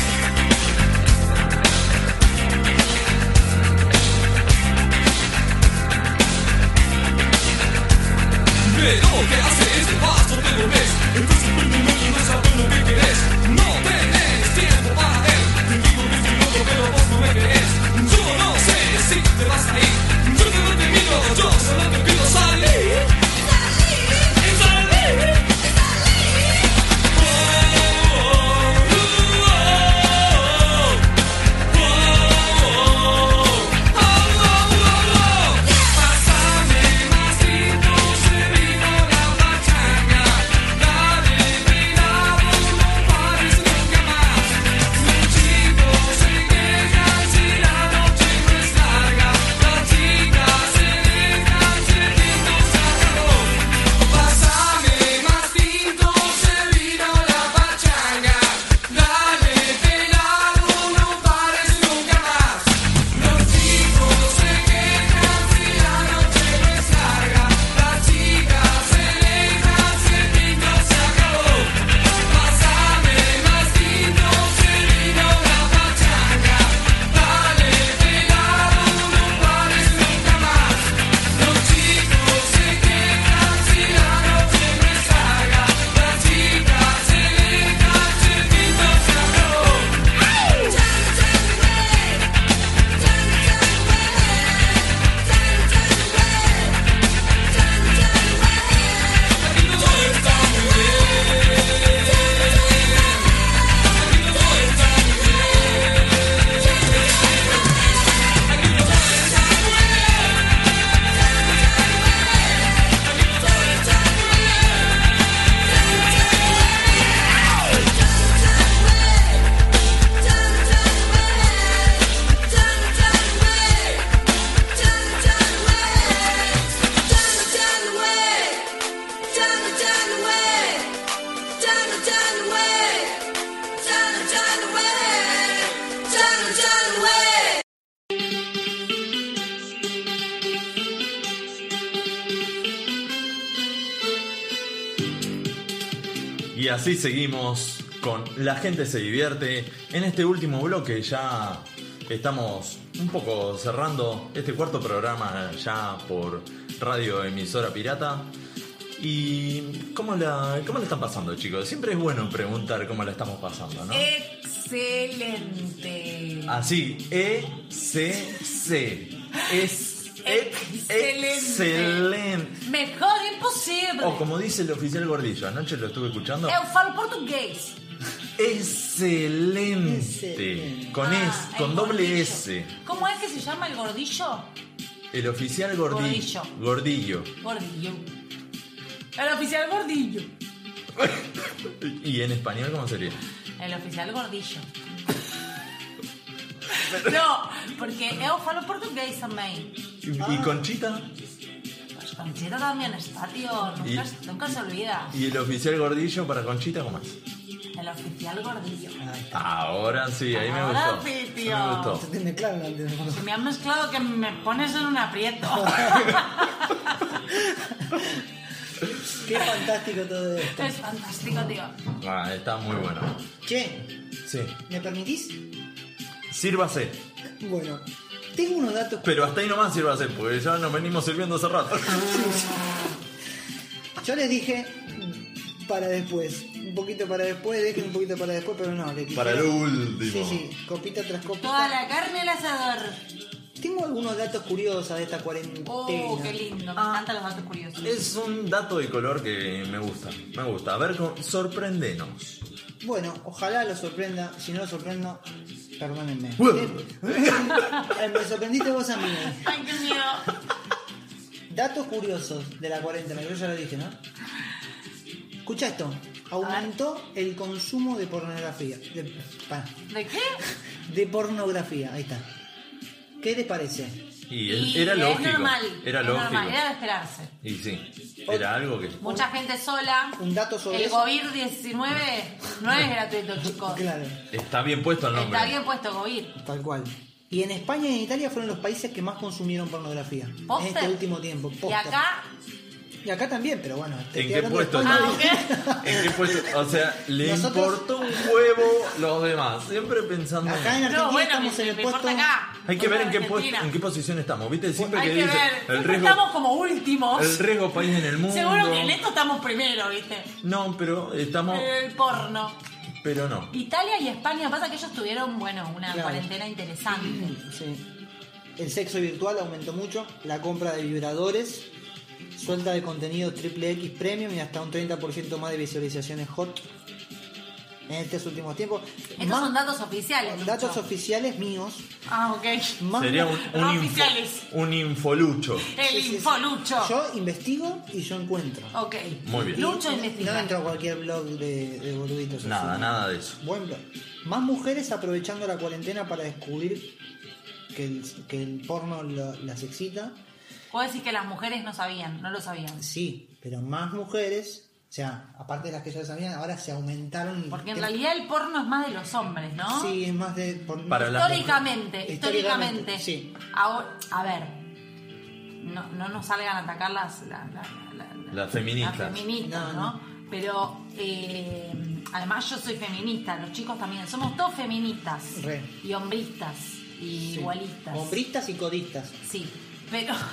Pero ¿qué hace este paso? Te volvés Entonces por un minuto no sabes lo que querés No tenés tiempo para él Te digo que estoy loco pero vos no me crees Yo no sé si te vas a ir Yo te lo termino, yo solo te pido salir Salir Salir Pásame más tinto, se vino la pachanga. Dale cuidado, no pares nunca más. Los chicos se quejan si la noche no es larga. Las chicas se dejan si el tinto se acabó. Pásame más tinto, se vino la pachanga. Dale cuidado, no pares nunca más. Los chicos se quejan si la noche no es larga. Las chicas se dejan si el tinto se acabó. Pásame más tinto, se vino la pachanga. Dale pelado, no pares nunca más. Los chicos se quejan si la noche no es larga. Las chicas se dejan si el tinto se acabó. Y así seguimos con La gente se divierte en este último bloque ya estamos un poco cerrando este cuarto programa ya por Radio Emisora Pirata. ¿Y cómo la, cómo la están pasando, chicos? Siempre es bueno preguntar cómo la estamos pasando, ¿no? Eh. Excelente. Así, E, C, C. Es Excelente. excelente. Mejor impossível. O como dice el oficial gordillo, anoche lo estuve escuchando. Eu falo português. Excelente. Con, Ah, es, con el doble gordillo. S. ¿Cómo es que se llama el gordillo? El oficial gordillo. Gordillo. Gordillo. El oficial gordillo. ¿Y en español cómo sería? El oficial gordillo. No, porque eu falo português também. ¿Y, Ah. y Conchita? Pues Conchita también está, tío. Nunca, Y- nunca se olvida. ¿Y el oficial gordillo para Conchita cómo es? El oficial gordillo. Ahora sí, ahí me Ahora gustó. sí, tío. Me gustó. Se me ha mezclado que me pones en un aprieto. Qué fantástico todo esto. es fantástico, tío. Ah, está muy bueno. Che, Sí. ¿me permitís? Sírvase. Bueno, tengo unos datos. Pero hasta ahí nomás sírvase, porque ya nos venimos sirviendo hace rato. Yo les dije para después, un poquito para después, dejen un poquito para después, pero no, le quité- Para lo último. Sí, sí, copita tras copita. Toda la carne al asador. Tengo algunos datos curiosos de esta cuarentena. Oh, qué lindo. Me Ah. encantan los datos curiosos. Es un dato de color que me gusta. Me gusta. A ver, con- sorprendenos. Bueno, ojalá lo sorprenda. Si no lo sorprendo, perdónenme. Eh, Me sorprendiste vos a mí. Ay, qué miedo. Datos curiosos de la cuarentena, yo ya lo dije, ¿no? Escucha esto. Aumentó el consumo de pornografía. De, pa- ¿De qué? de pornografía, ahí está. ¿Qué les parece? Y, es- era es lógico. normal. Era es lógico. normal, era de esperarse. Y sí. Era algo que. Mucha gente sola. Un dato sobre El eso. COVID-19 no es gratuito, chicos. Claro. Está bien puesto el nombre. Está bien puesto COVID. Tal cual. Y en España y en Italia fueron los países que más consumieron pornografía. En ¿Posta? este último tiempo. Y posta. acá, Y acá también, pero bueno. te ¿En estoy qué hablando de puesto? España. Ah, ¿En qué puesto? O sea, le Nosotros- importó un huevo los demás. Siempre pensando. en Acá en eso. Argentina No, bueno, estamos me- en el me puesto. importa acá. Hay que ver en qué, Argentina. puesto- en qué posición estamos. ¿Viste? Siempre hay que que dice ver. el Siempre riesgo, estamos como últimos. el riesgo país en el mundo. Seguro que en este- Eh, esto estamos primero, ¿viste? No, pero estamos. El porno. Pero no. Italia y España, pasa que ellos tuvieron, bueno, una Claro. cuarentena interesante. Sí. El sexo virtual aumentó mucho. La compra de vibradores. Suelta de contenido triple X premium y hasta un 30% más de visualizaciones hot en estos últimos tiempos. Estos Más son datos oficiales. datos Lucho. oficiales míos. Ah, ok. Más Sería un, un No info- oficiales. un infolucho. El Sí, sí, sí. infolucho. Yo investigo y yo encuentro. Ok. Muy bien. Lucho Y investiga. No entro a cualquier blog de, de boluditos. así. Nada, nada de eso. Buen blog. Más mujeres aprovechando la cuarentena para descubrir que el, que el porno la- las excita. Puedo decir que las mujeres no sabían, no lo sabían. Sí, pero más mujeres, o sea, aparte de las que ya sabían, ahora se aumentaron. Porque en Te- realidad el porno es más de los hombres, ¿no? Sí, es más de. por- Para las Históricamente, Históricamente, históricamente. sí. Ahora- a ver, no, no nos salgan a atacar las, la- la- la- la- Las feministas. las feministas, No, ¿no? Pero eh, además yo soy feminista, los chicos también, somos todos feministas Re. y hombristas y Sí. igualistas. Hombristas y codistas. Sí, pero...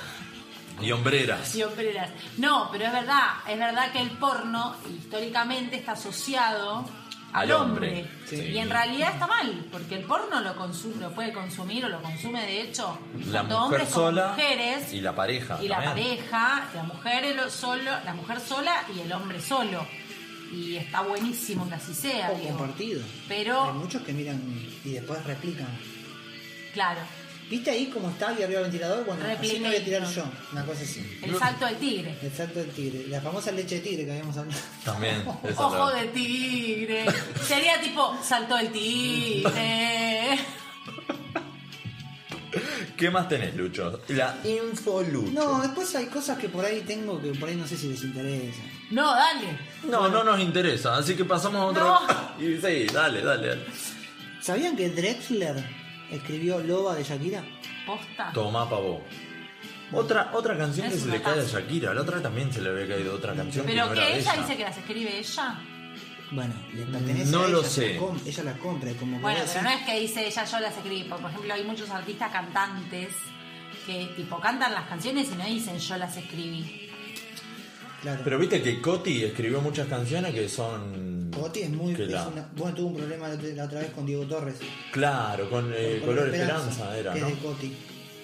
Y hombreras. y hombreras. No, pero es verdad, es verdad que el porno históricamente está asociado Al al hombre, hombre. sí. Y en realidad está mal, porque el porno lo, consume, lo puede consumir o lo consume de hecho La tanto mujer hombres como sola. mujeres Y la pareja. y la también. pareja, la mujer el- solo, la mujer sola y el hombre solo. Y está buenísimo que así sea, O digo. compartido. Hay Pero, muchos que miran y después replican. claro, ¿Viste ahí cómo está y arriba el ventilador? Bueno, así me voy a tirar yo. Una cosa así. el salto del tigre. El salto del tigre. La famosa leche de tigre que habíamos hablado. También. esa Ojo la- de tigre. Sería tipo, saltó el tigre. ¿Qué más tenés, Lucho? La infolucho. No, después hay cosas que por ahí tengo que por ahí no sé si les interesa. No, dale. No, no nos interesa, así que pasamos a otro. Y sí, dale, dale, dale. ¿Sabían que Drexler escribió Loba de Shakira? Posta. Tomá pavo. Otra, otra canción Es que se una le cae a taza. Shakira, la otra también se le había caído otra canción que Pero no que era de ella ella. dice que las escribe ella. Bueno, le pertenece No a ella, lo se sé. la com- ella la compra, y como que Bueno, vos pero no decís- es que dice ella, yo las escribí. Por por ejemplo, hay muchos artistas cantantes que tipo cantan las canciones y no dicen yo las escribí. Pero viste que Coti escribió muchas canciones que son. Coti es muy. que es la- una- bueno, tuvo un problema la, la otra vez con Diego Torres. Claro, con eh, Con Color Esperanza, era, que ¿no? Es de Coti.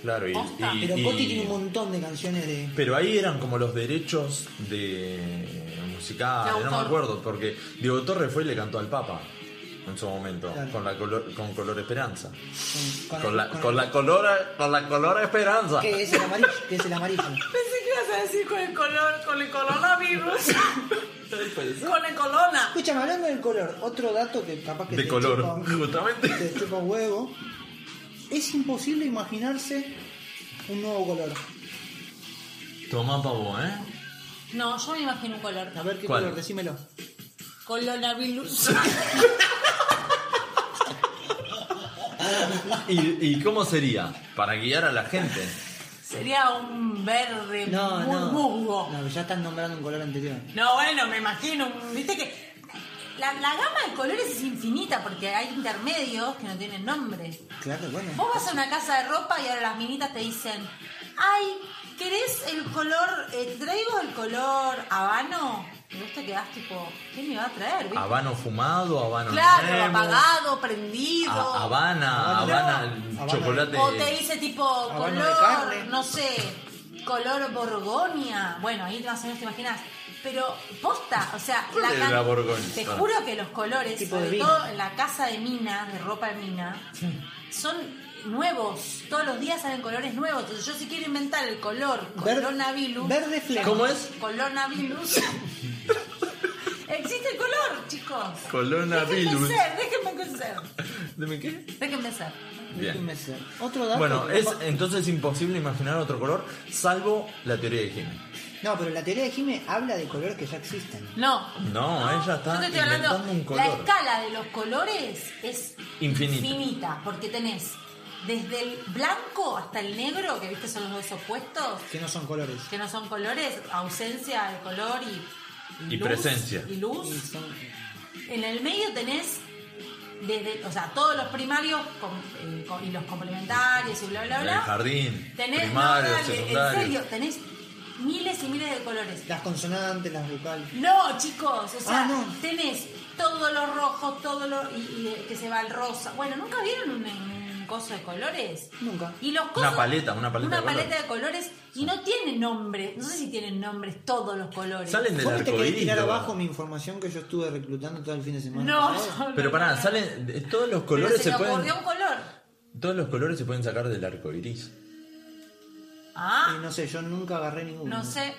Claro, y. y- Ah, pero y- Coti tiene un montón de canciones de. pero ahí eran como los derechos de musical, De no me autor. acuerdo, porque Diego Torres fue y le cantó al Papa en su momento, con la color, con color esperanza. Con, la, con, la color, con la color esperanza. Que es el amarillo, que es el amarillo. Pensé que ibas a decir con el color, con el coronavirus. con el colona. Escúchame, hablando del color, otro dato que capaz que De te color, chupa un- justamente. te chupa un huevo. Es imposible imaginarse un nuevo color. Tomá pavo, ¿eh? No, yo me imagino un color. A ver qué ¿Cuál? color, decímelo. Coronavirus. ¿Y, ¿Y cómo sería? Para guiar a la gente. Sería un verde No, muy no. musgo. No, ya están nombrando un color anterior. No, bueno, me imagino. un- Viste que la, la gama de colores es infinita porque hay intermedios que no tienen nombre. Claro, bueno. Vos vas a una casa de ropa y ahora las minitas te dicen, ay, ¿querés el color, eh, te traigo el color habano? Y vos te quedás tipo, ¿qué me va a traer? viste? Habano fumado, habano claro, nuevo, apagado, prendido. a- Habana, Habano. Habana, chocolate. O te dice tipo Habano de carne. color, no sé, color borgoña. Bueno, ahí más o menos te imaginas. Pero posta, o sea, ¿Cuál era can- la borgoña? te Ah. juro que los colores, Tipo de sobre vino. todo en la casa de mina, de ropa de mina, son nuevos. Todos los días salen colores nuevos. Entonces yo si quiero inventar el color Ver- coronavirus. verde flan. ¿Cómo es? Coronavirus. Existe el color, chicos. Déjenme Coronavirus. ser, déjenme ser. ¿Deme qué? Déjenme ser. Bien. Otro dato. Bueno, que- es eh, entonces imposible imaginar otro color, salvo la teoría de Jimmy. No, pero la teoría de Jimé habla de colores que ya existen. No, No, ella yo está te estoy inventando hablando. un La color. escala de los colores es Infinita. porque tenés desde el blanco hasta el negro, que viste son los dos opuestos, Que no son colores. que no son colores, ausencia de color y, Y presencia. Y luz. En el medio tenés desde, o sea, todos los primarios con- eh, con- y los complementarios y bla bla El bla. jardín, Tenés, primario, no, dale, secundario. En serio, tenés miles y miles de colores. Las consonantes, las vocales. No, chicos, o sea, Ah, no. tenés todo lo rojo, todo lo. Y, y que se va al rosa. Bueno, ¿nunca vieron un, un coso de colores? Nunca. Y los cosos, Una paleta, una paleta. una de color. paleta de colores y no tiene nombre. No sé si tienen nombres todos los colores. Salen del ¿Vos no te arcoíris, querés tirar lo- abajo mi información que yo estuve reclutando todo el fin de semana? No, pasado? yo Pero pará, salen. de- Todos los colores Pero se, se, te pueden. ocurrió un color. Todos los colores se pueden sacar del arco iris. Ah, Y no sé, yo nunca agarré ninguno. no sé.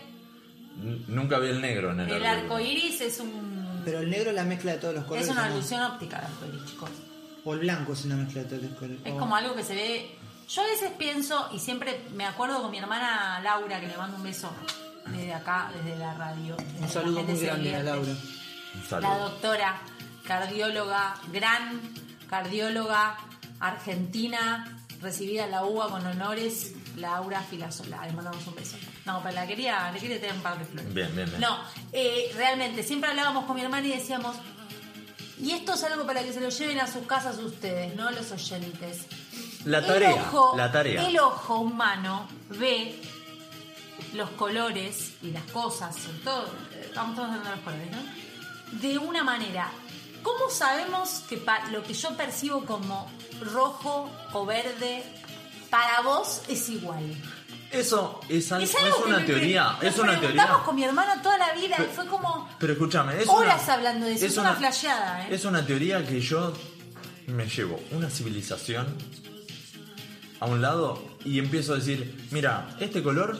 N- Nunca vi el negro en el, El arco arco iris. iris es un. Pero el negro es la mezcla de todos los colores. Es una ¿no? alusión óptica el arco iris, chicos. O el blanco es una mezcla de todos los colores. Oh. Es O- como algo que se ve. Yo a veces pienso, y siempre me acuerdo con mi hermana Laura, que le mando un beso desde acá, desde la radio. Un saludo Gente muy se grande a divierte. Laura. Un La doctora, cardióloga, gran cardióloga argentina, recibida en la UBA con honores, Laura Filasola. Le mandamos un beso. No, pero la quería, le quería tener un par de flores. Bien, bien, bien. No, eh, realmente, siempre hablábamos con mi hermana y decíamos, y esto es algo para que se lo lleven a sus casas ustedes, ¿no? Los oyentes. La El tarea. ojo- la tarea. El ojo humano ve los colores y las cosas, sobre todo, eh, vamos todos hablando de los colores, ¿no? De una manera. ¿Cómo sabemos que pa- lo que yo percibo como rojo o verde para vos es igual? Eso es, al- Es es algo que una me- teoría. nos Es una preguntamos teoría. con mi hermana toda la vida Pero- y fue como Pero escúchame, es horas una, hablando de eso. es Es una, una- flasheada, ¿eh? es una teoría que yo me llevo una civilización a un lado y empiezo a decir, mira, este color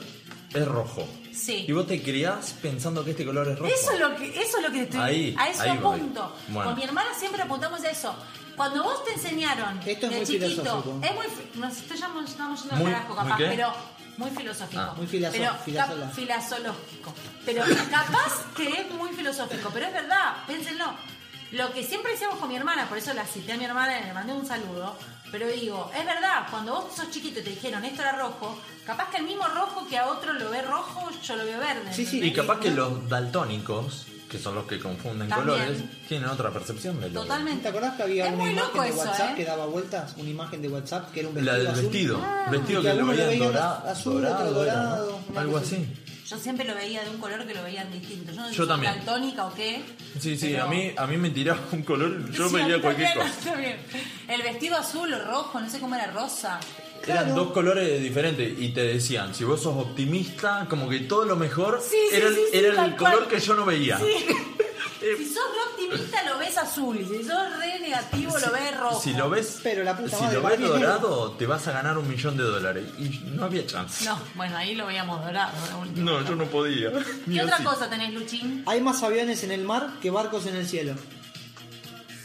es rojo. Sí. Y vos te criás pensando que este color es rojo. Eso es lo que, eso es lo que estoy Ahí, A eso ahí voy. apunto. Bueno. Con mi hermana siempre apuntamos a eso. Cuando vos te enseñaron Esto es de muy chiquito, filosófico. es muy fi- nos estoy llam- nos estamos yendo Muy- al carajo ¿muy capaz, qué? pero muy filosófico. Ah, muy filaso- pero cap- filasola. filasológico. Pero capaz que es muy filosófico, pero es verdad, piénsenlo. Lo que siempre hicimos con mi hermana, por eso la cité a mi hermana y le mandé un saludo, pero digo, es verdad, cuando vos sos chiquito y te dijeron esto era rojo, capaz que el mismo rojo que a otro lo ve rojo, yo lo veo verde. Y ¿entendés? capaz que los daltónicos, que son los que confunden También. colores, tienen otra percepción del olor. Totalmente. ¿Te acordás que había Es una muy imagen loco de eso, WhatsApp ¿eh? que daba vueltas? Una imagen de WhatsApp que era un vestido La del azul. vestido. Ah. vestido Y que lo algunos lo veían veían dorado, azul, otro dorado, era, ¿no? dorado, una Ah, algo cosa así. Yo siempre lo veía de un color que lo veían distinto. Yo no sé Yo si también. tan tónica o qué. Sí, sí, pero- a mí, a mí me tiraba un color, yo Sí, veía mí cualquier también, cosa. a mí también. El vestido azul o rojo, no sé cómo era rosa. Eran dos colores diferentes y te decían, si vos sos optimista, como que todo lo mejor Sí, sí, era, el- sí, sí, era el tal cual. color que yo no veía. Sí. si sos re optimista lo ves azul, y si sos re negativo lo ves rojo. Si lo ves, Pero la si lo ves dorado, te vas a ganar un millón de dólares. Y no había chance. No, bueno, ahí lo veíamos dorado. de última. No, yo no podía. ¿Qué otra cosa tenés, Luchín? Hay más aviones en el mar que barcos en el cielo.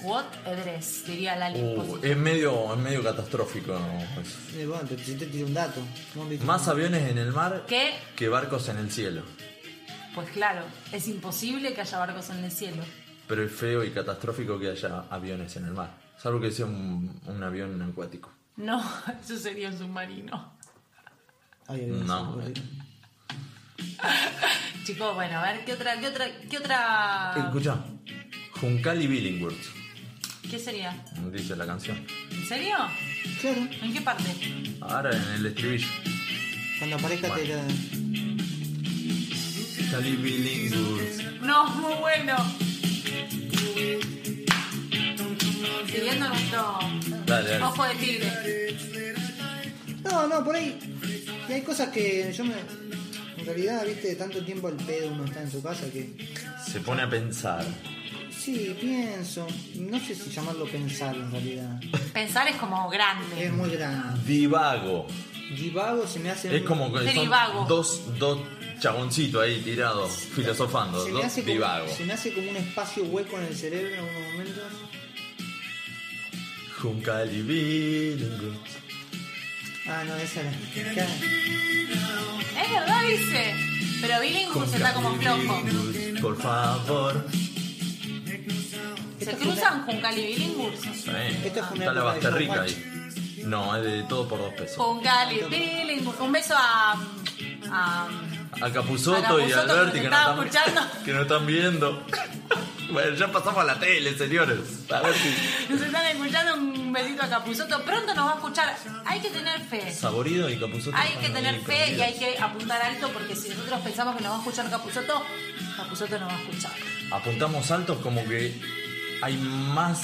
What Everest, diría Lali. Uh, es, medio, es medio catastrófico. ¿no? Es- Eh, bueno, te, te tiro un dato. Vos me- Más aviones en el mar ¿Qué? que barcos en el cielo. Pues claro, es imposible que haya barcos en el cielo. Pero es feo y catastrófico que haya aviones en el mar. Salvo que sea un, un avión acuático. No, eso sería un submarino. No. Chicos, bueno, a ver, ¿qué otra, qué otra, qué otra? Escucha. Juncal y Billingworth, ¿Qué sería? dice la canción. ¿En serio? Claro. ¿En qué parte? Ahora en el estribillo. Cuando aparezca te la... Juncal y Billingworth. No, muy bueno. Siguiendo nuestro Dale, dale. ojo de tigre. No, no, por ahí. Y hay cosas que yo me. En realidad, viste, tanto tiempo el pedo uno está en su casa que. Se pone a pensar. Sí, pienso. No sé si llamarlo pensar en realidad. Pensar es como grande. Es muy grande. Divago. Divago se me hace. Es como que son Divago. dos, dos chaboncitos ahí tirados, filosofando. Se me, Dos hace como, divago. se me hace como un espacio hueco en el cerebro en algunos momentos. Juncal y Billingworth. Ah, no, esa era. Claro. Es verdad, dice. Pero Billingham está como flojo. Billingworth, Por favor. ¿Se cruzan Juncal y Billingham? Sí. Esta fue una Está la época de basta rica Overwatch. ahí. No, es de todo por dos pesos. Juncal y Billingham. Un beso a. a A Capuzoto A y a Capusotto, Alberti que que, nos no estaba están, que no están viendo. Bueno, ya pasamos a la tele, señores. A ver si. nos están escuchando un besito a Capuzoto. Pronto nos va a escuchar. Hay que tener fe. Saborido y Capuzoto. Hay están que tener ahí fe y hay que apuntar alto porque si nosotros pensamos que nos va a escuchar Capuzoto, Capuzoto nos va a escuchar. apuntamos altos como que hay más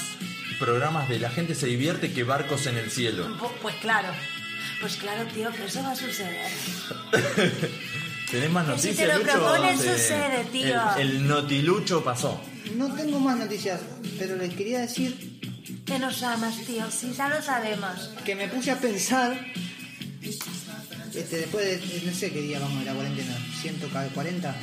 programas de la gente se divierte que barcos en el cielo. Pu- Pues claro. Pues claro, tío, que eso va a suceder. ¿Tenés más Que si noticias, te lo Lucho? proponen, Sí. sucede, tío. El, el notilucho pasó. No tengo más noticias, pero les quería decir Que nos amas, tío, sí, ya lo sabemos. que me puse a pensar. Este, después de. No sé qué día vamos a la cuarentena. 140.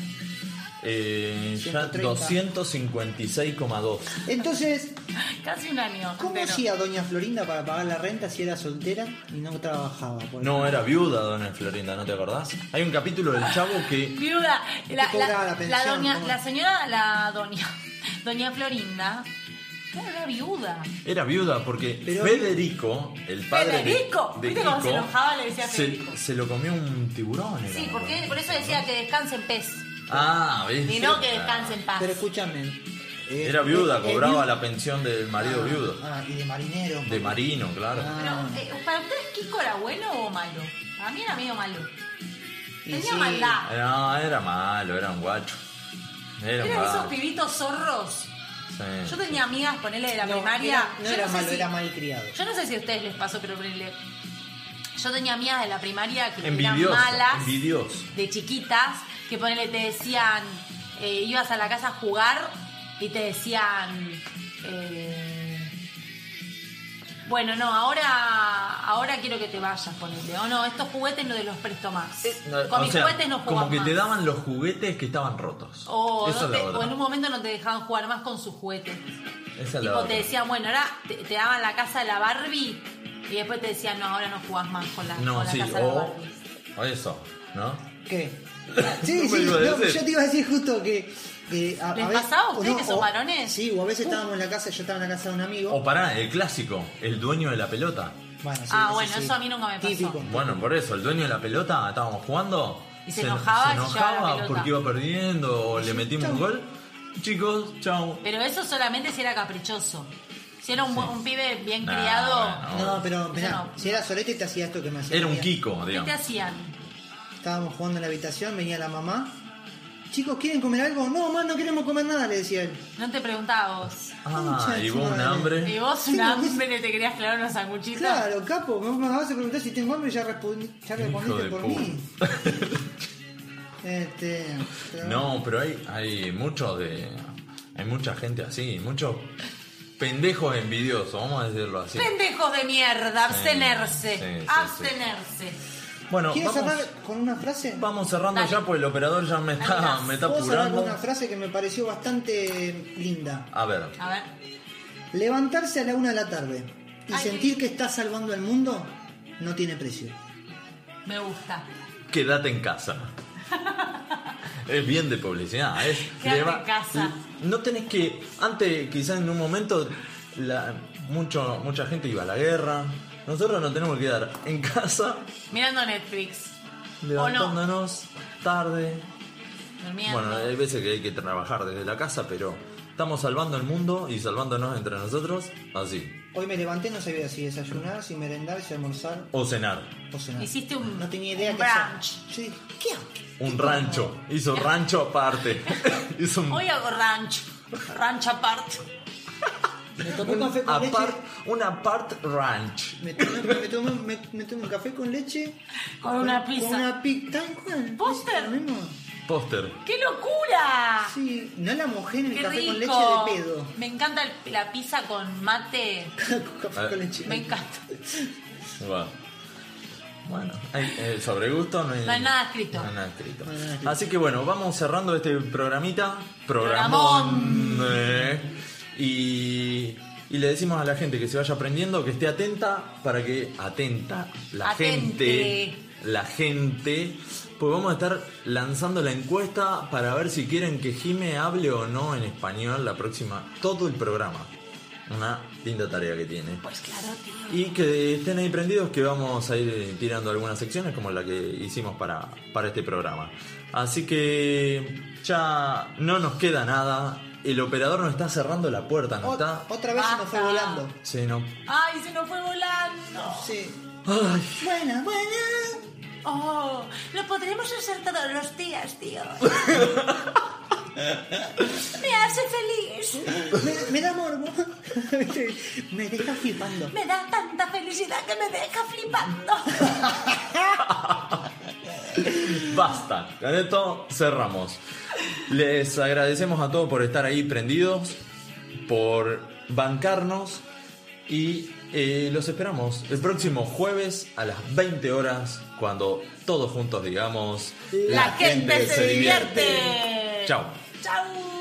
Eh, ya 256,2. Entonces, Casi un año. ¿cómo hacía Doña Florinda para pagar la renta si era soltera y no trabajaba? por No, ejemplo? era viuda Dona Florinda, ¿no te acordás? Hay un capítulo del Chavo que... Viuda, la, cobraba la- la la pensión, doña, ¿cómo? la señora, la doña, doña Florinda, claro, era viuda. Era viuda porque Federico, el padre de- Federico, de, ¿viste cómo se Kiko, enojaba? Le decía se- Federico. se lo comió un tiburón. era. Sí, porque por eso decía que descanse en pez. Ah, ¿ves? Y no que descanse en paz. Pero escúchame. eh, Era viuda, eh, eh, cobraba viuda. la pensión del marido viudo. Ah, y de marinero. De marino, claro. Pero, eh, ¿para ustedes Kiko era bueno o malo? Para mí era medio malo. Y Tenía sí. maldad. No, era malo, era un guacho. Era un Eran esos guacho. pibitos zorros. sí. Yo tenía amigas, ponele de la No, primaria. era- no yo era sé malo, si- era malcriado. Yo no sé si a ustedes les pasó, pero ponele. Yo tenía amigas de la primaria que eran Envidioso, malas. envidioso. de chiquitas que ponele te decían, eh, ibas a la casa a jugar y te decían, eh, bueno, no, ahora, ahora quiero que te vayas, ponele, o no, estos juguetes no te los presto más. Eh, No, Con o mis sea, juguetes no jugás Como que te más. daban los juguetes que estaban rotos. O, Esa no es la te- otra. o en un momento no te dejaban jugar más con sus juguetes. Esa es la Tipo, otra. te decían, bueno, ahora te, te daban la casa de la Barbie y después te decían, no, ahora no jugás más con la, No, con la sí, casa de la o, Barbie. o eso, ¿no? ¿Qué? Sí, No me sí, iba a no, decir. yo te iba a decir justo que. que a, ¿Les a veces- pasaba a o ustedes no, que son o- varones? Uh. Sí, o a veces estábamos en la casa, yo estaba en la casa de un amigo. O pará, el clásico, el dueño de la pelota. Bueno, sí, Ah, sí, bueno, sí. eso a mí nunca me pasó. Típico. Bueno, por eso, el dueño de la pelota, estábamos jugando. Y se enojaba se y se llevaba la enojaba pelota. porque iba perdiendo o le metimos un gol. Chicos, chau. Pero eso solamente si era caprichoso. Si era un, bu- un pibe bien Nah, criado, No, pero mirá, no. si era solete te hacía esto que me hacía. Ah, Era un a mí. Kiko, ¿qué te digamos. hacían? Estábamos jugando en la habitación, venía la mamá. Chicos, ¿quieren comer algo? No, mamá, no queremos comer nada, le decía él. No te preguntaba vos. Ah, y vos un hambre. Y vos Sí, un no, hambre te querías clavar unos sanguchitos. Claro, capo, me me vas a preguntar si tengo hambre y ya, respondí- ya respondiste de por puta. mí. este, pero- No, pero hay, hay muchos de. Hay mucha gente así, muchos pendejos envidiosos, vamos a decirlo así. Pendejos de mierda, Sí, abstenerse. sí, sí, sí. abstenerse. Bueno, ¿Quieres vamos- cerrar con una frase? Vamos cerrando ya, pues el operador ya me está, me está Puedo cerrar con apurando. una frase que me pareció bastante linda. A ver, A ver. Levantarse a la una de la tarde y Ay. sentir que estás salvando al mundo no tiene precio. Me gusta. quédate en casa. es bien de publicidad, es. Quédate leva- en casa. No tenés que. Antes, quizás en un momento, la, mucho, mucha gente iba a la guerra. Nosotros nos tenemos que quedar en casa, Mirando Netflix. levantándonos tarde. Durmiendo. Bueno, hay veces que hay que trabajar desde la casa, pero estamos salvando el mundo y salvándonos entre nosotros, así. Hoy me levanté, no sabía si desayunar, si merendar, si almorzar O cenar. o cenar. Hiciste un, No tenía idea un qué hacer. brunch. Yo dije, ¿qué hago? Un rancho. Hizo rancho aparte. Hizo un Hoy hago ranch. Ranch aparte. Me tomé un café con apart, un apart ranch. leche. Me tomé, me tomé- me- me tomé un café con leche. Con una pizza. Con una pizza. Tal cual. Póster. Lo mismo. Póster. ¡Qué locura! Sí, no la mojé en el ¡Qué café rico! con leche de pedo. Me encanta el- la pizza con mate. Ah. café con leche. Me encanta. Va. Bueno, hay- eh, sobre gusto no hay, No hay nada escrito. no hay nada escrito. hay nada escrito. Así que bueno, vamos cerrando este programita. Programón. Programón. eh. Y, y le decimos a la gente que se vaya aprendiendo, que esté atenta para que atenta la Atente. gente. La gente. Pues vamos a estar lanzando la encuesta para ver si quieren que Jime hable o no en español la próxima, todo el programa. Una linda tarea que tiene. Pues claro, tío. Y que estén ahí prendidos que vamos a ir tirando algunas secciones como la que hicimos para, para este programa. Así que ya no nos queda nada. El operador nos está cerrando la puerta, ¿no Ot- está? otra vez se nos fue Basta. volando. Sí, no. ¡Ay, se nos fue volando! Sí. Ay, Bueno, bueno. ¡Oh! Lo podremos hacer todos los días, tío. Me hace feliz. Me, me da morbo. me deja flipando. Me da tanta felicidad que me deja flipando. basta. Con esto cerramos. Les agradecemos a todos por estar ahí prendidos, por bancarnos y eh, los esperamos el próximo jueves a las 20 horas cuando todos juntos digamos La gente se divierte. Chao. ¡Chao!